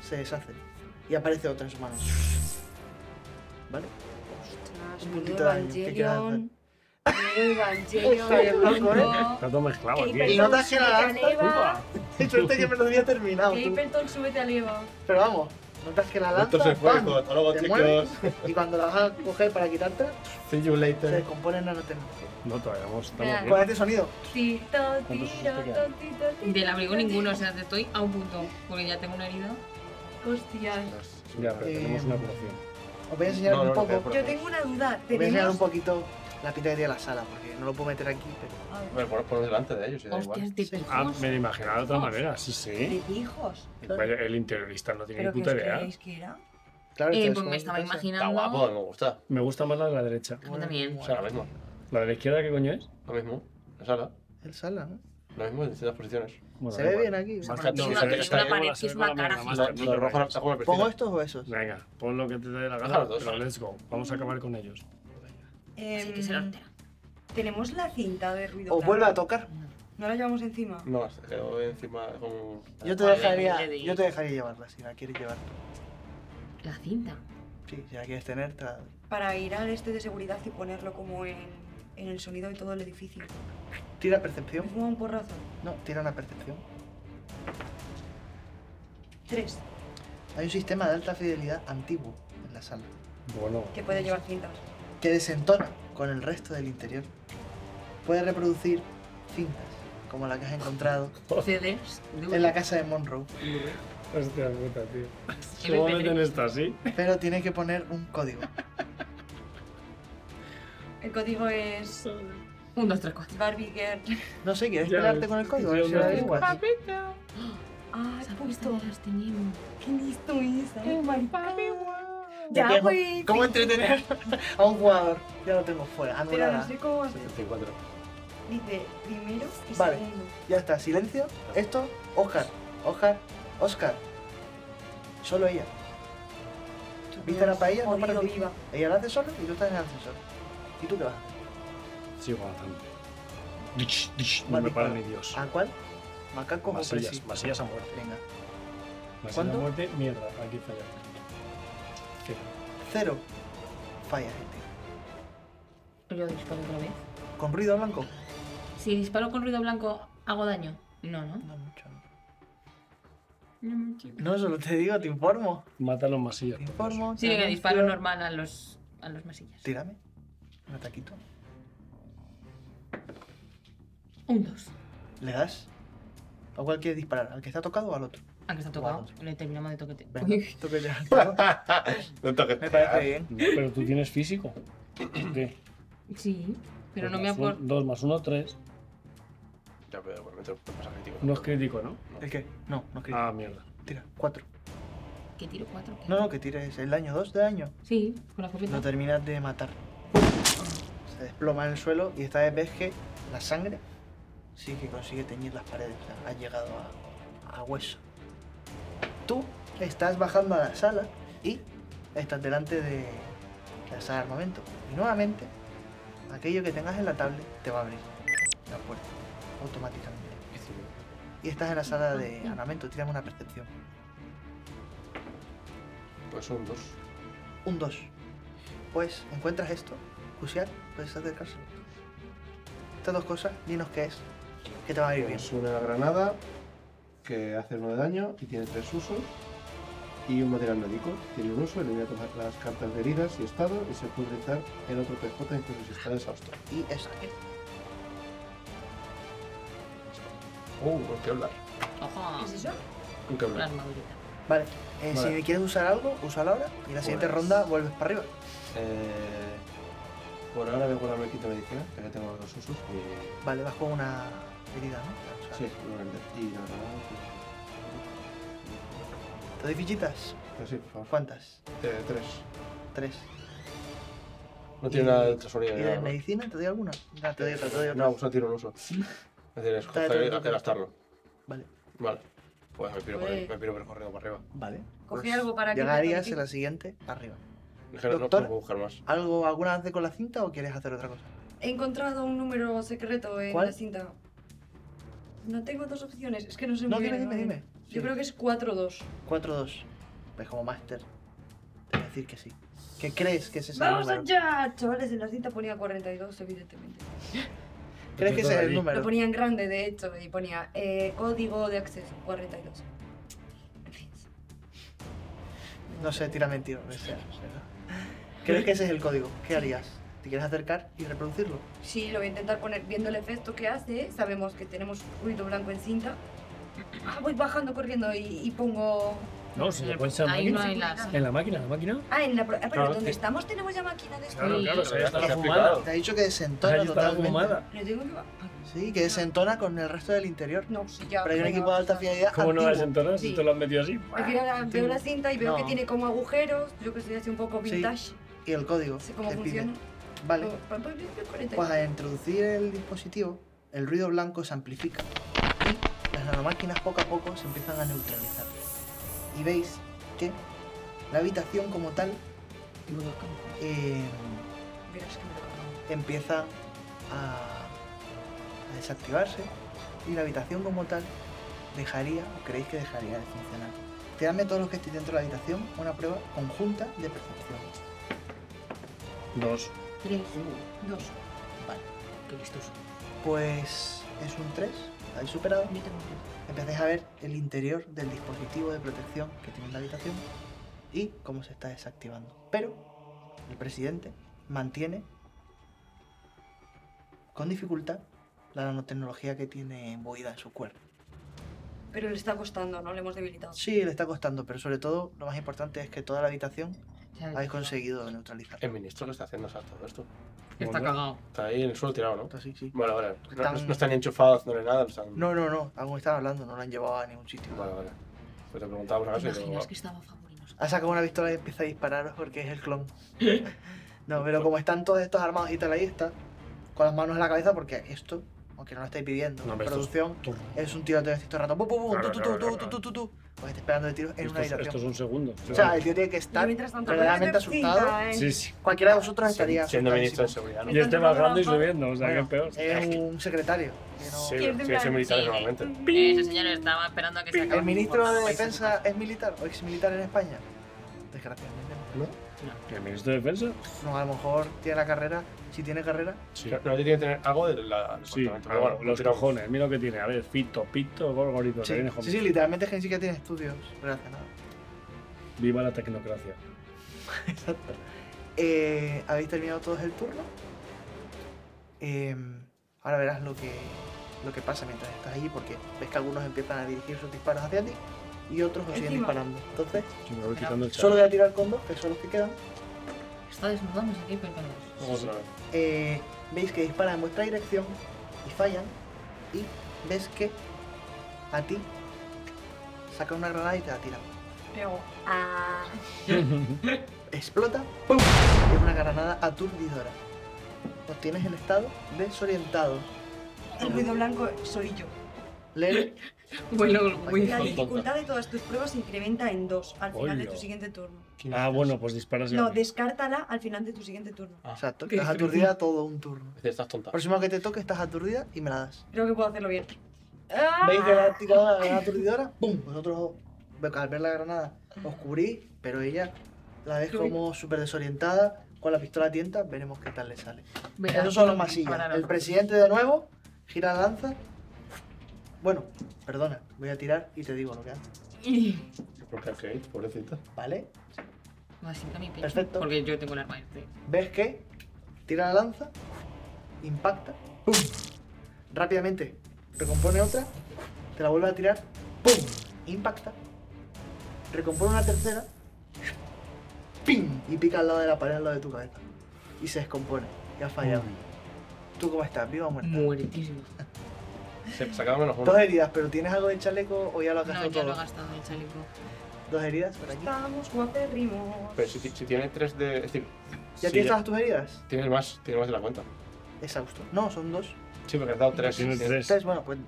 Speaker 2: se deshace. Y aparece otra en su mano. ¿Vale?
Speaker 4: Ostras,
Speaker 2: Un
Speaker 4: menudo
Speaker 2: puntito de daño, ¿qué quieres hacer?
Speaker 4: Evangelion. Menudo
Speaker 2: Está bien
Speaker 4: Evangelion,
Speaker 2: loco, ¿eh?
Speaker 4: loco.
Speaker 3: Está todo mezclado aquí.
Speaker 2: Y
Speaker 3: ¿eh?
Speaker 2: no te has quedado
Speaker 4: Súbete a
Speaker 3: Upa.
Speaker 4: Leva.
Speaker 2: Suerte que este me lo había terminado. tú.
Speaker 4: Capleton, súbete a Leva.
Speaker 2: Pero vamos, notas que la lanza.
Speaker 7: Entonces fue,
Speaker 2: ¡pam!
Speaker 7: hasta luego
Speaker 2: te
Speaker 7: chicos.
Speaker 2: mueves, y cuando la vas a coger para quitarte,
Speaker 7: See you
Speaker 2: se
Speaker 7: later.
Speaker 2: descompone en nanotecnología.
Speaker 3: No, todavía vamos,
Speaker 4: Mira.
Speaker 3: estamos
Speaker 2: Con
Speaker 3: bien.
Speaker 2: este sonido,
Speaker 4: Tito,
Speaker 7: ¿Cuántos sustos
Speaker 4: tiro,
Speaker 7: te quedan?
Speaker 4: tito, tito.
Speaker 6: Del abrigo ninguno, o sea, estoy a un punto. Porque ya tengo una herida.
Speaker 4: Hostias.
Speaker 3: Ya, pero tenemos una curación.
Speaker 2: os voy a enseñar
Speaker 7: No,
Speaker 2: un
Speaker 7: no,
Speaker 2: poco.
Speaker 7: no,
Speaker 2: Os
Speaker 7: por-
Speaker 4: Yo tengo una duda.
Speaker 2: voy a enseñar un
Speaker 4: ¿Tenemos,
Speaker 2: poquito la pinta que tiene la sala, porque no lo puedo meter aquí, pero.
Speaker 4: a ver,
Speaker 7: Bueno, por, por delante de ellos, y da igual.
Speaker 6: Hostias, de
Speaker 3: Ah,
Speaker 6: pejos.
Speaker 3: me lo imaginaba de otra manera, sí, sí.
Speaker 4: ¿de hijos?
Speaker 2: Pues
Speaker 3: Pero El interiorista no tiene
Speaker 4: ¿Pero
Speaker 3: ni
Speaker 4: qué os
Speaker 3: puta idea.
Speaker 4: creéis que era?
Speaker 2: Claro,
Speaker 6: Eh,
Speaker 2: entonces,
Speaker 6: pues me
Speaker 2: ¿cómo
Speaker 6: estaba
Speaker 2: te pasa?
Speaker 7: Está
Speaker 6: imaginando.
Speaker 7: guapo, me gusta.
Speaker 3: Me gusta más la de la derecha.
Speaker 6: Yo también.
Speaker 7: O sea, lo mismo.
Speaker 3: ¿La de la izquierda qué coño es?
Speaker 7: Lo mismo. La sala.
Speaker 2: El sala, ¿no?
Speaker 7: Lo mismo en distintas posiciones.
Speaker 3: Bueno,
Speaker 2: Se
Speaker 3: da
Speaker 2: ve
Speaker 3: igual.
Speaker 2: bien aquí.
Speaker 3: Marca
Speaker 7: Bueno,
Speaker 3: todo,
Speaker 7: es
Speaker 3: se
Speaker 7: una-
Speaker 3: ve-
Speaker 7: es
Speaker 3: está
Speaker 7: una
Speaker 3: igual,
Speaker 6: pared,
Speaker 3: se
Speaker 6: es
Speaker 3: ve la
Speaker 6: una
Speaker 3: mierda,
Speaker 6: cara
Speaker 7: Lo,
Speaker 3: más
Speaker 7: lo,
Speaker 3: tranquilo,
Speaker 7: rojo está como el
Speaker 2: ¿Pongo
Speaker 7: vecino.
Speaker 2: estos o esos?
Speaker 3: Venga, pon lo que te dé la
Speaker 7: Deja
Speaker 3: gana,
Speaker 7: los dos.
Speaker 3: pero let's go. Vamos a acabar con ellos.
Speaker 6: Así Pues que se lo
Speaker 4: Em,
Speaker 6: entera.
Speaker 4: Tenemos la cinta de ruido.
Speaker 2: ¿O
Speaker 4: blanco.
Speaker 2: vuelve a tocar?
Speaker 4: No la llevamos encima.
Speaker 7: No, se quedó encima con.
Speaker 2: Yo te dejaría, yo te dejaría llevarla si la quieres llevar.
Speaker 6: La cinta.
Speaker 2: Sí, si la quieres tener, te la doy.
Speaker 4: Para ir al este de seguridad y ponerlo como en, en el sonido de todo el edificio.
Speaker 2: ¿Tira
Speaker 4: ¿Me
Speaker 2: percepción?
Speaker 4: fuma un porrazo?
Speaker 2: No, tira una percepción.
Speaker 4: Tres.
Speaker 2: Hay un sistema de alta fidelidad antiguo en la sala
Speaker 3: Bueno,
Speaker 4: Que
Speaker 2: Pues
Speaker 4: puede llevar cintas.
Speaker 2: que desentona con el resto del interior. Puede reproducir cintas como la que has encontrado
Speaker 6: CDs.
Speaker 2: Oh. en la casa de Monroe,
Speaker 3: hostia puta, tío. ¿Cómo meten esto así?
Speaker 2: pero tiene que poner un código.
Speaker 4: El código es
Speaker 6: 1, 2, 3, 4.
Speaker 4: Barbie Girl.
Speaker 2: No sé, ¿quieres
Speaker 3: Ya
Speaker 2: pegarte
Speaker 3: ves,
Speaker 2: con el código? A
Speaker 3: yo
Speaker 2: ver si
Speaker 3: no
Speaker 2: lo
Speaker 3: sé.
Speaker 2: averiguas.
Speaker 4: Ah, he puesto.
Speaker 6: las teníamos.
Speaker 4: Qué listo es. ay,
Speaker 2: Ya
Speaker 4: marica. Oh Ya,
Speaker 2: tengo-
Speaker 4: güey.
Speaker 2: ¿Cómo
Speaker 4: sí,
Speaker 2: entretener a un jugador? Ya lo tengo fuera,
Speaker 4: Pero no
Speaker 2: anulada.
Speaker 4: sé cómo hacer.
Speaker 7: 64.
Speaker 4: Dice primero y
Speaker 2: Vale.
Speaker 4: segundo.
Speaker 2: Ya está, silencio. Esto, Oscar, Oscar, Oscar. Solo ella. ¿Viste la paella? No
Speaker 4: Jodido
Speaker 2: para ti.
Speaker 4: viva.
Speaker 2: Ella lo hace sola y tú estás en el ascensor. ¿Y tú qué vas a hacer?
Speaker 3: Sigo avanzando. Dich, dich, No
Speaker 2: Vale,
Speaker 3: me para
Speaker 2: vale.
Speaker 3: ni Dios.
Speaker 2: ¿A cuál? ¿Macaco o presi?
Speaker 3: Masillas, masillas a muerte.
Speaker 2: Venga.
Speaker 3: Masillas
Speaker 2: ¿Cuánto?
Speaker 3: a muerte, mierda, aquí falla. Sí.
Speaker 2: Cero. Falla, gente.
Speaker 6: Yo disparo otra vez.
Speaker 2: ¿Con ruido blanco?
Speaker 6: Si disparo con ruido blanco, ¿hago daño? No, ¿no?
Speaker 2: No mucho. No, solo te digo, te informo.
Speaker 3: Mata a los masillas.
Speaker 2: Te
Speaker 3: por
Speaker 2: informo.
Speaker 6: Sí,
Speaker 2: te
Speaker 6: venga,
Speaker 2: anuncio.
Speaker 6: disparo normal a los, a los masillas.
Speaker 2: Tírame. Un ataquito.
Speaker 6: Un 2.
Speaker 2: ¿Le das? ¿A cuál quieres disparar? ¿Al que está tocado o al otro?
Speaker 6: Aunque Ah, está tocado, le terminamos de toquete.
Speaker 2: Venga, tú que ya-
Speaker 7: no toques.
Speaker 2: Me parece bien.
Speaker 3: Dios. No, Pero tú tienes físico. ¿Qué?
Speaker 6: Sí, pero
Speaker 3: Dos
Speaker 6: no me
Speaker 3: más un-
Speaker 6: acuerdo.
Speaker 3: Dos más uno, tres.
Speaker 7: Ya, pero bueno, me tengo que pasar crítico.
Speaker 3: No es crítico, ¿no?
Speaker 2: ¿El qué? No, no escribí.
Speaker 3: Ah, mierda.
Speaker 2: Tira, cuatro.
Speaker 6: ¿Qué tiro? ¿Cuatro? ¿Qué?
Speaker 2: No, no, que tires el daño, dos de daño.
Speaker 6: Sí, con la
Speaker 2: Lo
Speaker 6: escopeta.
Speaker 2: terminas de matar. Se desploma en el suelo y esta vez ves que la sangre sí que consigue teñir las paredes. o sea, ha llegado a, a hueso. Tú estás bajando a la sala y estás delante de la sala de armamento. Y nuevamente, aquello que tengas en la tablet te va a abrir la puerta automáticamente. Y estás en la sala de armamento. Tírame una percepción.
Speaker 7: Pues son dos.
Speaker 2: Un 2. Pues encuentras esto, pues, Cusiar, puedes acercárselo. Estas dos cosas, dinos qué es, que te va a ir bien.
Speaker 7: Es una granada que hace uno de daño y tiene tres usos. Y un material médico. Tiene un uso, elimina todas las cartas de heridas y estado y se puede utilizar en otro PJ incluso si está exhausto.
Speaker 2: Y esto.
Speaker 7: Uh, ¿con qué hablar?
Speaker 6: Ojo,
Speaker 4: ¿Qué es eso?
Speaker 7: ¿Con qué
Speaker 6: la
Speaker 7: hablar?
Speaker 6: armadurita.
Speaker 2: Vale, eh,
Speaker 7: Vale.
Speaker 2: si quieres usar algo, úsalo ahora y la siguiente
Speaker 7: Pues-
Speaker 2: ronda vuelves para arriba.
Speaker 7: Eh, por ahora voy a guardarme el kit de medicina, que ya tengo los dos usos. Y...
Speaker 2: Vale, vas con una herida, ¿no? O sea,
Speaker 7: Sí, seguramente. Y la granada. pues,
Speaker 2: ¿Te doy fichitas?
Speaker 7: Pues sí, por favor.
Speaker 2: ¿Cuántas?
Speaker 7: Eh, tres.
Speaker 2: Tres.
Speaker 7: No tiene
Speaker 2: Y-
Speaker 7: nada de tesorería.
Speaker 2: ¿Y
Speaker 7: ni
Speaker 2: de
Speaker 7: nada, ¿no?
Speaker 2: medicina? ¿Te doy alguna? No, te doy otra, te doy otra.
Speaker 7: No, pues no tiene un uso. Es decir, es
Speaker 2: Dale, dale,
Speaker 7: hacer-
Speaker 2: dale.
Speaker 7: gastarlo.
Speaker 2: Vale,
Speaker 7: Vale. Pues me piro, por ahí,
Speaker 6: Pues-
Speaker 7: me piro por corriendo para arriba.
Speaker 2: vale.
Speaker 6: Cogí
Speaker 2: Pues
Speaker 6: algo para que...
Speaker 2: Llegarías en la siguiente, arriba.
Speaker 7: Es que no- no
Speaker 2: Doctor.
Speaker 7: puedo buscar más.
Speaker 2: ¿Algo, ¿Algún avance con la cinta o quieres hacer otra cosa?
Speaker 10: He encontrado un número secreto en
Speaker 2: ¿Cuál?
Speaker 10: la cinta. No tengo dos opciones, es que no sé
Speaker 2: No,
Speaker 10: muy
Speaker 2: dime,
Speaker 10: bien. el
Speaker 2: dime,
Speaker 10: nombre.
Speaker 2: dime.
Speaker 10: Yo creo que es 4-2.
Speaker 2: 4-2. Pues como máster, te voy a decir que sí. ¿Qué crees que es ese
Speaker 10: ¡Vamos
Speaker 2: número?
Speaker 10: allá! Chavales, en la cinta ponía 42, evidentemente.
Speaker 2: ¿Crees que ese es el número?
Speaker 10: Lo ponía en grande, de hecho, y ponía eh, código de acceso 42. En fin.
Speaker 2: No sé, tira mentira. o sea, o sea. ¿Crees que ese es el código? ¿Qué harías? ¿Te quieres acercar y reproducirlo?
Speaker 10: Sí, lo voy a intentar poner viendo el efecto que hace. Sabemos que tenemos ruido blanco en cinta. Ah, voy bajando corriendo y, y pongo.
Speaker 3: No, si lo pones en la
Speaker 6: Hay uno
Speaker 3: máquina.
Speaker 6: en las...
Speaker 3: En la máquina, la máquina.
Speaker 10: Ah, en la. pro- ah, pero
Speaker 3: Claro,
Speaker 10: donde
Speaker 3: sí.
Speaker 10: estamos tenemos ya máquina de esto.
Speaker 3: Claro,
Speaker 6: Sí.
Speaker 3: claro, o sea, ya
Speaker 7: Ya
Speaker 3: está
Speaker 7: está
Speaker 3: la fumada.
Speaker 2: Te ha dicho que
Speaker 3: O sea,
Speaker 2: desentona
Speaker 3: ya está la
Speaker 2: totalmente.
Speaker 3: fumada.
Speaker 10: Pero tengo que. ba- ah,
Speaker 2: Sí, que desentona con el resto del interior.
Speaker 10: No, sí, ya.
Speaker 2: Pero hay un
Speaker 10: venga,
Speaker 2: equipo de alta
Speaker 10: vamos a-
Speaker 2: fidelidad
Speaker 3: ¿Cómo no vas
Speaker 2: antiguo.
Speaker 3: entonces?
Speaker 6: Sí.
Speaker 3: Si te lo has metido así.
Speaker 10: Al final ah, veo la cinta y veo
Speaker 2: No.
Speaker 10: que tiene como agujeros. Yo que soy así un poco
Speaker 2: Sí.
Speaker 10: vintage.
Speaker 2: Y el código.
Speaker 10: Sé cómo
Speaker 2: que pide.
Speaker 10: funciona.
Speaker 2: Vale.
Speaker 10: Oh, pa- pa- pa- 42.
Speaker 2: Pues al introducir el dispositivo, el ruido blanco se amplifica y las nanomáquinas poco a poco se empiezan a neutralizar. Y veis que la habitación como tal eh,
Speaker 10: Verás que me lo acabo.
Speaker 2: empieza a, a desactivarse y la habitación como tal dejaría, o creéis que dejaría de funcionar. Tiradme todos los que estéis dentro de la habitación una prueba conjunta de percepción.
Speaker 7: Dos.
Speaker 6: Tres, dos.
Speaker 2: Vale.
Speaker 6: Qué listos.
Speaker 2: Pues es un 3, ¿la habéis superado?
Speaker 6: Yo tengo un
Speaker 2: Empezáis a ver el interior del dispositivo de protección que tiene en la habitación y cómo se está desactivando. Pero el presidente mantiene con dificultad la nanotecnología que tiene embuida en su cuerpo.
Speaker 10: Pero le está costando, ¿no? Le hemos debilitado.
Speaker 2: Sí, le está costando, pero sobre todo lo más importante es que toda la habitación
Speaker 6: ¿Sabes?
Speaker 2: habéis conseguido neutralizar.
Speaker 7: El ministro que está haciendo exacto todo esto.
Speaker 6: Está cagado.
Speaker 7: Está ahí en el suelo tirado, ¿no?
Speaker 2: Entonces, sí, sí.
Speaker 7: Vale, vale. No,
Speaker 2: Están-
Speaker 7: no- no están ni enchufados, haciéndole nada. No están...
Speaker 2: No, no, no, aún están hablando, no lo han llevado a ningún sitio.
Speaker 7: Vale, vale. Pues te preguntaba por
Speaker 6: ¿Te
Speaker 7: si acaso y digo,
Speaker 6: imaginas que estaba favorito?
Speaker 2: Ha sacado una pistola y empieza a disparar porque es el clon. No, pero como están todos estos armados y tal ahí está, con las manos en la cabeza porque esto, aunque no lo estáis pidiendo,
Speaker 3: No,
Speaker 2: en
Speaker 3: pero esto es
Speaker 2: producción es un tiroteo de este todo el rato. Pum, pum, pum,
Speaker 3: Claro,
Speaker 2: tu, tu,
Speaker 3: claro,
Speaker 2: tu,
Speaker 3: claro,
Speaker 2: tu,
Speaker 3: claro.
Speaker 2: tu, tu, tu. Os estáis pegando de tiros en una
Speaker 3: Estos, estos
Speaker 2: habitación.
Speaker 3: son segundos.
Speaker 2: O sea, el tío tiene que estar.
Speaker 10: Y mientras tanto,
Speaker 2: verdaderamente
Speaker 10: acuérdate de
Speaker 2: asustado.
Speaker 10: cinta, ¿eh?
Speaker 3: Sí, sí.
Speaker 2: Cualquiera de vosotros estaría.
Speaker 7: siendo, siendo ministro de
Speaker 2: asustadísimo.
Speaker 7: seguridad, ¿no?
Speaker 3: Y este bajando y subiendo, o sea, que es peor.
Speaker 2: Es un secretario. que no-
Speaker 7: Sí,
Speaker 10: Y es
Speaker 7: sí,
Speaker 10: de
Speaker 7: sí,
Speaker 10: plan,
Speaker 7: militares normalmente.
Speaker 6: Ese señor estaba esperando a que se acabara.
Speaker 2: El ministro de Defensa es militar o ex militar en España. Desgraciadamente. No, eh.
Speaker 3: ¿El ministro de defensa?
Speaker 2: No, a lo mejor tiene la carrera. Si tiene carrera,
Speaker 3: Sí.
Speaker 7: No, no tiene que tener algo de la del
Speaker 3: Sí,
Speaker 7: departamento,
Speaker 3: pero bueno, los
Speaker 7: tiramos.
Speaker 3: cojones, mira lo que tiene. A ver, Fito, Pito, Gorgorito, que
Speaker 2: Sí,
Speaker 3: viene
Speaker 2: sí,
Speaker 3: joven.
Speaker 2: sí, literalmente es que ni siquiera tiene estudios relacionados.
Speaker 3: Viva la tecnocracia.
Speaker 2: Exacto. Eh, ¿Habéis terminado todos el turno? Eh, ahora verás lo que, lo que pasa mientras estás allí, porque ves que algunos empiezan a dirigir sus disparos hacia ti y otros os siguen
Speaker 10: Encima.
Speaker 2: disparando. Entonces,
Speaker 3: Yo me voy
Speaker 6: Pues
Speaker 3: quitando el chaleco.
Speaker 2: solo voy a tirar con dos, que son los que quedan.
Speaker 6: Está desnudando, no sé qué, pero no.
Speaker 7: Vamos otra vez.
Speaker 2: Eh, veis que disparan en vuestra dirección y fallan. Y ves que a ti saca una granada y te la tira.
Speaker 10: Y hago, Ah,
Speaker 2: explota ¡pum! y es una granada aturdidora. Obtienes el estado desorientado.
Speaker 10: el ruido blanco soy yo.
Speaker 2: Lele,
Speaker 6: Bueno,
Speaker 2: muy-
Speaker 10: La
Speaker 7: Tonta.
Speaker 10: dificultad de todas tus pruebas se incrementa en dos al final de
Speaker 3: Hola.
Speaker 10: tu siguiente turno.
Speaker 3: Ah, bueno, pues disparas y
Speaker 10: No,
Speaker 3: a mí.
Speaker 10: descártala al final de tu siguiente turno.
Speaker 2: exacto,
Speaker 6: Qué
Speaker 2: estás aturdida todo un turno.
Speaker 7: Es decir, Estás tonta.
Speaker 2: Próximo que te toque, estás aturdida y me la das.
Speaker 10: Creo que puedo hacerlo bien. ¡Ah!
Speaker 2: ¿Veis que la tirada la granada aturdidora? Pues ¡Pum! Vosotros, al ver la granada, os cubrís, pero ella la ves como súper desorientada, con la pistola a tientas, veremos qué tal le sale. Esos son los masillas. El presidente de nuevo gira la lanza. Bueno, perdona, voy a tirar y te digo lo que hace.
Speaker 7: Porque es que, pobrecita.
Speaker 2: ¿Vale?
Speaker 6: Más cinco a mi pecho,
Speaker 2: Perfecto.
Speaker 6: Porque yo tengo el arma este.
Speaker 2: ¿Ves que? Tira la lanza, impacta, ¡pum! Rápidamente recompone otra, te la vuelve a tirar, ¡pum! Impacta, recompone una tercera, ¡pim! Y pica al lado de la pared, al lado de tu cabeza. Y se descompone, ya ha fallado. ¿Tú cómo estás? ¿Viva o muerta?
Speaker 6: Muertísimo.
Speaker 7: Se sacaba menos uno.
Speaker 2: Dos heridas, pero ¿tienes algo de chaleco o ya lo has
Speaker 6: No,
Speaker 2: gastado
Speaker 6: ya lo he
Speaker 2: todo?
Speaker 6: gastado el chaleco.
Speaker 2: Dos heridas por aquí.
Speaker 10: Estamos guaperrimos.
Speaker 7: Pero si, si tienes tres de. Es decir,
Speaker 2: ¿Ya
Speaker 7: si
Speaker 2: tienes todas tus heridas?
Speaker 7: tienes más, tienes más de la cuenta.
Speaker 2: Exhausto. No, son dos.
Speaker 7: Sí, porque has dado tres.
Speaker 3: Tiene tres.
Speaker 2: Tres, bueno, pues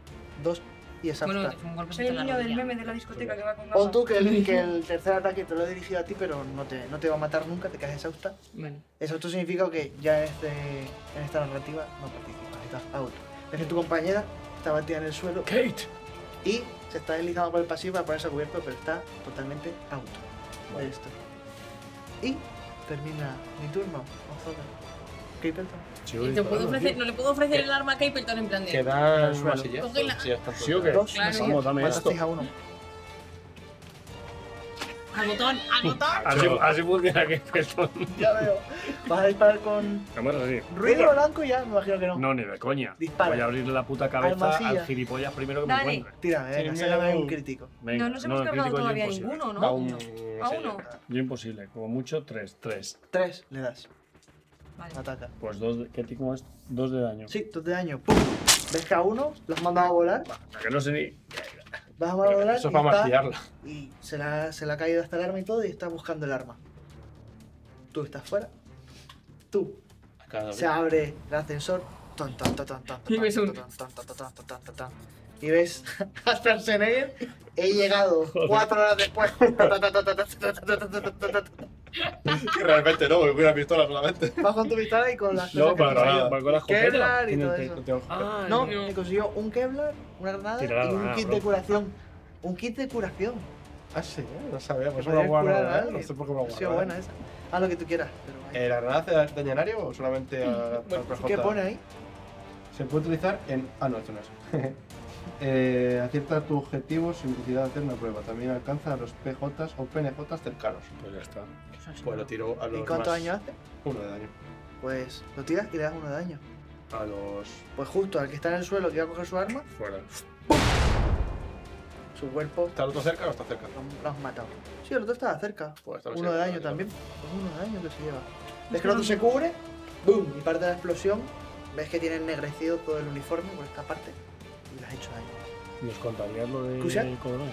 Speaker 2: dos y exhausto.
Speaker 6: Bueno, fue un golpe
Speaker 10: Soy el niño del meme de la discoteca que va con
Speaker 2: Pon tú
Speaker 10: gafas.
Speaker 2: que el, que el tercer ataque te lo he dirigido a ti, pero no te, no te va a matar nunca, te caes exhausta.
Speaker 6: Bueno,
Speaker 2: Exhausto significa que ya en, este, en esta narrativa no participas, estás out. Es que tu compañera está batida en el suelo
Speaker 3: Kate.
Speaker 2: y se está deslizando por el pasillo para ponerse a cubierto, pero está totalmente out de esto. Y termina mi turno, Ozoda. Creepleton.
Speaker 6: y te puedo ofrecer, no le puedo ofrecer el arma a Capleton en plan de.
Speaker 7: Quedan
Speaker 2: Al
Speaker 7: una
Speaker 2: suelo.
Speaker 7: silla.
Speaker 6: Cógela.
Speaker 7: Sí, ya están
Speaker 3: ¿Sí o qué?
Speaker 2: Dos,
Speaker 6: Claro.
Speaker 2: no sé.
Speaker 3: Eh, Vamos, dame esto.
Speaker 2: Matasteis a uno.
Speaker 6: Al botón, al botón.
Speaker 3: Así, así funciona que perdón.
Speaker 2: Ya veo. Vas a disparar con
Speaker 3: Además, así.
Speaker 2: ruido blanco y ya, me imagino que no.
Speaker 3: No, ni de coña.
Speaker 2: Dispara.
Speaker 3: Voy a abrirle la puta cabeza
Speaker 2: Almacilla.
Speaker 3: al gilipollas primero que
Speaker 10: Dale.
Speaker 3: me encuentre.
Speaker 2: Tírame, venga,
Speaker 7: Sin
Speaker 2: sácame
Speaker 7: miedo.
Speaker 2: un crítico.
Speaker 3: Venga,
Speaker 10: no nos hemos
Speaker 3: el
Speaker 10: cargado
Speaker 3: crítico yo
Speaker 10: todavía
Speaker 3: imposible.
Speaker 10: ninguno,
Speaker 7: Va
Speaker 10: ¿no?
Speaker 7: un-
Speaker 10: A
Speaker 7: sí,
Speaker 10: uno.
Speaker 3: Yo imposible, como mucho tres, tres.
Speaker 2: Tres, le das.
Speaker 10: Vale.
Speaker 2: Ataca.
Speaker 3: Pues dos, de- ¿qué te- cómo es? Dos de daño.
Speaker 2: Sí, dos de daño. ¡Pum! Ves que a uno lo has mandado a volar.
Speaker 3: O sea, que no sé ni.
Speaker 2: Vas a mandar a volar.
Speaker 7: Eso es
Speaker 2: y
Speaker 7: para
Speaker 2: está-
Speaker 7: martillarla.
Speaker 2: Y se le ha, se le ha caído hasta el arma y todo y está buscando el arma. Tú estás fuera. Tú.
Speaker 7: Cada vez.
Speaker 2: Se abre el ascensor. Ton, ton, ton, ton, ton, ton,
Speaker 6: Y ves un-
Speaker 2: ton, ton, ton, ton, ton, ton, ton, ton. Y ves a Schwarzenegger. He llegado cuatro horas después.
Speaker 7: Y realmente no, porque una pistola solamente.
Speaker 2: Vas con tu pistola y con las cosas
Speaker 3: No,
Speaker 2: que
Speaker 3: para,
Speaker 2: te salen.
Speaker 3: para, con la escopeta.
Speaker 2: Kevlar y todo eso.
Speaker 6: Ah,
Speaker 2: No,
Speaker 6: no.
Speaker 2: me consiguió un Kevlar, una granada
Speaker 3: Tira la
Speaker 2: y un
Speaker 3: granada,
Speaker 2: kit
Speaker 3: bro.
Speaker 2: de curación. Un kit de curación.
Speaker 7: Ah, sí, eh, no sabía. Pues
Speaker 2: Podrías
Speaker 7: una
Speaker 2: curar
Speaker 7: buena
Speaker 2: a
Speaker 7: novedad,
Speaker 2: alguien.
Speaker 7: No sé por qué una
Speaker 2: Ha
Speaker 3: Oh,
Speaker 7: buena
Speaker 2: sido
Speaker 7: novedad.
Speaker 2: buena esa. Haz lo que tú quieras. Pero ahí.
Speaker 7: ¿Eh, ¿La granada hace da- daño en área o solamente a, al PJ?
Speaker 2: ¿Qué pone ahí?
Speaker 7: Se puede utilizar en. Ah, no, esto no es. eh, acierta tu objetivo sin necesidad de hacer una prueba. También alcanza a los PJs o PNJs cercanos.
Speaker 8: Pues ya está.
Speaker 7: Pues lo tiro a los.
Speaker 2: ¿Y cuánto
Speaker 7: más-
Speaker 2: daño hace?
Speaker 7: Uno de daño.
Speaker 2: Pues lo tiras y le das uno de daño.
Speaker 7: A los.
Speaker 2: Pues justo al que está en el suelo que iba a coger su arma,
Speaker 8: Fuera.
Speaker 2: su cuerpo
Speaker 7: ¿Está el otro cerca o está cerca?
Speaker 2: lo, lo has matado. Sí, el otro estaba cerca.
Speaker 7: Pues está
Speaker 2: Uno de daño también. Pues uno de daño que se lleva. Ves que el otro se cubre, ¡boom! Y parte de la explosión. Ves que tiene ennegrecido todo el uniforme por esta parte. Y le has hecho daño.
Speaker 3: ¿Nos contarías lo de
Speaker 2: ¿Cusia?
Speaker 3: Corona?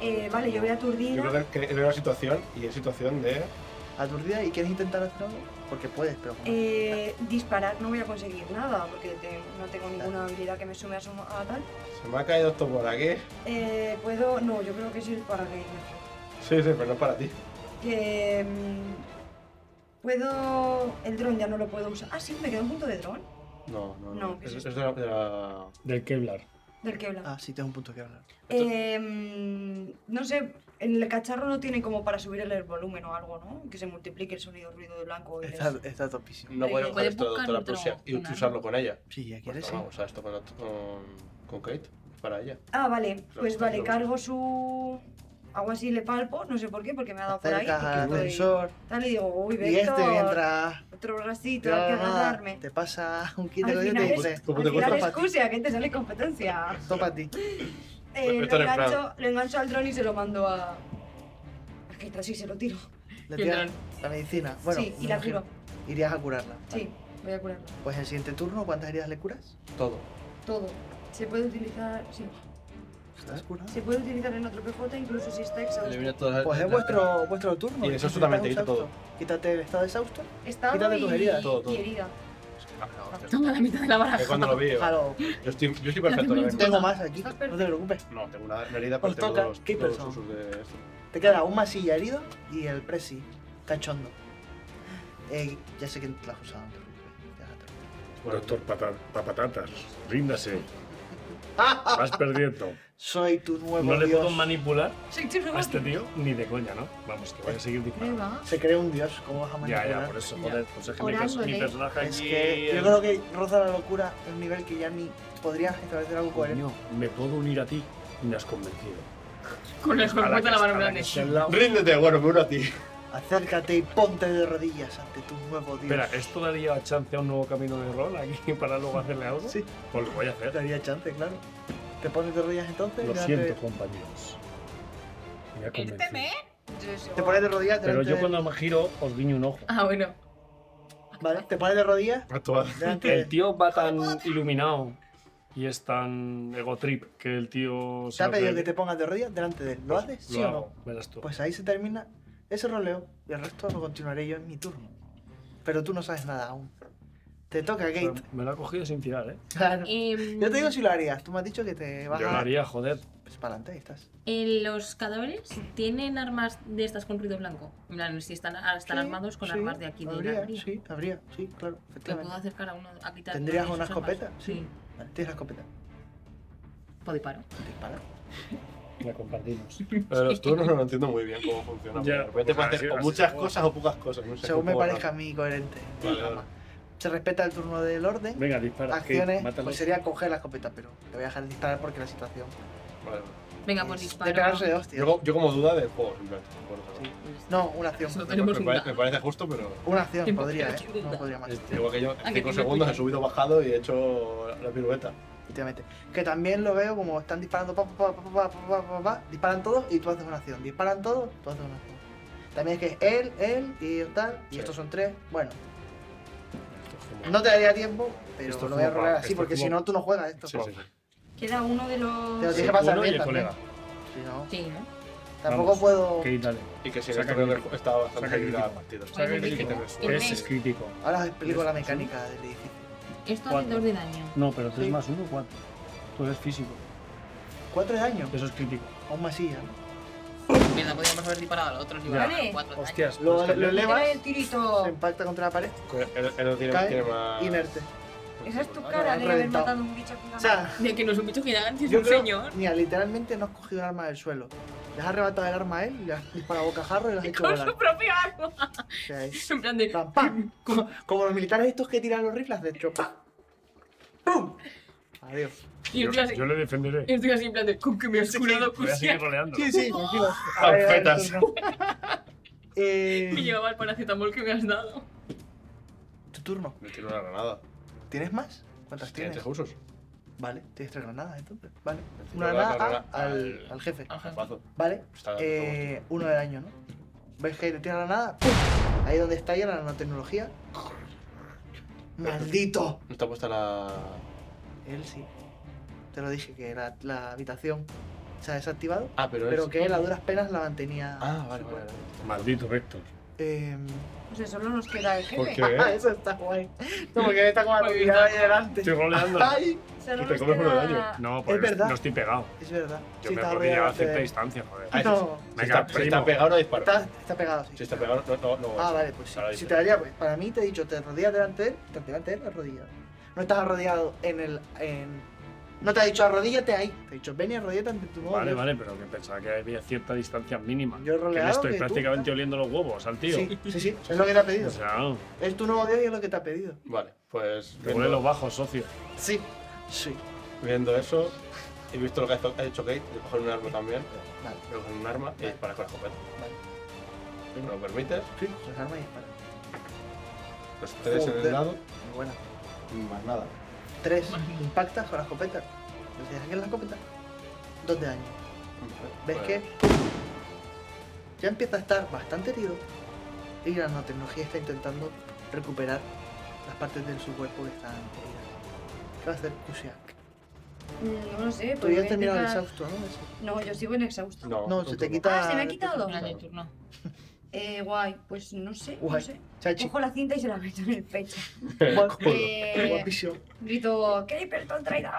Speaker 10: Eh, vale, yo voy a
Speaker 7: Yo
Speaker 10: aturdida.
Speaker 7: creo que es una situación y es situación de.
Speaker 2: Aturdida y quieres intentar hacer algo, porque puedes, pero como-
Speaker 10: Eh, disparar no voy a conseguir nada porque te- no tengo ninguna habilidad que me sume a, su- a tal.
Speaker 7: Se me ha caído esto por aquí.
Speaker 10: Eh, puedo. No, yo creo que sí es para que.
Speaker 7: Sí, sí, pero no es para ti.
Speaker 10: Que. mm, Puedo. El dron ya no lo puedo usar. Ah, sí, me quedó un punto de dron.
Speaker 7: No, no,
Speaker 10: No,
Speaker 7: no.
Speaker 10: ¿qué
Speaker 7: Es,
Speaker 10: es
Speaker 7: es de la. de la-
Speaker 3: Del Kevlar.
Speaker 10: Del que habla.
Speaker 2: Ah, sí, tengo un punto que hablar.
Speaker 10: Eh, mm, no sé, el cacharro no tiene como para subir el volumen o algo, ¿no? Que se multiplique el sonido ruido de blanco. Y
Speaker 2: Está,
Speaker 10: eso.
Speaker 2: está topísimo.
Speaker 7: No puedes
Speaker 6: Pero
Speaker 7: usar
Speaker 6: puedes
Speaker 7: esto,
Speaker 6: buscar
Speaker 7: doctora
Speaker 6: otro-
Speaker 7: Prusia, y
Speaker 6: un
Speaker 7: usarlo con ella.
Speaker 2: Sí, ya
Speaker 7: Mm, Pues
Speaker 2: quieres.
Speaker 7: vamos, usa esto con, la- con, con Kate. Para ella.
Speaker 10: Ah, vale, pues
Speaker 7: está,
Speaker 10: vale,
Speaker 7: lo que
Speaker 10: cargo su. Hago así, le palpo, no sé por qué, porque me ha dado por ahí.
Speaker 2: Acercas al
Speaker 10: porque estoy-
Speaker 2: ascensor.
Speaker 10: Tal y digo, uy,
Speaker 2: Y este
Speaker 10: Vector,
Speaker 2: mientras
Speaker 10: otro bracito,
Speaker 2: Claro,
Speaker 10: hay que
Speaker 2: nada,
Speaker 10: agarrarme.
Speaker 2: Te pasa un kit de
Speaker 10: Al
Speaker 2: coyote
Speaker 10: final
Speaker 2: y
Speaker 10: es-
Speaker 2: dice,
Speaker 7: ¿Cómo
Speaker 10: Al
Speaker 7: te
Speaker 10: final
Speaker 7: cuesta?
Speaker 10: es Cusia, que te sale competencia.
Speaker 2: topa a ti.
Speaker 10: Eh, lo,
Speaker 7: Esto no es plan.
Speaker 10: engancho, lo engancho al dron y se lo mando a. A Keitra, sí, se lo tiro.
Speaker 2: Le
Speaker 6: Y el
Speaker 2: tiras
Speaker 6: dron.
Speaker 2: la medicina. Bueno,
Speaker 10: sí, y
Speaker 2: me
Speaker 10: la
Speaker 2: imagino,
Speaker 10: curo.
Speaker 2: Irías a curarla.
Speaker 10: Sí, voy a curarlo.
Speaker 2: Pues el siguiente turno, ¿cuántas heridas le curas?
Speaker 7: Todo.
Speaker 10: Todo. Se puede utilizar. Sí.
Speaker 2: ¿Estás curado?
Speaker 10: Se puede utilizar en otro PJ incluso si está exhausto.
Speaker 7: Elimina todas
Speaker 2: Pues es vuestro, vuestro turno.
Speaker 7: Y
Speaker 2: entonces
Speaker 7: eso
Speaker 2: estás
Speaker 7: totalmente, quita
Speaker 2: exhausto. Quítate el estado exhausto.
Speaker 10: Estado
Speaker 2: Quítate
Speaker 10: y,
Speaker 2: tus heridas.
Speaker 7: Todo, todo.
Speaker 10: y herida.
Speaker 7: Ah, no, hostia.
Speaker 6: Toma la mitad de la
Speaker 7: Es
Speaker 6: baraja.
Speaker 7: cuando lo vi. Yo
Speaker 2: Jalo,
Speaker 7: Yo estoy, yo estoy perfecto.
Speaker 6: Ya
Speaker 7: ahora
Speaker 6: te
Speaker 7: mismo.
Speaker 2: tengo más aquí, no
Speaker 10: Estás
Speaker 2: te
Speaker 10: perfecto.
Speaker 2: preocupes.
Speaker 7: No, tengo una herida para
Speaker 2: Os
Speaker 7: tengo
Speaker 2: toca,
Speaker 7: todos,
Speaker 2: ¿qué
Speaker 7: todos
Speaker 2: persona?
Speaker 7: los usos de esto.
Speaker 2: Te queda un masilla herido y el presi, cachondo. Eh, ya sé que te la has usado, no te preocupes. Ya te lo-
Speaker 8: Doctor Pata- Papatatas, ríndase. Vas perdiendo.
Speaker 2: Soy tu nuevo
Speaker 3: No le
Speaker 2: dios.
Speaker 3: puedo manipular
Speaker 6: Soy tu
Speaker 3: a
Speaker 6: robot.
Speaker 3: este tío ni de coña, ¿no? Vamos, que voy a seguir disparando.
Speaker 6: Prueba.
Speaker 2: Se cree un dios, ¿cómo vas a
Speaker 3: Ya,
Speaker 2: manipular?
Speaker 3: ya, por eso, joder. Pues es que mi, pers-
Speaker 6: Orándole.
Speaker 3: mi personaje aquí.
Speaker 2: Es que yo creo que roza la locura en un nivel que ya ni podrías establecer algo coherente.
Speaker 3: Coño, me puedo unir a ti. Me has convencido.
Speaker 6: Con el
Speaker 3: A la
Speaker 6: cuerpo
Speaker 3: que-
Speaker 6: de la mano
Speaker 3: a la que
Speaker 6: grande.
Speaker 3: esté al lado.
Speaker 7: Ríndete, bueno, me uno a ti.
Speaker 2: Acércate y ponte de rodillas ante tu nuevo dios.
Speaker 3: Espera, ¿esto daría chance a un nuevo camino de rol aquí para luego hacerle algo?
Speaker 2: Sí,
Speaker 3: Pues lo voy a
Speaker 2: te
Speaker 3: hacer.
Speaker 2: daría chance, claro. Te pones de rodillas entonces
Speaker 3: Lo
Speaker 2: delante-
Speaker 3: siento, compañeros. Me ha
Speaker 6: Este
Speaker 3: convencido.
Speaker 6: me.
Speaker 10: Yo sé,
Speaker 2: Te pones de rodillas
Speaker 3: Pero
Speaker 2: delante
Speaker 3: yo
Speaker 2: de-
Speaker 3: cuando me giro os guiño un ojo.
Speaker 6: Ah, bueno.
Speaker 2: Vale, te pones de rodillas
Speaker 7: Actual.
Speaker 2: delante
Speaker 3: El
Speaker 2: de...
Speaker 3: tío va tan iluminado y es tan ego trip que el tío
Speaker 2: Te ha
Speaker 3: lo
Speaker 2: pedido
Speaker 3: cree.
Speaker 2: que te pongas de rodillas delante de él. ¿Lo
Speaker 3: Pues,
Speaker 2: haces?
Speaker 3: lo
Speaker 2: ¿Sí o
Speaker 3: hago,
Speaker 2: no?
Speaker 3: Verás tú.
Speaker 2: Pues ahí se termina ese roleo y el resto lo continuaré yo en mi turno. Pero tú no sabes nada aún. Te toca,
Speaker 3: Pero
Speaker 2: Kate.
Speaker 3: me lo ha cogido sin tirar, ¿eh?
Speaker 2: Claro.
Speaker 6: Em,
Speaker 2: Yo te digo si lo harías. Tú me has dicho que te vas
Speaker 3: Yo lo
Speaker 2: a...
Speaker 3: haría, joder.
Speaker 2: Pues para adelante, ahí estás.
Speaker 6: ¿en eh, los cadáveres tienen armas de estas con ruido blanco. En plan, si están, ah, están
Speaker 2: Sí,
Speaker 6: armados con
Speaker 2: sí,
Speaker 6: armas de aquí de
Speaker 2: habría,
Speaker 6: Irán.
Speaker 2: Sí, habría. Sí, claro.
Speaker 6: ¿Me puedo
Speaker 2: Efectivamente.
Speaker 6: acercar a uno a quitar
Speaker 2: ¿Tendrías
Speaker 6: uno de
Speaker 2: una
Speaker 6: sus armas?
Speaker 2: escopeta? Sí. Vale, tienes la escopeta.
Speaker 6: O pues disparo.
Speaker 2: Dispara.
Speaker 3: La compartimos.
Speaker 7: Pero los turnos no lo entiendo muy bien cómo funciona.
Speaker 3: Ya,
Speaker 7: de repente
Speaker 3: pues,
Speaker 7: puedes
Speaker 3: así-
Speaker 7: hacer o
Speaker 3: así
Speaker 7: muchas
Speaker 3: se-
Speaker 7: cosas o pocas cosas. No sé
Speaker 2: Según me
Speaker 7: cómo va.
Speaker 2: parezca a mí coherente.
Speaker 7: Vale, vale.
Speaker 2: Se respeta el turno del orden.
Speaker 3: Venga, dispara. Kate,
Speaker 2: Acciones,
Speaker 3: mátalo.
Speaker 2: pues sería coger la escopeta, pero te voy a dejar de disparar porque la situación
Speaker 7: Vale, vale.
Speaker 6: Venga, pues
Speaker 2: es
Speaker 6: disparo.
Speaker 2: de pegarse de hostias.
Speaker 7: Yo, yo como duda del juego, simplemente. por otra cosa.
Speaker 2: Sí. No, una acción.
Speaker 6: Eso.
Speaker 7: Me-
Speaker 6: tenemos
Speaker 7: me,
Speaker 6: un
Speaker 7: parece,
Speaker 6: dado.
Speaker 7: me parece justo, pero.
Speaker 2: Una acción
Speaker 6: Tiempo
Speaker 2: podría,
Speaker 6: que
Speaker 2: ¿eh?
Speaker 6: ayuda.
Speaker 2: No podría más.
Speaker 7: este, Igual que yo, en
Speaker 6: que
Speaker 7: 5
Speaker 6: tiene
Speaker 7: segundos he
Speaker 6: cuidado.
Speaker 7: subido, bajado y he hecho la- la pirueta.
Speaker 2: Efectivamente. Que también lo veo como están disparando, pa, pa, pa, pa, pa, pa, pa, pa, pa, disparan todos y tú haces una acción. Disparan todos, tú haces una acción. También es que él, él y tal, y
Speaker 7: Sí.
Speaker 2: estos son tres. Bueno,
Speaker 3: Esto es como-
Speaker 2: no te daría tiempo, pero
Speaker 3: Esto es
Speaker 2: lo voy a
Speaker 3: como
Speaker 2: rolar
Speaker 3: pa-
Speaker 2: así
Speaker 3: esto
Speaker 2: porque
Speaker 3: es
Speaker 2: si
Speaker 3: como-
Speaker 2: no tú no juegas esto. pues.
Speaker 3: Sí, sí, sí.
Speaker 6: Queda uno de
Speaker 2: Te lo
Speaker 6: los.
Speaker 2: tienes que pasar
Speaker 3: Uno y
Speaker 2: bien
Speaker 3: el
Speaker 2: también.
Speaker 3: colega.
Speaker 2: Si no,
Speaker 6: Sí, ¿eh? ¿no?
Speaker 2: tampoco
Speaker 3: Vamos,
Speaker 2: puedo.
Speaker 3: Kate, dale.
Speaker 7: Y que si
Speaker 3: Saca
Speaker 7: creo
Speaker 3: crítico.
Speaker 7: que estaba bastante
Speaker 3: Saca
Speaker 7: equilibrada la
Speaker 3: crítico.
Speaker 7: partida.
Speaker 3: Saca
Speaker 6: Ay,
Speaker 3: crítico.
Speaker 7: "Pues,
Speaker 3: Ese
Speaker 6: qué
Speaker 3: es
Speaker 6: bien.
Speaker 3: crítico.
Speaker 2: Ahora os explico la mecánica del edificio.
Speaker 6: Esto hace
Speaker 3: Cuatro.
Speaker 6: dos de daño.
Speaker 3: No, pero 3
Speaker 2: Sí.
Speaker 3: más 1, 4. Tú eres físico.
Speaker 2: Cuatro de daño,
Speaker 3: Eso es crítico.
Speaker 2: aún masilla.
Speaker 6: Mierda, podríamos haber disparado al otro si
Speaker 3: Ya.
Speaker 6: vale.
Speaker 4: Vale.
Speaker 6: cuatro daños.
Speaker 3: Hostias.
Speaker 2: Lo,
Speaker 3: es Pues que-
Speaker 2: lo elevas,
Speaker 4: Trae el tirito.
Speaker 2: se impacta contra la pared,
Speaker 7: Él, él no tiene,
Speaker 2: Cae
Speaker 7: tiene
Speaker 3: Ah.
Speaker 7: más.
Speaker 2: inerte. pues,
Speaker 4: Esa es tu
Speaker 7: Ah,
Speaker 4: cara
Speaker 2: no,
Speaker 4: de haber
Speaker 2: reventado.
Speaker 4: matado a un bicho con una
Speaker 2: O sea,
Speaker 6: De que no es un bicho gigante, es
Speaker 2: Yo
Speaker 6: un
Speaker 2: creo-
Speaker 6: señor.
Speaker 2: Mira, literalmente no has cogido el arma del suelo. Le has arrebatado el arma a él, le has disparado bocajarro y le has hecho
Speaker 6: Con
Speaker 2: volar.
Speaker 6: su propio arma.
Speaker 2: O sea, es
Speaker 6: En plan de.
Speaker 2: pam, pam. Como, como los militares estos que tiran los rifles de hecho. ¡Pam! ¡Pum! Adiós.
Speaker 6: Y en
Speaker 3: Yo,
Speaker 6: plan así-
Speaker 3: yo le defenderé.
Speaker 6: Estoy así en plan de. Con que me has curado,
Speaker 3: Voy a seguir
Speaker 6: Cusia.
Speaker 3: roleando.
Speaker 2: Sí, sí, tranquilo.
Speaker 6: Ah,
Speaker 2: A ver, a ver,
Speaker 7: Panfletas.
Speaker 2: turno. Eh,
Speaker 6: Y llevaba el paracetamol que me has dado.
Speaker 2: tu turno.
Speaker 7: Me tiro una granada.
Speaker 2: ¿Tienes más? ¿Cuántas
Speaker 7: Tiene
Speaker 2: tienes?
Speaker 7: tres usos.
Speaker 2: Vale, tienes tres granadas entonces. Vale.
Speaker 7: Me tiro
Speaker 2: Una
Speaker 7: la
Speaker 2: granada
Speaker 7: granada
Speaker 2: a- al,
Speaker 7: al-
Speaker 2: al jefe.
Speaker 6: Ajá.
Speaker 7: Jefazo.
Speaker 2: Vale.
Speaker 7: Está-
Speaker 2: Eh, uno de daño, ¿no? ¿Ves que te tira la granada? ¡Pum! Ahí donde está ya la nanotecnología. ¡Maldito!
Speaker 7: No está puesta la.
Speaker 2: Él sí. Te lo dije, que la, la habitación se ha desactivado,
Speaker 7: Ah, pero,
Speaker 2: pero
Speaker 7: es.
Speaker 2: que él a duras penas la mantenía.
Speaker 7: Ah, vale, vale. vale.
Speaker 3: Maldito Vector.
Speaker 2: Em,
Speaker 4: Pues solo nos queda el
Speaker 7: ¿Por
Speaker 4: jefe.
Speaker 7: qué?
Speaker 2: eso está guay. No, porque él está como
Speaker 6: Porque
Speaker 2: aturdido ahí
Speaker 6: está-
Speaker 2: delante.
Speaker 3: Estoy roleando.
Speaker 2: Ay,
Speaker 4: Solo
Speaker 7: Y te
Speaker 4: nos
Speaker 7: comes uno de
Speaker 4: queda-
Speaker 3: No, pues
Speaker 2: verdad.
Speaker 3: no estoy pegado.
Speaker 2: es verdad.
Speaker 3: Yo
Speaker 2: Sí,
Speaker 3: me
Speaker 2: está
Speaker 3: podría llevar a
Speaker 2: rodeado
Speaker 3: cierta
Speaker 2: de-
Speaker 3: distancia, joder.
Speaker 7: Ah,
Speaker 2: No,
Speaker 7: Si
Speaker 3: Venga,
Speaker 7: está, si
Speaker 3: primo.
Speaker 7: está pegado, no disparo.
Speaker 2: está, está pegado, sí.
Speaker 7: Si está pegado, no. no, no
Speaker 2: Ah, vale, pues sí.
Speaker 7: Ahora
Speaker 2: Si
Speaker 7: dice.
Speaker 2: te daría, pues para mí te he dicho, te arrodillas delante de él, te delante de él arrodillado. No estás arrodillado en el. En... No te ha dicho arrodíllate ahí. Te he dicho, ven y arrodillate ante tu
Speaker 3: Vale,
Speaker 2: móvil.
Speaker 3: vale, pero que pensaba que había cierta distancia mínima.
Speaker 2: Oh, Yo he
Speaker 3: Que
Speaker 2: roleado.
Speaker 3: le estoy
Speaker 2: que tú-
Speaker 3: prácticamente oliendo los huevos al tío.
Speaker 2: Sí, sí, sí, es lo que te ha pedido.
Speaker 3: O sea,
Speaker 2: Es tu nuevo dios y es lo que te ha pedido.
Speaker 7: Vale, pues.
Speaker 3: te huele los bajos, socio.
Speaker 2: Sí. Sí.
Speaker 7: viendo eso, he visto lo que ha hecho- ha hecho Kate, de coger un arma también,
Speaker 2: Vale,
Speaker 7: pero con un arma y disparar con la escopeta.
Speaker 2: Vale.
Speaker 7: Si me lo permites,
Speaker 2: sí, las armas y dispara.
Speaker 7: los tres en
Speaker 2: Joder.
Speaker 7: el lado,
Speaker 2: Muy buena.
Speaker 7: más nada.
Speaker 2: Tres. Impactas con la escopeta. Desde que saques la escopeta. Dos de daño. ¿Ves
Speaker 7: Bueno,
Speaker 2: que ya empieza a estar bastante herido? Y la nanotecnología está intentando recuperar las partes de su cuerpo que están heridas. ¿Qué va a hacer Kusiak?
Speaker 4: Mm, No lo sé,
Speaker 2: Tú ya
Speaker 4: voy
Speaker 2: has
Speaker 4: a
Speaker 2: terminado el
Speaker 4: intentar-
Speaker 2: exhausto, ¿no? Eso.
Speaker 4: No, yo sigo en exhausto.
Speaker 7: No,
Speaker 2: No,
Speaker 7: un
Speaker 2: se te
Speaker 7: turno.
Speaker 2: quita.
Speaker 4: Ah, se me ha quitado.
Speaker 6: Una de turno.
Speaker 4: Eh, guay, pues no sé,
Speaker 2: Guay.
Speaker 4: no sé.
Speaker 2: Chachi.
Speaker 4: Cojo la cinta y se la meto en el pecho.
Speaker 2: Guap-
Speaker 4: Eh,
Speaker 2: Guapísimo.
Speaker 4: grito, ¡Kay Pelton, traidor!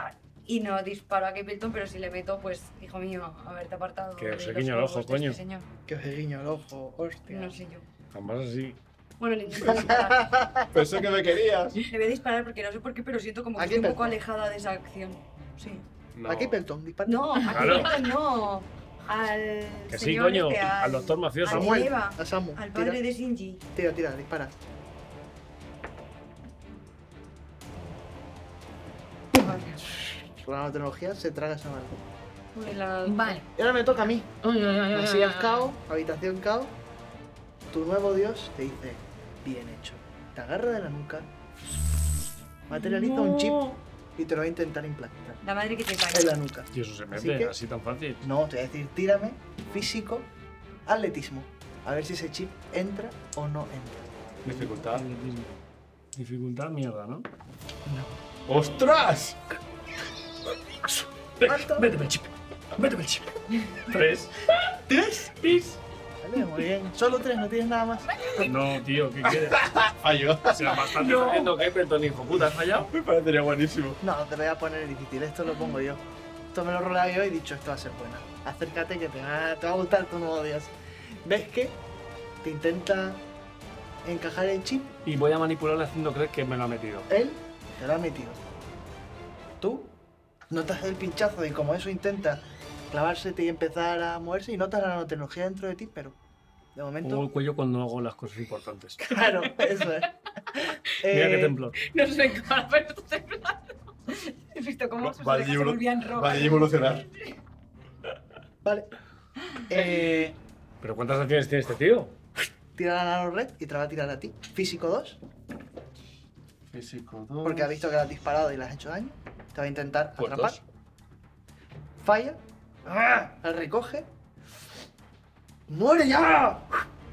Speaker 4: Y no disparo a Kay Pelton, pero si le meto, pues, hijo mío, haberte apartado.
Speaker 3: Que
Speaker 4: de
Speaker 3: os he
Speaker 4: los
Speaker 3: guiñado el ojo,
Speaker 4: ojos de este
Speaker 3: coño.
Speaker 4: señor.
Speaker 2: Que os guiño el ojo, hostia.
Speaker 4: No sé yo.
Speaker 3: Además así.
Speaker 4: Bueno, le intento disparar.
Speaker 7: Pensé que me querías.
Speaker 4: Le voy a disparar porque no sé por qué, pero siento como que
Speaker 2: ¿A Kay
Speaker 4: estoy un poco
Speaker 2: Pelton?
Speaker 4: alejada de esa acción. Sí.
Speaker 7: No.
Speaker 2: Aquí Pelton, dispara.
Speaker 4: No, a Kay
Speaker 3: Claro.
Speaker 4: Pelton no. Al
Speaker 3: Que sí,
Speaker 4: señor
Speaker 3: coño.
Speaker 4: este,
Speaker 3: Al doctor mafioso.
Speaker 4: al
Speaker 2: Samuel.
Speaker 4: Eva,
Speaker 2: A Samu.
Speaker 4: al
Speaker 2: tira,
Speaker 4: padre de Shinji.
Speaker 2: tira, tira, dispara. La nanotecnología se traga esa mano.
Speaker 4: Uy, la-
Speaker 6: Vale.
Speaker 2: Y ahora me toca a mí.
Speaker 6: Uy, uy, uy, uy, uy,
Speaker 2: Masías
Speaker 6: uy.
Speaker 2: Cao, habitación Cao, tu nuevo dios te dice, bien hecho. Te agarra de la nuca, materializa un chip y te lo va a intentar implantar
Speaker 4: La madre que te
Speaker 2: en
Speaker 4: pague.
Speaker 2: la nuca.
Speaker 3: Y eso se mete
Speaker 2: Así
Speaker 3: así,
Speaker 2: que-
Speaker 3: tan fácil.
Speaker 2: No, te voy a decir, tírame, físico, atletismo. A ver si ese chip entra o no entra.
Speaker 7: Dificultad.
Speaker 3: Dificultad mierda, ¿no?
Speaker 7: ¡Ostras!
Speaker 4: ¿Cuánto?
Speaker 3: Méteme el chip. Méteme el chip. Tres.
Speaker 2: ¿Tres?
Speaker 3: Pis.
Speaker 2: Vale, muy bien. Solo tres, no tienes nada más.
Speaker 3: No, tío, ¿qué quieres?
Speaker 7: Falló.
Speaker 3: O sea, bastante
Speaker 7: No.
Speaker 3: sabiendo que Everton, hijo puta, has fallado.
Speaker 7: Me parecería buenísimo.
Speaker 2: No, te lo voy a poner difícil, esto lo pongo yo. Esto me lo he rolado yo y he dicho, esto va a ser buena. Acércate que te va, te va a gustar, tú no odias. ¿Ves que te intenta encajar el chip?
Speaker 3: Y voy a manipularle haciendo creer que me lo ha metido.
Speaker 2: Él te lo ha metido. Tú notas el pinchazo y como eso intenta clavársete y empezar a moverse y notas la nanotecnología dentro de ti, pero de
Speaker 3: Pongo
Speaker 2: momento...
Speaker 3: el cuello cuando hago las cosas importantes.
Speaker 2: Claro, eso es.
Speaker 3: Mira qué
Speaker 2: Eh,
Speaker 3: temblor.
Speaker 6: No sé cómo, pero tú temblando. He visto cómo
Speaker 7: Va-
Speaker 6: sus
Speaker 7: va
Speaker 6: orejas se
Speaker 7: Gibro-
Speaker 6: volvían
Speaker 7: Va a
Speaker 6: rojas.
Speaker 7: evolucionar.
Speaker 2: Vale. Eh,
Speaker 3: ¿Pero cuántas acciones tiene este tío?
Speaker 2: tira la nanored y te la va a tirar a ti. Físico 2.
Speaker 7: Físico 2.
Speaker 2: Porque ha visto que la has disparado y le has hecho daño. Te va a intentar
Speaker 3: Pues
Speaker 2: atrapar.
Speaker 3: dos.
Speaker 2: Falla. ¡Ah! La recoge. ¡Muere ya!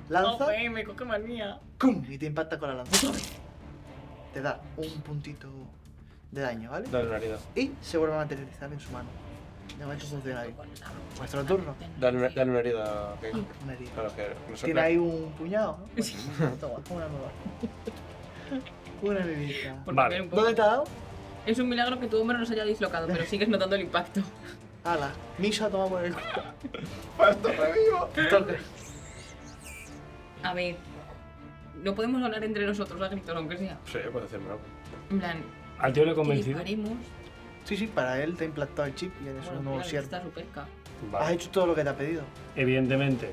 Speaker 2: Lanza.
Speaker 6: Joder, me coge manía.
Speaker 2: ¡cum! Y te impacta con la lanza. Te da un puntito de daño, ¿vale?
Speaker 7: Dale una herida.
Speaker 2: Y se vuelve a materializar en su mano. De momento funciona bien. Vuestro turno.
Speaker 7: Dale una, dale una herida. que-
Speaker 2: Una herida.
Speaker 7: Claro, que no se
Speaker 2: Tiene
Speaker 7: clava.
Speaker 2: ahí un puñado, ¿no? Bueno, toma, una nueva. Una herida.
Speaker 6: Por
Speaker 3: Vale.
Speaker 6: cambiar un poco.
Speaker 2: ¿Dónde te ha dado?
Speaker 6: Es un milagro que tu hombro no se haya dislocado, pero sigues notando el impacto.
Speaker 2: Ala. Misha toma por el culo.
Speaker 7: ¡Esto revivo!
Speaker 2: Te toca.
Speaker 6: A ver. No podemos hablar entre nosotros a gritos, aunque sea.
Speaker 7: Sí, puede hacérmelo.
Speaker 6: En plan,
Speaker 3: Al tío le he
Speaker 6: que
Speaker 3: convencido.
Speaker 6: disparemos.
Speaker 2: Sí, sí, para él te ha implantado el chip y eres
Speaker 6: Bueno,
Speaker 2: un
Speaker 6: claro,
Speaker 2: nuevo
Speaker 6: que
Speaker 2: siervo.
Speaker 6: está su pesca.
Speaker 2: Has
Speaker 3: Vale.
Speaker 2: hecho todo lo que te ha pedido.
Speaker 3: Evidentemente,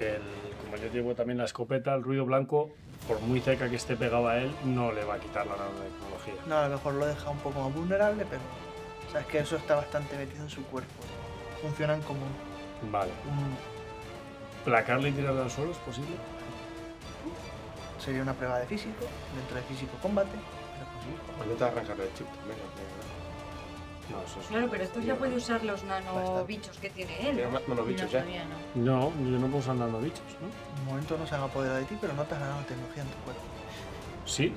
Speaker 3: el, como yo llevo también la escopeta, el ruido blanco, por muy cerca que esté pegado a él, no le va a quitar la nanotecnología.
Speaker 2: No, a lo mejor lo deja un poco más vulnerable, pero. O sea, es que eso está bastante metido en su cuerpo. Funcionan como un.
Speaker 3: Vale. ¿Placarle y tirarle al suelo es posible?
Speaker 2: Sería una prueba de físico, dentro de físico combate. Pero pues sí,
Speaker 7: Pues intenta arrancarle el chip también. ¿no?
Speaker 3: No, eso es.
Speaker 4: Claro, pero esto ya puede usar los nanobichos que tiene él.
Speaker 7: Tiene más menos
Speaker 6: No,
Speaker 7: bichos ya.
Speaker 6: todavía no.
Speaker 3: No, yo no puedo usar nanobichos, ¿no?
Speaker 2: de momento no se han apoderado de ti, pero notas la nanotecnología en tu cuerpo.
Speaker 3: Sí.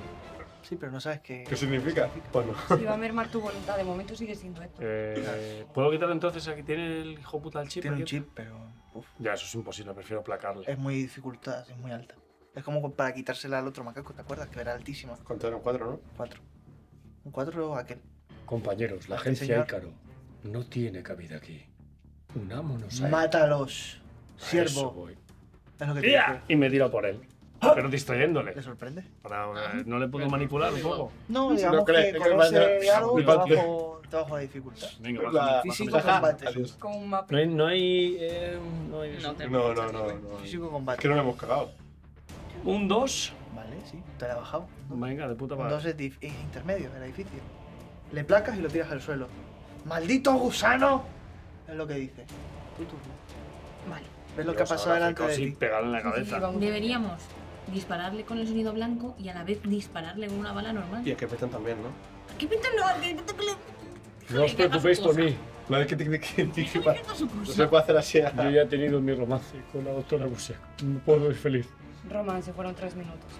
Speaker 2: Sí, pero no sabes qué.
Speaker 7: ¿Qué significa? Pues no.
Speaker 4: Si va a mermar tu voluntad, de momento sigue siendo esto.
Speaker 3: Eh, ¿Puedo quitar entonces a que tiene el hijo puta el chip?
Speaker 2: Tiene un
Speaker 3: aquí?
Speaker 2: chip, pero. uf,
Speaker 3: Ya, eso es imposible, prefiero placarle.
Speaker 8: Eh,
Speaker 2: es muy dificultad, es muy alta. Es como para quitársela al otro macaco, ¿te acuerdas? Que era altísima.
Speaker 7: Contaron cuatro, ¿no?
Speaker 2: Cuatro. Un cuatro aquel.
Speaker 8: Compañeros, la
Speaker 2: Sí,
Speaker 8: agencia
Speaker 2: señor.
Speaker 8: Ícaro no tiene cabida aquí. Unámonos a
Speaker 2: Mátalos.
Speaker 8: A eso
Speaker 2: Siervo.
Speaker 8: voy.
Speaker 2: Es lo que te
Speaker 3: ¡Ya!
Speaker 2: dice.
Speaker 3: Y me tiro por él. Pero distrayéndole.
Speaker 2: ¿Le sorprende?
Speaker 3: Para- eh, no le puedo manipular un poco.
Speaker 2: No,
Speaker 7: Si
Speaker 2: digamos
Speaker 7: no
Speaker 2: que
Speaker 7: crees que el
Speaker 2: conoce
Speaker 7: baño-
Speaker 2: algo
Speaker 7: el
Speaker 2: te
Speaker 7: patio-
Speaker 2: bajo, te bajo la dificultad.
Speaker 3: Venga,
Speaker 7: La-
Speaker 3: bájame,
Speaker 2: Físico
Speaker 3: bájame.
Speaker 2: combate.
Speaker 7: Adiós.
Speaker 4: Con un mapa.
Speaker 3: No hay. No hay, eh, no hay eso.
Speaker 6: No, tenemos
Speaker 7: No, no,
Speaker 6: muchas
Speaker 7: no,
Speaker 6: cosas.
Speaker 7: no.
Speaker 2: Físico
Speaker 7: Es que
Speaker 2: combate.
Speaker 7: no lo hemos cagado.
Speaker 3: Un 2.
Speaker 2: Vale, sí, te la he bajado.
Speaker 3: Venga, de puta madre.
Speaker 2: Entonces es, dif- es intermedio, era difícil. Le placas y lo tiras al suelo. ¡Maldito gusano! Es lo que dice. Tú, tú.
Speaker 6: Vale.
Speaker 2: ¿Ves lo que ha
Speaker 3: Dios,
Speaker 2: pasado
Speaker 3: ahora
Speaker 2: delante
Speaker 3: fijaos
Speaker 2: de
Speaker 3: si
Speaker 2: ti?
Speaker 3: pegarle en la
Speaker 4: Sí, sí, sí,
Speaker 3: cabeza.
Speaker 4: vamos.
Speaker 6: Deberíamos dispararle con el sonido blanco y a la vez dispararle con una bala normal.
Speaker 7: Y es que petan también, ¿no?
Speaker 6: ¿Qué pinta no? ¿Qué pinta que le-
Speaker 8: No os
Speaker 6: que haga su
Speaker 8: preocupéis por
Speaker 6: cosa.
Speaker 8: mí.
Speaker 7: No es que te que te- que
Speaker 6: Déjame
Speaker 7: pa-
Speaker 6: que haga su
Speaker 7: No
Speaker 6: cosa.
Speaker 7: se puede hacer así.
Speaker 8: Yo
Speaker 7: a-
Speaker 8: ya he tenido mi romance con la doctora Busia. No puedo ser feliz.
Speaker 4: Romance, fueron tres minutos.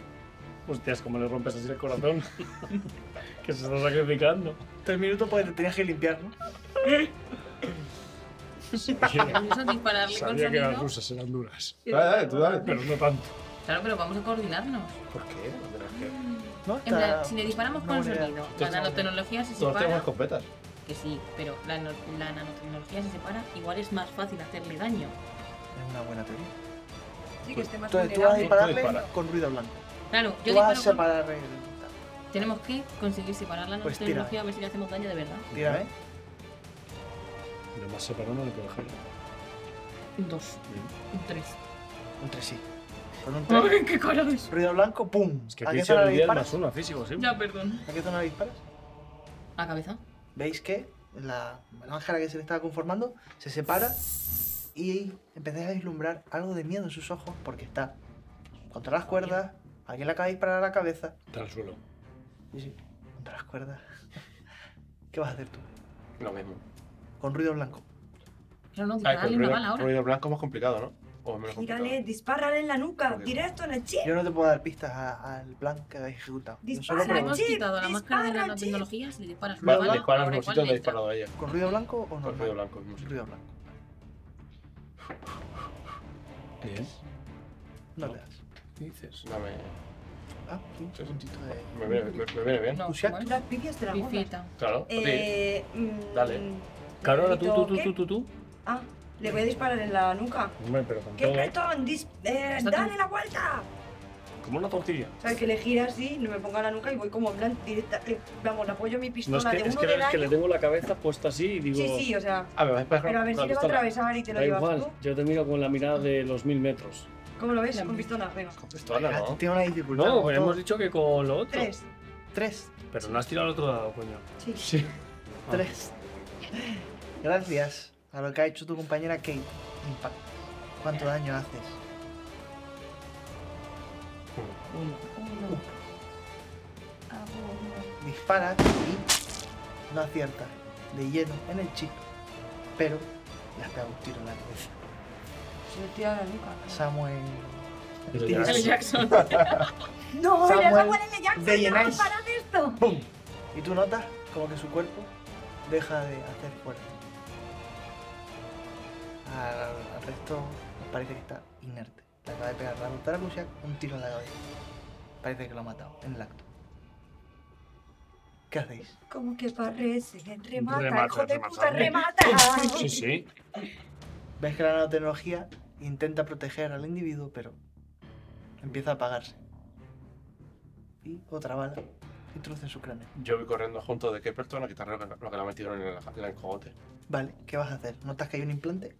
Speaker 3: Hostias, como le rompes así el corazón. que se está sacrificando.
Speaker 2: Tres minutos porque te tenías que limpiar, ¿no?
Speaker 6: Vamos a dispararle con
Speaker 8: Sabía que las
Speaker 6: sonido.
Speaker 8: rusas eran duras,
Speaker 7: Dale, dale, tú dale.
Speaker 8: pero no tanto.
Speaker 6: Claro, pero vamos a coordinarnos.
Speaker 7: ¿Por qué? No tendrás que-
Speaker 2: ¿No?
Speaker 6: En
Speaker 2: Está-
Speaker 6: plan, si le disparamos
Speaker 2: una
Speaker 6: con el
Speaker 2: buena idea.
Speaker 6: sonido, la nanotecnología se
Speaker 7: Todos tenemos
Speaker 6: separa.
Speaker 7: escopetas.
Speaker 6: Que sí, pero la, no- la nanotecnología se separa. Igual es más fácil hacerle daño.
Speaker 2: Es una buena teoría.
Speaker 4: Sí, que
Speaker 3: pues.
Speaker 4: esté más
Speaker 2: Entonces tú vas a
Speaker 4: vulnerable.
Speaker 2: dispararle
Speaker 7: dispara.
Speaker 2: con ruido blanco.
Speaker 6: Claro, yo
Speaker 2: Tú vas a
Speaker 6: disparo con-
Speaker 2: separar el...
Speaker 6: Tenemos que conseguir separar la
Speaker 2: Pues
Speaker 6: nanotecnología
Speaker 2: tira.
Speaker 6: a ver si le hacemos daño de verdad.
Speaker 2: Tírame.
Speaker 8: Lo más separado no le puedo dejar.
Speaker 6: Un 2. Un 3.
Speaker 2: Un tres sí. Con un tres.
Speaker 6: Mm. ¡Qué colores!
Speaker 2: Ruido blanco, ¡pum!
Speaker 3: Es que
Speaker 2: ¿A qué
Speaker 3: Fisher
Speaker 2: zona
Speaker 3: le
Speaker 2: le
Speaker 3: di el más
Speaker 2: disparas?
Speaker 3: uno a físico, sí.
Speaker 6: Ya, perdón.
Speaker 2: ¿A qué zona le disparas?
Speaker 6: ¿A cabeza?
Speaker 2: ¿Veis que la máscara que se le estaba conformando se separa y empezáis a vislumbrar algo de miedo en sus ojos porque está contra las cuerdas, alguien le acaba de disparar a la cabeza.
Speaker 8: Está al suelo.
Speaker 2: Y sí, contra las cuerdas. ¿Qué vas a hacer tú?
Speaker 7: Lo mismo.
Speaker 2: Con ruido blanco.
Speaker 6: Pero no,
Speaker 7: Ah, con
Speaker 6: dispararle una
Speaker 7: ruido-
Speaker 6: bala ahora.
Speaker 7: Ruido blanco es más complicado, ¿no? o menos complicado.
Speaker 4: Tírale, dispárale en la nuca,
Speaker 7: Porque-
Speaker 4: directo en el chip.
Speaker 2: Yo no te puedo dar pistas a- al plan que habéis ejecutado. Yo solo
Speaker 4: Dispara,
Speaker 6: Le hemos
Speaker 2: pregunto,
Speaker 4: chip,
Speaker 6: quitado la máscara de
Speaker 4: dispara,
Speaker 6: nanotecnología, si le disparas una
Speaker 7: Va,
Speaker 6: bala,
Speaker 7: le disparas
Speaker 6: ahora
Speaker 7: en un
Speaker 6: igual
Speaker 7: sitio donde
Speaker 6: le
Speaker 7: ha
Speaker 6: entra.
Speaker 7: disparado a ella.
Speaker 2: ¿Con ruido blanco o no?
Speaker 7: Con ruido blanco. mismo sitio.
Speaker 2: Ruido blanco.
Speaker 8: Bien.
Speaker 2: No
Speaker 7: No.
Speaker 2: le das.
Speaker 8: ¿Qué dices?
Speaker 7: No me...
Speaker 2: Ah, sí,
Speaker 7: Sí.
Speaker 2: un puntito de.
Speaker 7: Me viene, me, me viene bien.
Speaker 6: No,
Speaker 2: Tú seas
Speaker 6: bueno,
Speaker 4: Las pifias de la gorra.
Speaker 6: pifita.
Speaker 7: Claro. a ti.
Speaker 4: Eh, mm,
Speaker 7: Dale.
Speaker 3: Claro, ahora tú, tú, tú,
Speaker 4: ¿qué?
Speaker 3: tú, tú, tú.
Speaker 4: Ah, le voy a disparar en la nuca.
Speaker 3: Hombre, pero con
Speaker 4: ¡Qué
Speaker 3: todo.
Speaker 4: pretón! Dis- eh,
Speaker 6: Está
Speaker 4: ¡Dale
Speaker 6: tan-
Speaker 4: la vuelta!
Speaker 3: Como una tortilla.
Speaker 4: O sea, que le gira así, no me ponga la nuca y voy como en plan directa. eh, Vamos, le apoyo mi
Speaker 3: No,
Speaker 4: pistola
Speaker 3: es que,
Speaker 4: de uno
Speaker 3: es, que,
Speaker 4: de
Speaker 3: es que le
Speaker 4: daño.
Speaker 3: tengo la cabeza puesta así y digo.
Speaker 4: Sí, sí, o sea.
Speaker 7: Ah, me vais a
Speaker 4: Pero a
Speaker 7: dejar
Speaker 4: ver si
Speaker 7: con la
Speaker 4: le va a
Speaker 7: pistola.
Speaker 4: atravesar y te lo
Speaker 3: Da
Speaker 4: llevas
Speaker 3: igual,
Speaker 4: tú.
Speaker 3: yo te miro con la mirada de los mil metros.
Speaker 4: ¿Cómo lo ves?
Speaker 6: La
Speaker 4: Con
Speaker 6: mira.
Speaker 4: pistola, venga.
Speaker 7: Con pistola,
Speaker 2: Ah,
Speaker 7: ¿no?
Speaker 2: Tiene una dificultad.
Speaker 3: No,
Speaker 2: como
Speaker 3: pero Pues hemos
Speaker 2: todo.
Speaker 3: dicho que con lo otro.
Speaker 4: Tres.
Speaker 2: Tres,
Speaker 3: Pero no has tirado al otro lado, coño.
Speaker 4: Sí.
Speaker 3: Sí.
Speaker 7: Ah.
Speaker 2: tres. Gracias a lo que ha hecho tu compañera Kate. Impacto. ¿Cuánto daño haces?
Speaker 4: Uno. Ah,
Speaker 2: Dispara y no acierta. De lleno en el chico. Pero le has pegado un tiro en la cabeza.
Speaker 4: Se le tira la nuca.
Speaker 2: Samuel.
Speaker 3: Pero
Speaker 2: Stevenson.
Speaker 6: El Jackson.
Speaker 4: ¡No!
Speaker 2: Samuel
Speaker 4: ¡Ya Samuel L. Jackson!
Speaker 2: de
Speaker 4: ¡Ya
Speaker 2: Jenais.
Speaker 4: disparas esto!
Speaker 2: ¡Pum! Y tú notas como que su cuerpo deja de hacer fuerza. Al, al resto nos parece que está inerte. Le acaba de pegar la doctora Lucia un tiro en la cabeza. Parece que lo ha matado en el acto. ¿Qué hacéis?
Speaker 4: Como que parece? Remata,
Speaker 3: Remata,
Speaker 4: hijo de
Speaker 3: remata.
Speaker 4: puta, remata.
Speaker 3: Sí, sí.
Speaker 2: Ves que la nanotecnología intenta proteger al individuo, pero empieza a apagarse. Y otra bala introduce en su cráneo.
Speaker 7: Yo voy corriendo junto de Kepperton a quitarle lo que- lo que le ha metido en el, en el cogote.
Speaker 2: Vale, ¿qué vas a hacer? ¿Notas que hay un implante?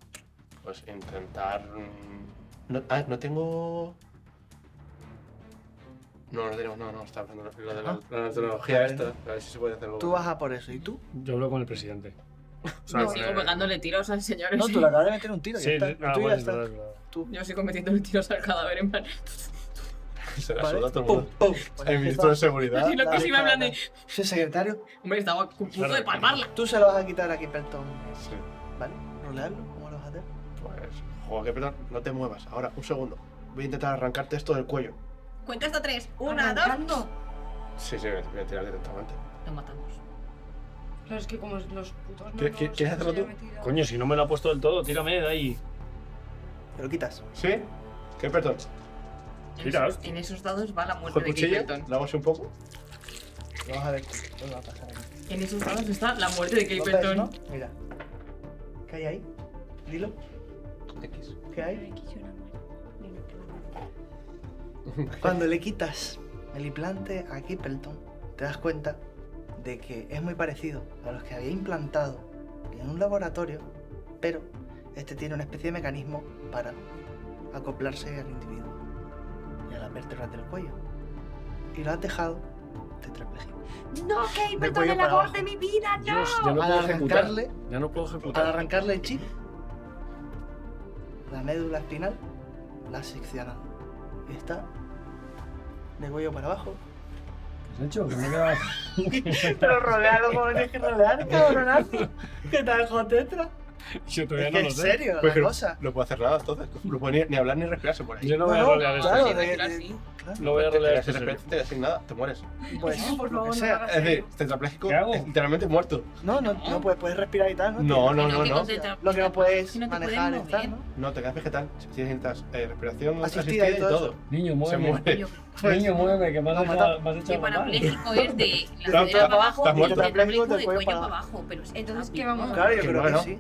Speaker 7: Pues intentar. mm, No, ah, no tengo. No, no tenemos, no, no, está hablando de la, de la,
Speaker 2: Ah.
Speaker 7: la tecnología
Speaker 2: Vale,
Speaker 7: esta. A ver si se puede hacer algo.
Speaker 2: Tú vas a por eso. ¿Y tú?
Speaker 3: Yo hablo con el presidente. O sea,
Speaker 6: Yo
Speaker 3: con
Speaker 6: sigo
Speaker 3: el-
Speaker 6: pegándole tiros al señor.
Speaker 2: No,
Speaker 6: ese.
Speaker 2: tú le acabas de meter un tiro.
Speaker 3: Sí,
Speaker 2: ya está.
Speaker 3: ah,
Speaker 2: tú
Speaker 3: bueno,
Speaker 2: ya
Speaker 3: es
Speaker 2: está.
Speaker 3: verdad, es verdad.
Speaker 2: Tú.
Speaker 6: Yo sigo metiéndole tiros al cadáver en plan.
Speaker 7: Se la
Speaker 2: Vale.
Speaker 7: suda a todo el
Speaker 2: Pum,
Speaker 7: mundo.
Speaker 2: pum.
Speaker 7: El ministro de seguridad.
Speaker 6: Así lo
Speaker 2: dale,
Speaker 6: que sí me hablan de.
Speaker 2: dale. Sí, secretario.
Speaker 6: Hombre, estaba a punto
Speaker 3: Claro.
Speaker 6: de palmarla.
Speaker 2: Tú se lo vas a quitar aquí, Pelton.
Speaker 7: Sí,
Speaker 2: ¿Vale? ¿Rolearlo? ¿Cómo lo vas a hacer?
Speaker 7: pues. Juego Kepperton, no te muevas. Ahora, un segundo. Voy a intentar arrancarte esto del cuello.
Speaker 6: Cuenta hasta tres. Una,
Speaker 4: Arrancando.
Speaker 6: dos.
Speaker 7: Sí, sí, voy a tirar directamente.
Speaker 6: Lo matamos.
Speaker 4: Pero es que como los putos
Speaker 7: ¿Qué- qué- qué haces tú?
Speaker 3: Coño, si no me lo ha puesto del todo, tírame de ahí.
Speaker 2: Te lo quitas.
Speaker 7: ¿Sí? Kepperton,
Speaker 6: En
Speaker 3: Mira,
Speaker 6: esos-
Speaker 3: hostia.
Speaker 6: en esos dados va la
Speaker 7: cojo
Speaker 6: muerte
Speaker 7: el
Speaker 6: de
Speaker 7: cuchillo,
Speaker 6: Capleton.
Speaker 7: lo hago así un poco.
Speaker 2: Vamos a ver qué qué va a pasar aquí.
Speaker 6: En esos dados está la muerte de
Speaker 2: ¿Lo ves,
Speaker 6: Capleton.
Speaker 2: no? Mira. ¿Qué hay ahí? Dilo.
Speaker 7: X.
Speaker 2: ¿Qué hay? Cuando le quitas el implante a Kippleton, te das cuenta de que es muy parecido a los que había implantado en un laboratorio, pero este tiene una especie de mecanismo para acoplarse al individuo y a las vértebras del cuello. Y lo has dejado tetrapléjico.
Speaker 4: No, que
Speaker 2: Del
Speaker 4: perdón
Speaker 2: cuello
Speaker 4: el
Speaker 2: para
Speaker 4: amor
Speaker 2: abajo.
Speaker 4: de mi vida, no.
Speaker 3: Dios, ya no
Speaker 2: Al
Speaker 3: puedo ejecutar.
Speaker 2: arrancarle-
Speaker 3: Ya no puedo
Speaker 2: Al
Speaker 3: ejecutar.
Speaker 2: arrancarle el chip, la médula espinal la has seccionado y está de cuello para abajo
Speaker 3: ¿Qué has hecho? Que me he quedado-
Speaker 2: Pero rodealo como tienes que rodear, cabronazo. Que te dejó tetra.
Speaker 3: Yo todavía
Speaker 2: Es
Speaker 3: no
Speaker 2: que
Speaker 3: lo
Speaker 2: en
Speaker 3: sé.
Speaker 2: serio,
Speaker 7: Pues
Speaker 2: la
Speaker 7: que
Speaker 2: cosa.
Speaker 7: no puedo hacer nada entonces. No puedo ni, ni hablar ni respirarse por ahí.
Speaker 3: Yo no ¿eh? voy a
Speaker 2: Bueno,
Speaker 3: rolear esto.
Speaker 2: claro,
Speaker 6: Sí,
Speaker 2: de-
Speaker 6: claro,
Speaker 2: de-
Speaker 6: sí.
Speaker 2: claro.
Speaker 3: No voy a
Speaker 7: Te
Speaker 3: rolear
Speaker 7: quedas
Speaker 3: esto.
Speaker 7: sin respirato, te quedas sin nada, te mueres.
Speaker 2: Pues,
Speaker 4: No,
Speaker 2: lo
Speaker 4: por
Speaker 2: que
Speaker 4: favor, no
Speaker 2: sea.
Speaker 4: hagas
Speaker 7: Es decir,
Speaker 4: eso.
Speaker 7: tetrapléjico
Speaker 3: ¿Qué hago?
Speaker 7: es literalmente muerto.
Speaker 2: No, no, no puedes, puedes respirar y tal, ¿no?
Speaker 7: No, no,
Speaker 6: Que
Speaker 7: no,
Speaker 6: que
Speaker 7: no.
Speaker 6: con tetra-
Speaker 2: Lo que no puedes
Speaker 6: que no te puedes
Speaker 2: manejar es
Speaker 6: mover.
Speaker 2: tal, ¿no?
Speaker 7: No, te quedas vegetal. Si necesitas eh, respiración
Speaker 2: Asistida
Speaker 7: asistida
Speaker 2: y
Speaker 7: y
Speaker 2: todo
Speaker 7: todo.
Speaker 3: Niño,
Speaker 7: Se
Speaker 3: mueve.
Speaker 7: muere.
Speaker 6: Yo-
Speaker 3: Niño, mueve, que me has
Speaker 2: Lo
Speaker 3: dejado- me has
Speaker 6: Que
Speaker 3: hecho mal.
Speaker 6: parapléjico es de la
Speaker 7: Claro,
Speaker 6: cadera para abajo
Speaker 7: estás
Speaker 6: y
Speaker 7: muerto.
Speaker 6: tetrapléjico de
Speaker 2: Del cuello
Speaker 6: cuello para
Speaker 2: para
Speaker 6: abajo. Pero es
Speaker 4: Entonces,
Speaker 6: rápido.
Speaker 4: ¿qué vamos a hacer?
Speaker 2: Claro, yo
Speaker 7: Que
Speaker 2: creo
Speaker 7: bueno.
Speaker 2: que sí.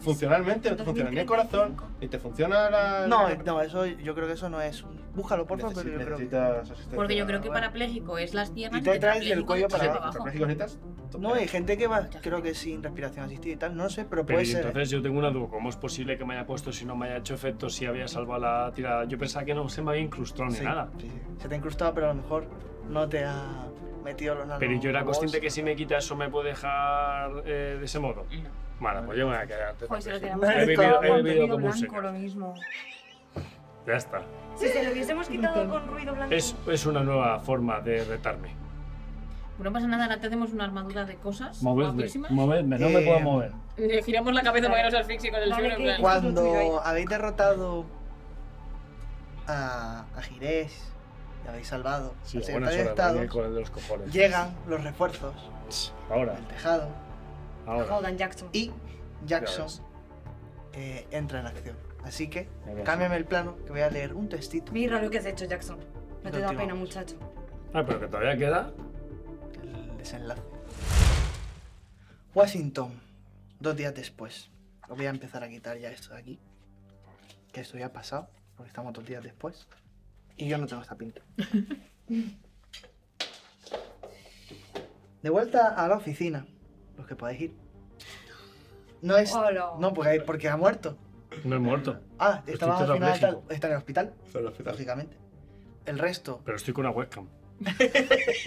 Speaker 7: Funcionalmente no te funciona ni el corazón,
Speaker 4: 2035.
Speaker 7: ni te funciona la.
Speaker 2: No,
Speaker 7: la-
Speaker 2: no, eso, yo creo que eso no es. un- Búscalo, por favor,
Speaker 7: Necesi-
Speaker 2: pero yo creo que.
Speaker 7: necesitas asistencia.
Speaker 6: Porque yo creo que
Speaker 7: Bueno,
Speaker 6: parapléjico es las piernas
Speaker 2: Y te traes del
Speaker 6: tetrapléjico
Speaker 2: cuello
Speaker 6: de
Speaker 2: para
Speaker 7: si
Speaker 6: cuello
Speaker 2: abajo.
Speaker 7: tetrapléjico necesitas.
Speaker 2: No, hay gente que va,
Speaker 6: Mucha
Speaker 2: creo
Speaker 6: gente.
Speaker 2: que sin respiración asistida y tal, no lo sé, pero
Speaker 3: Pero
Speaker 2: puede
Speaker 3: y
Speaker 2: ser. ¿eh?
Speaker 3: entonces yo tengo una duda, ¿cómo es posible que me haya puesto si no me haya hecho efecto, si había salvado la tirada? Yo pensaba que no se me había incrustado ni
Speaker 2: Sí,
Speaker 3: nada.
Speaker 2: sí, sí. Se te ha incrustado, pero a lo mejor no te ha metido los nanos.
Speaker 3: Pero yo era consciente que si me quita eso me puede dejar eh, de ese modo.
Speaker 6: No.
Speaker 3: Vale, pues yo me voy a quedar.
Speaker 4: Joder, se lo
Speaker 3: tetrapléjico.
Speaker 4: quedamos.
Speaker 3: He vivido, he vivido
Speaker 4: con
Speaker 3: como un
Speaker 4: blanco
Speaker 3: señor.
Speaker 4: lo mismo.
Speaker 3: Ya está.
Speaker 4: Si se lo hubiésemos quitado con ruido blanco.
Speaker 3: Es, es una nueva forma de retarme.
Speaker 6: No pasa nada, ahora te hacemos una armadura de cosas
Speaker 3: Movedme,
Speaker 6: guapísimas.
Speaker 3: movedme, no me
Speaker 2: Eh,
Speaker 3: puedo mover.
Speaker 6: Le giramos la cabeza para que no se asfixie con el
Speaker 4: Vale,
Speaker 6: suelo. en
Speaker 4: que-
Speaker 6: plan.
Speaker 4: Guau. Esto es lo tuyo
Speaker 2: Cuando habéis derrotado a, a Girés y habéis salvado
Speaker 3: Sí,
Speaker 2: al
Speaker 3: a buenas
Speaker 2: secretario de
Speaker 3: horas,
Speaker 2: Estado,
Speaker 3: venir con el de los cojones.
Speaker 2: llegan los refuerzos
Speaker 3: Ahora,
Speaker 2: del tejado
Speaker 3: ahora.
Speaker 4: Jodan Jackson.
Speaker 2: y
Speaker 3: Ya
Speaker 2: Jackson
Speaker 3: ves.
Speaker 2: eh, entra en acción. Así que
Speaker 3: Ya ves.
Speaker 2: cámbiame el plano que voy a leer un textito.
Speaker 4: Mira lo que has hecho, Jackson. No te da
Speaker 2: Continuamos.
Speaker 4: pena, muchacho.
Speaker 3: Ah, pero que todavía queda.
Speaker 2: el desenlace. Washington, dos días después. Lo voy a empezar a quitar ya esto de aquí. Que esto ya ha pasado, porque estamos dos días después. Y yo no tengo esta pinta. De vuelta a la oficina, los que podéis ir. No es.
Speaker 4: Hola.
Speaker 2: No, porque, porque ha muerto.
Speaker 3: No he muerto,
Speaker 2: Ah, estaba al final.
Speaker 3: tetrapléjico.
Speaker 2: tal- Está en el hospital,
Speaker 7: Está en el hospital.
Speaker 2: lógicamente. El resto.
Speaker 3: pero estoy con una webcam.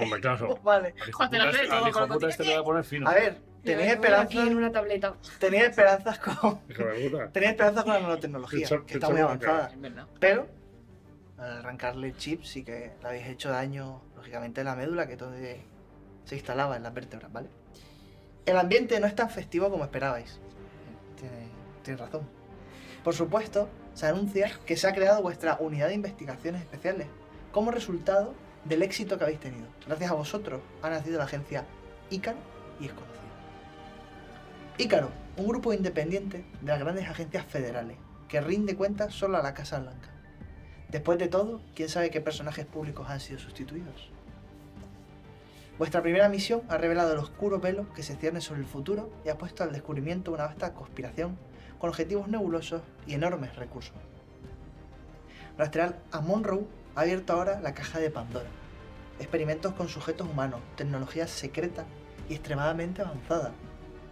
Speaker 3: Hombre, claro.
Speaker 2: Vale.
Speaker 3: Al hijo
Speaker 6: Joder, te la
Speaker 3: puta
Speaker 6: haces
Speaker 3: este-
Speaker 6: todo
Speaker 3: al
Speaker 6: con
Speaker 3: hijo
Speaker 6: la
Speaker 3: puta este le voy a poner fino.
Speaker 2: A ver,
Speaker 4: Lo
Speaker 2: tenéis
Speaker 4: voy a poner aquí
Speaker 2: esperanzas.
Speaker 4: en una tableta.
Speaker 2: Tenéis esperanzas con.
Speaker 3: Hijo de puta.
Speaker 2: Tenéis esperanza con la nanotecnología,
Speaker 3: Pensar-
Speaker 2: que está
Speaker 3: pensar
Speaker 2: muy
Speaker 3: en la cara.
Speaker 2: avanzada.
Speaker 6: Es verdad.
Speaker 2: Pero al arrancarle el chip sí que le habéis hecho daño, lógicamente, a la médula, que todo se instalaba en las vértebras, ¿vale? El ambiente no es tan festivo como esperabais. Tiene- Tienes razón. Por supuesto, se anuncia que se ha creado vuestra unidad de investigaciones especiales, como resultado del éxito que habéis tenido. Gracias a vosotros ha nacido la agencia Ícaro y es conocida. Ícaro, un grupo independiente de las grandes agencias federales, que rinde cuentas solo a la Casa Blanca. Después de todo, quién sabe qué personajes públicos han sido sustituidos. Vuestra primera misión ha revelado el oscuro velo que se cierne sobre el futuro y ha puesto al descubrimiento una vasta conspiración con objetivos nebulosos y enormes recursos. Rastrear a Monroe ha abierto ahora la caja de Pandora. Experimentos con sujetos humanos, tecnología secreta y extremadamente avanzada,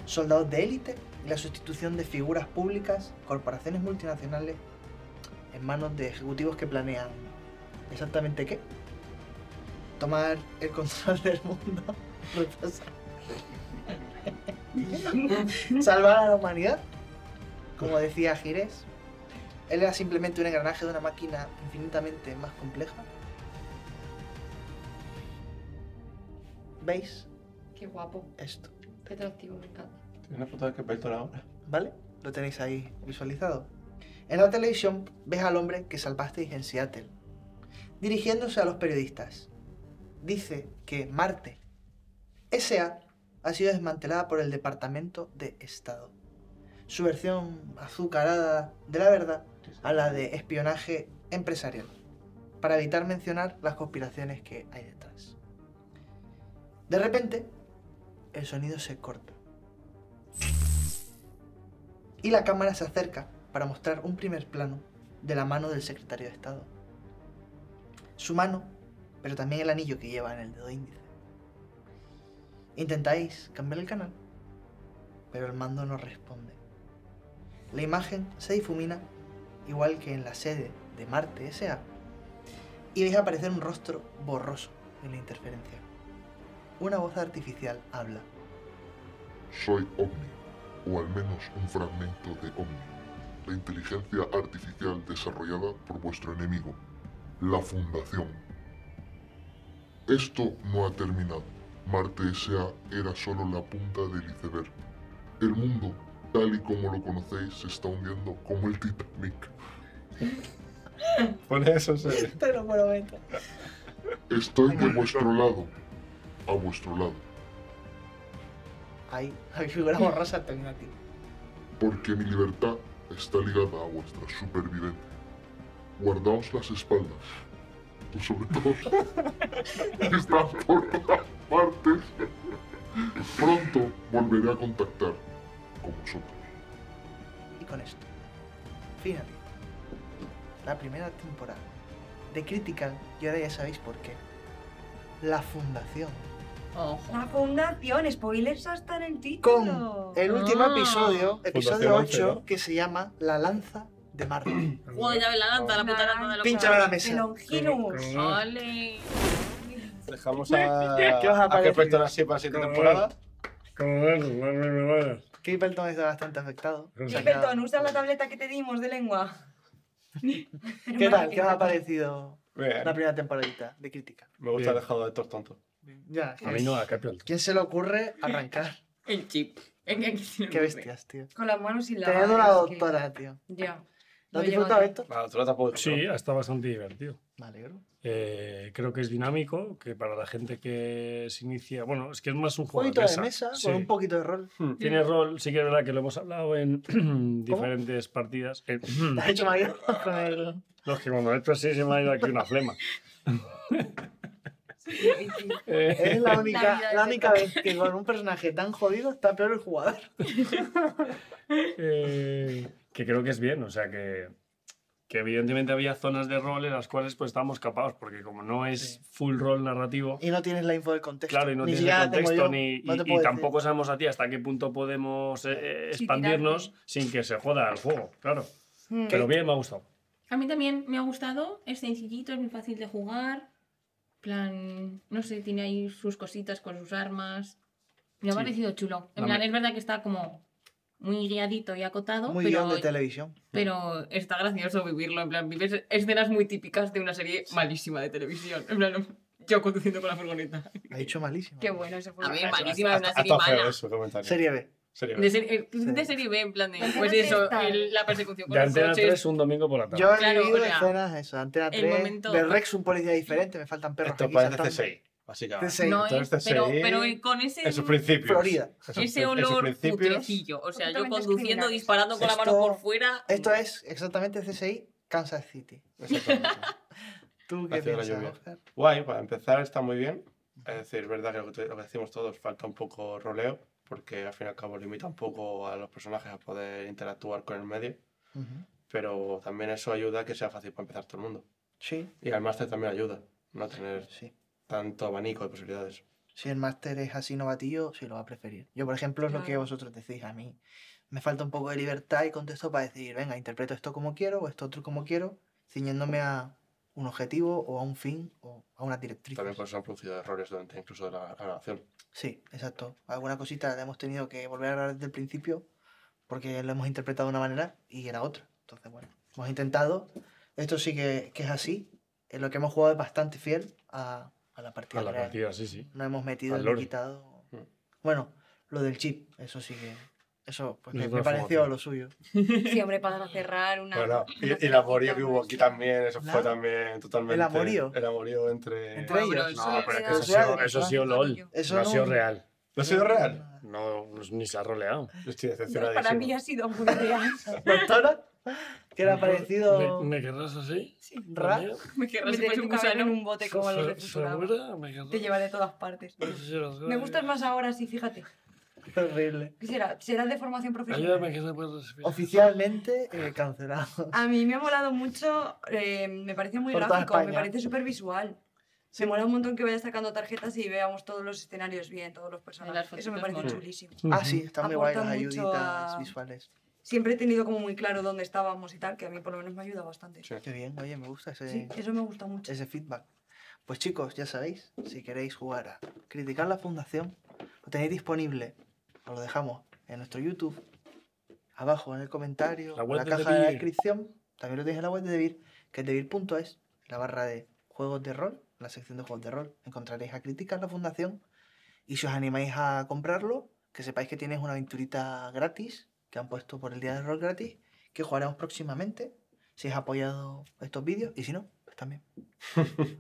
Speaker 2: soldados de élite y la sustitución de figuras públicas, corporaciones multinacionales en manos de ejecutivos que planean exactamente qué. Tomar el control del mundo. repasar. Salvar a la humanidad. Como decía Gires, él era simplemente un engranaje de una máquina infinitamente más compleja. ¿Veis
Speaker 6: Qué guapo.
Speaker 2: esto?
Speaker 6: Qué atractivo, me encanta.
Speaker 7: Tiene una foto de que Pelton ahora.
Speaker 2: ¿Vale? Lo tenéis ahí visualizado. En la televisión ves al hombre que salvasteis en Seattle, dirigiéndose a los periodistas. Dice que Marte, SA, ha sido desmantelada por el Departamento de Estado. Su versión azucarada de la verdad a la de espionaje empresarial, para evitar mencionar las conspiraciones que hay detrás. De repente, el sonido se corta y la cámara se acerca para mostrar un primer plano de la mano del secretario de Estado. Su mano, pero también el anillo que lleva en el dedo índice. Intentáis cambiar el canal, pero el mando no responde. La imagen se difumina igual que en la sede de Marte S.A. y veis aparecer un rostro borroso en la interferencia. Una voz artificial habla.
Speaker 10: Soy Omni, o al menos un fragmento de Omni, la inteligencia artificial desarrollada por vuestro enemigo, la Fundación. Esto no ha terminado. Marte S.A. era solo la punta del iceberg. El mundo, tal y como lo conocéis, se está hundiendo como el Titanic.
Speaker 7: Pone eso en serio.
Speaker 2: Te lo prometo.
Speaker 10: Estoy de vuestro lado, a vuestro lado,
Speaker 2: Ahí, la figura borrosa termina aquí.
Speaker 10: porque mi libertad está ligada a vuestra supervivencia. Guardaos las espaldas, y sobre todo, están por todas partes. Pronto volveré a contactar con vosotros.
Speaker 2: Y con esto, fíjate, la primera temporada de Critical, y ahora ya sabéis por qué. La fundación.
Speaker 6: Ojo.
Speaker 4: La fundación, spoilers hasta en el
Speaker 2: Con
Speaker 4: título.
Speaker 2: el último
Speaker 6: Ah.
Speaker 2: episodio, episodio
Speaker 7: Fundación once,
Speaker 2: 8,
Speaker 7: ¿no?
Speaker 2: que se llama La lanza de Marte.
Speaker 6: Joder, ya ves la lanza, la puta lanza de la
Speaker 2: Pínchame a la mesa.
Speaker 4: El Longinus.
Speaker 6: Ole.
Speaker 7: Dejamos a.
Speaker 2: ¿Qué os ha
Speaker 7: a que
Speaker 2: parecido?
Speaker 7: Pelton así para la siguiente temporada.
Speaker 3: Como ves, pues, no me lo vayas.
Speaker 2: Crippleton está bastante afectado. Se ha quedado-
Speaker 4: Gilberton, usa la tableta que te dimos de lengua.
Speaker 2: ¿Qué tal? ¿Qué os ha parecido
Speaker 7: Bien,
Speaker 2: la primera temporadita de Critical?
Speaker 7: Me gusta el
Speaker 3: Bien.
Speaker 7: dejado de estos tontos.
Speaker 2: Ya.
Speaker 3: A mí no, a Capio.
Speaker 2: ¿Quién se le ocurre arrancar?
Speaker 6: El chip. Es que aquí se lo
Speaker 2: Qué
Speaker 6: ocurre.
Speaker 2: bestias, tío.
Speaker 4: Con las manos y la.
Speaker 2: Te he dado la doctora, tío.
Speaker 6: Ya.
Speaker 2: ¿Lo
Speaker 6: Lo
Speaker 2: has
Speaker 6: llevo
Speaker 2: disfrutado
Speaker 6: aquí.
Speaker 2: esto?
Speaker 7: La doctora tampoco.
Speaker 3: Sí, está bastante divertido.
Speaker 2: Me alegro.
Speaker 3: Eh, creo que es dinámico, que para la gente que se inicia. Bueno, es que es más un juego
Speaker 2: Jueguito de mesa
Speaker 3: Sí.
Speaker 2: con un poquito de rol.
Speaker 3: Tiene rol, sí que es verdad que lo hemos hablado en diferentes partidas. Eh,
Speaker 2: Te has hecho mayor con el.
Speaker 3: no, es que cuando he hecho así se me ha ido aquí una flema. Eh,
Speaker 2: Es la
Speaker 6: La
Speaker 2: única,
Speaker 6: vida
Speaker 2: la
Speaker 6: de
Speaker 2: única vez que con un personaje tan jodido está peor el jugador.
Speaker 3: eh, que creo que es bien, o sea que, que evidentemente había zonas de rol en las cuales pues estábamos capados, porque como no es
Speaker 2: Sí.
Speaker 3: full rol narrativo,
Speaker 2: Y no tienes la info del contexto.
Speaker 3: Claro, y no
Speaker 2: Ni
Speaker 3: tienes
Speaker 2: siquiera
Speaker 3: el
Speaker 2: la tengo
Speaker 3: contexto
Speaker 2: yo,
Speaker 3: ni,
Speaker 2: no
Speaker 3: y-
Speaker 2: te
Speaker 3: y,
Speaker 2: puedo decir.
Speaker 3: tampoco sabemos a ti hasta qué punto podemos eh, eh,
Speaker 6: Sí,
Speaker 3: expandirnos sin que se joda el juego, claro.
Speaker 2: Hmm.
Speaker 3: Pero bien, me ha gustado.
Speaker 6: A mí también me ha gustado. Es sencillito, es muy fácil de jugar. plan, no sé, tiene ahí sus cositas con sus armas. Me ha
Speaker 3: Sí.
Speaker 6: parecido chulo. En
Speaker 3: La
Speaker 6: plan,
Speaker 3: me-
Speaker 6: es verdad que está como muy guiadito y acotado,
Speaker 2: Muy guión
Speaker 6: pero,
Speaker 2: de televisión.
Speaker 6: pero está gracioso vivirlo. En plan, vives escenas muy típicas de una serie malísima de televisión. En plan, yo conduciendo con la furgoneta.
Speaker 2: Ha dicho malísimo.
Speaker 4: Qué bueno ese fue.
Speaker 6: A mí
Speaker 7: Eso,
Speaker 6: malísima de
Speaker 7: hasta-
Speaker 6: una serie
Speaker 7: hasta feo
Speaker 6: mala.
Speaker 7: eso, comentario.
Speaker 2: Serie B.
Speaker 7: Serio.
Speaker 6: De serie, de
Speaker 2: Sí.
Speaker 6: serie B, en plan de,
Speaker 4: Escenas
Speaker 6: pues
Speaker 4: de
Speaker 6: eso,
Speaker 4: estar.
Speaker 6: el- la persecución con
Speaker 3: De
Speaker 6: los
Speaker 3: Antena
Speaker 6: coches.
Speaker 3: 3, un domingo por la tarde.
Speaker 2: Yo he
Speaker 6: Claro,
Speaker 2: vivido
Speaker 6: o sea,
Speaker 2: escenas eso, Antena
Speaker 6: el
Speaker 2: 3,
Speaker 6: momento-
Speaker 2: de Rex un policía diferente, me faltan perros
Speaker 7: Esto
Speaker 2: aquí
Speaker 7: parece
Speaker 2: saltando.
Speaker 7: CSI, básicamente.
Speaker 2: CSI.
Speaker 6: No
Speaker 7: Entonces,
Speaker 6: es,
Speaker 7: este
Speaker 6: pero,
Speaker 7: serie
Speaker 6: pero con ese,
Speaker 7: En sus principios.
Speaker 2: Florida.
Speaker 7: En sus-
Speaker 6: ese
Speaker 7: en sus
Speaker 6: olor
Speaker 7: principios,
Speaker 6: putrecillo. O sea, yo
Speaker 4: Completamente
Speaker 6: conduciendo,
Speaker 4: criminales.
Speaker 6: disparando con la mano
Speaker 2: Esto-
Speaker 6: por fuera.
Speaker 2: Esto es exactamente CSI Kansas City.
Speaker 7: exactamente.
Speaker 2: ¿Tú qué
Speaker 7: Hacia la
Speaker 2: piensas,
Speaker 7: lluvia.
Speaker 2: Oscar?
Speaker 7: Guay, para empezar está muy bien. Es decir, es verdad que lo que, te- lo que decimos todos, falta un poco roleo, porque al fin y al cabo limita un poco a los personajes a poder interactuar con el medio,
Speaker 2: Ujú.
Speaker 7: pero también eso ayuda a que sea fácil para empezar todo el mundo.
Speaker 2: Sí,
Speaker 7: Y al máster también ayuda, no tener
Speaker 2: sí.
Speaker 7: tanto abanico de posibilidades.
Speaker 2: Si el máster es así novatillo, sí lo va a preferir. Yo, por ejemplo, es lo que
Speaker 6: Claro.
Speaker 2: vosotros decís a mí. Me falta un poco de libertad y contexto para decidir, venga, interpreto esto como quiero o esto otro como quiero, ciñéndome a un objetivo o a un fin o a una directriz.
Speaker 7: También pues se han producido errores durante incluso la, la grabación.
Speaker 2: Sí, exacto. Alguna cosita la hemos tenido que volver a grabar desde el principio porque lo hemos interpretado de una manera y era otra. Entonces, bueno, hemos intentado. Esto sí que, que es así. En lo que hemos jugado es bastante fiel a, a la partida.
Speaker 3: A la
Speaker 2: real.
Speaker 3: partida, sí, sí.
Speaker 2: No hemos metido
Speaker 3: Al
Speaker 2: ni
Speaker 3: lore.
Speaker 2: quitado.
Speaker 7: Mm.
Speaker 2: Bueno, lo del chip, eso sí que. Eso pues, me, me
Speaker 3: Nosotros somos
Speaker 2: pareció
Speaker 3: así.
Speaker 2: lo suyo.
Speaker 4: Siempre para cerrar una.
Speaker 7: Bueno, y, y el amorío que hubo aquí también, eso fue
Speaker 2: Claro.
Speaker 7: también totalmente...
Speaker 2: ¿El amorío?
Speaker 7: El amorío entre...
Speaker 2: Entre ellos.
Speaker 7: No, pero es que
Speaker 2: O
Speaker 7: eso ha
Speaker 2: sea,
Speaker 7: sido-
Speaker 3: Eso ha sido LOL.
Speaker 2: Eso
Speaker 3: no ha
Speaker 2: no-
Speaker 3: sido real.
Speaker 7: ¿No ha sido real?
Speaker 3: No, no- ni se ha roleado.
Speaker 7: Yo estoy decepcionadísimo.
Speaker 4: Para mí ha sido muy real.
Speaker 2: ¿Doctora? ¿Qué le ha parecido?
Speaker 3: ¿Me, me querrás así?
Speaker 4: Sí.
Speaker 2: Ra.
Speaker 3: ¿También?
Speaker 6: Me querrás si
Speaker 4: Meteré
Speaker 6: fuese
Speaker 4: tu
Speaker 6: un
Speaker 4: cabello en
Speaker 6: gusano.
Speaker 4: un bote como los de
Speaker 3: ¿Se-
Speaker 4: Futurama.
Speaker 3: segura? ¿Me querrás?
Speaker 4: Te llevaré a todas partes.
Speaker 3: No sé si eres
Speaker 4: Me gustas
Speaker 3: grave.
Speaker 4: más ahora, sí, fíjate.
Speaker 2: Horrible.
Speaker 4: ¿Qué será? ¿Será de formación
Speaker 3: Ayúdame
Speaker 4: profesional?
Speaker 3: que no puedo respirar.
Speaker 2: Oficialmente eh, cancelado.
Speaker 4: A mí me ha molado mucho, eh, me parece muy
Speaker 2: Por toda
Speaker 4: gráfico, me
Speaker 2: España.
Speaker 4: parece súper visual. Me mola un montón que vayas sacando tarjetas y veamos todos los escenarios bien, todos los personajes. Eso me
Speaker 6: fotitos
Speaker 4: parece
Speaker 6: molan.
Speaker 4: chulísimo.
Speaker 2: Ah, sí, están muy guay las
Speaker 4: Aporta mucho
Speaker 2: ayuditas
Speaker 4: a-
Speaker 2: visuales.
Speaker 4: Siempre he tenido como muy claro dónde estábamos y tal, que a mí por lo menos me ayuda bastante.
Speaker 7: Sí.
Speaker 2: Qué bien, oye, me gusta ese,
Speaker 4: Sí, eso me gusta mucho.
Speaker 2: ese feedback. Pues chicos, ya sabéis, si queréis jugar a criticar la fundación, lo tenéis disponible. Os lo dejamos en nuestro YouTube, abajo en el comentario,
Speaker 3: La
Speaker 2: en
Speaker 3: web
Speaker 2: la
Speaker 3: de
Speaker 2: caja de la
Speaker 3: Devir.
Speaker 2: descripción. También lo tenéis en la web de Devir, que es devir.es, en la barra de juegos de rol, en la sección de juegos de rol. Encontraréis a criticar la fundación. Y si os animáis a comprarlo, que sepáis que tienes una aventurita gratis, que han puesto por el día de rol gratis, que jugaremos próximamente, si has apoyado estos vídeos, y si no, pues también.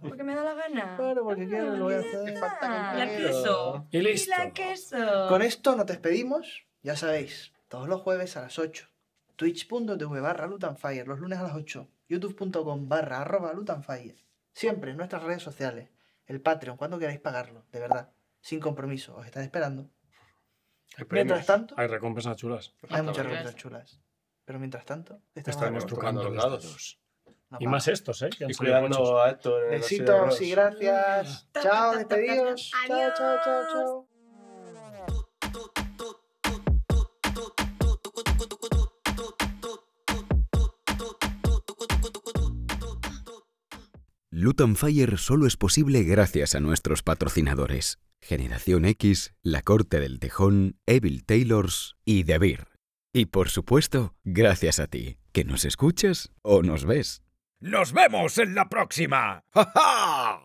Speaker 4: Porque me da la gana.
Speaker 2: Claro, porque quiero, lo voy a hacer.
Speaker 4: Te
Speaker 7: falta
Speaker 6: Ah, La
Speaker 7: compañero.
Speaker 6: queso.
Speaker 3: Y
Speaker 4: Y
Speaker 3: listo.
Speaker 4: la queso.
Speaker 2: Con esto nos despedimos, ya sabéis, todos los jueves a las 8, twitch.tv barra lutanfire, los lunes a las 8, youtube.com barra arroba lutanfire, siempre en nuestras redes sociales, el Patreon, cuando queráis pagarlo, de verdad, sin compromiso, os están esperando.
Speaker 7: Hay premios.
Speaker 2: Mientras tanto,
Speaker 3: Hay recompensas chulas.
Speaker 2: hay muchas
Speaker 7: Exactamente.
Speaker 2: recompensas chulas, pero mientras tanto,
Speaker 7: Estaremos
Speaker 3: Estamos
Speaker 2: aquí.
Speaker 3: Pues tocando los dados.
Speaker 2: Nos vamos.
Speaker 3: Y más estos, ¿eh? Que han
Speaker 7: Y
Speaker 3: salido muchos.
Speaker 7: cuidando a Héctor en el
Speaker 2: Besitos y gracias.
Speaker 6: Mm.
Speaker 2: Chao, despedidos. Chao, chao, chao, chao.
Speaker 1: Luton Fire solo es posible gracias a nuestros patrocinadores. Generación X, La Corte del Tejón, Evil Taylors y The Beer. Y por supuesto, gracias a ti, que nos escuchas o nos ves.
Speaker 11: Nos vemos en la próxima. ¡Ja, ja!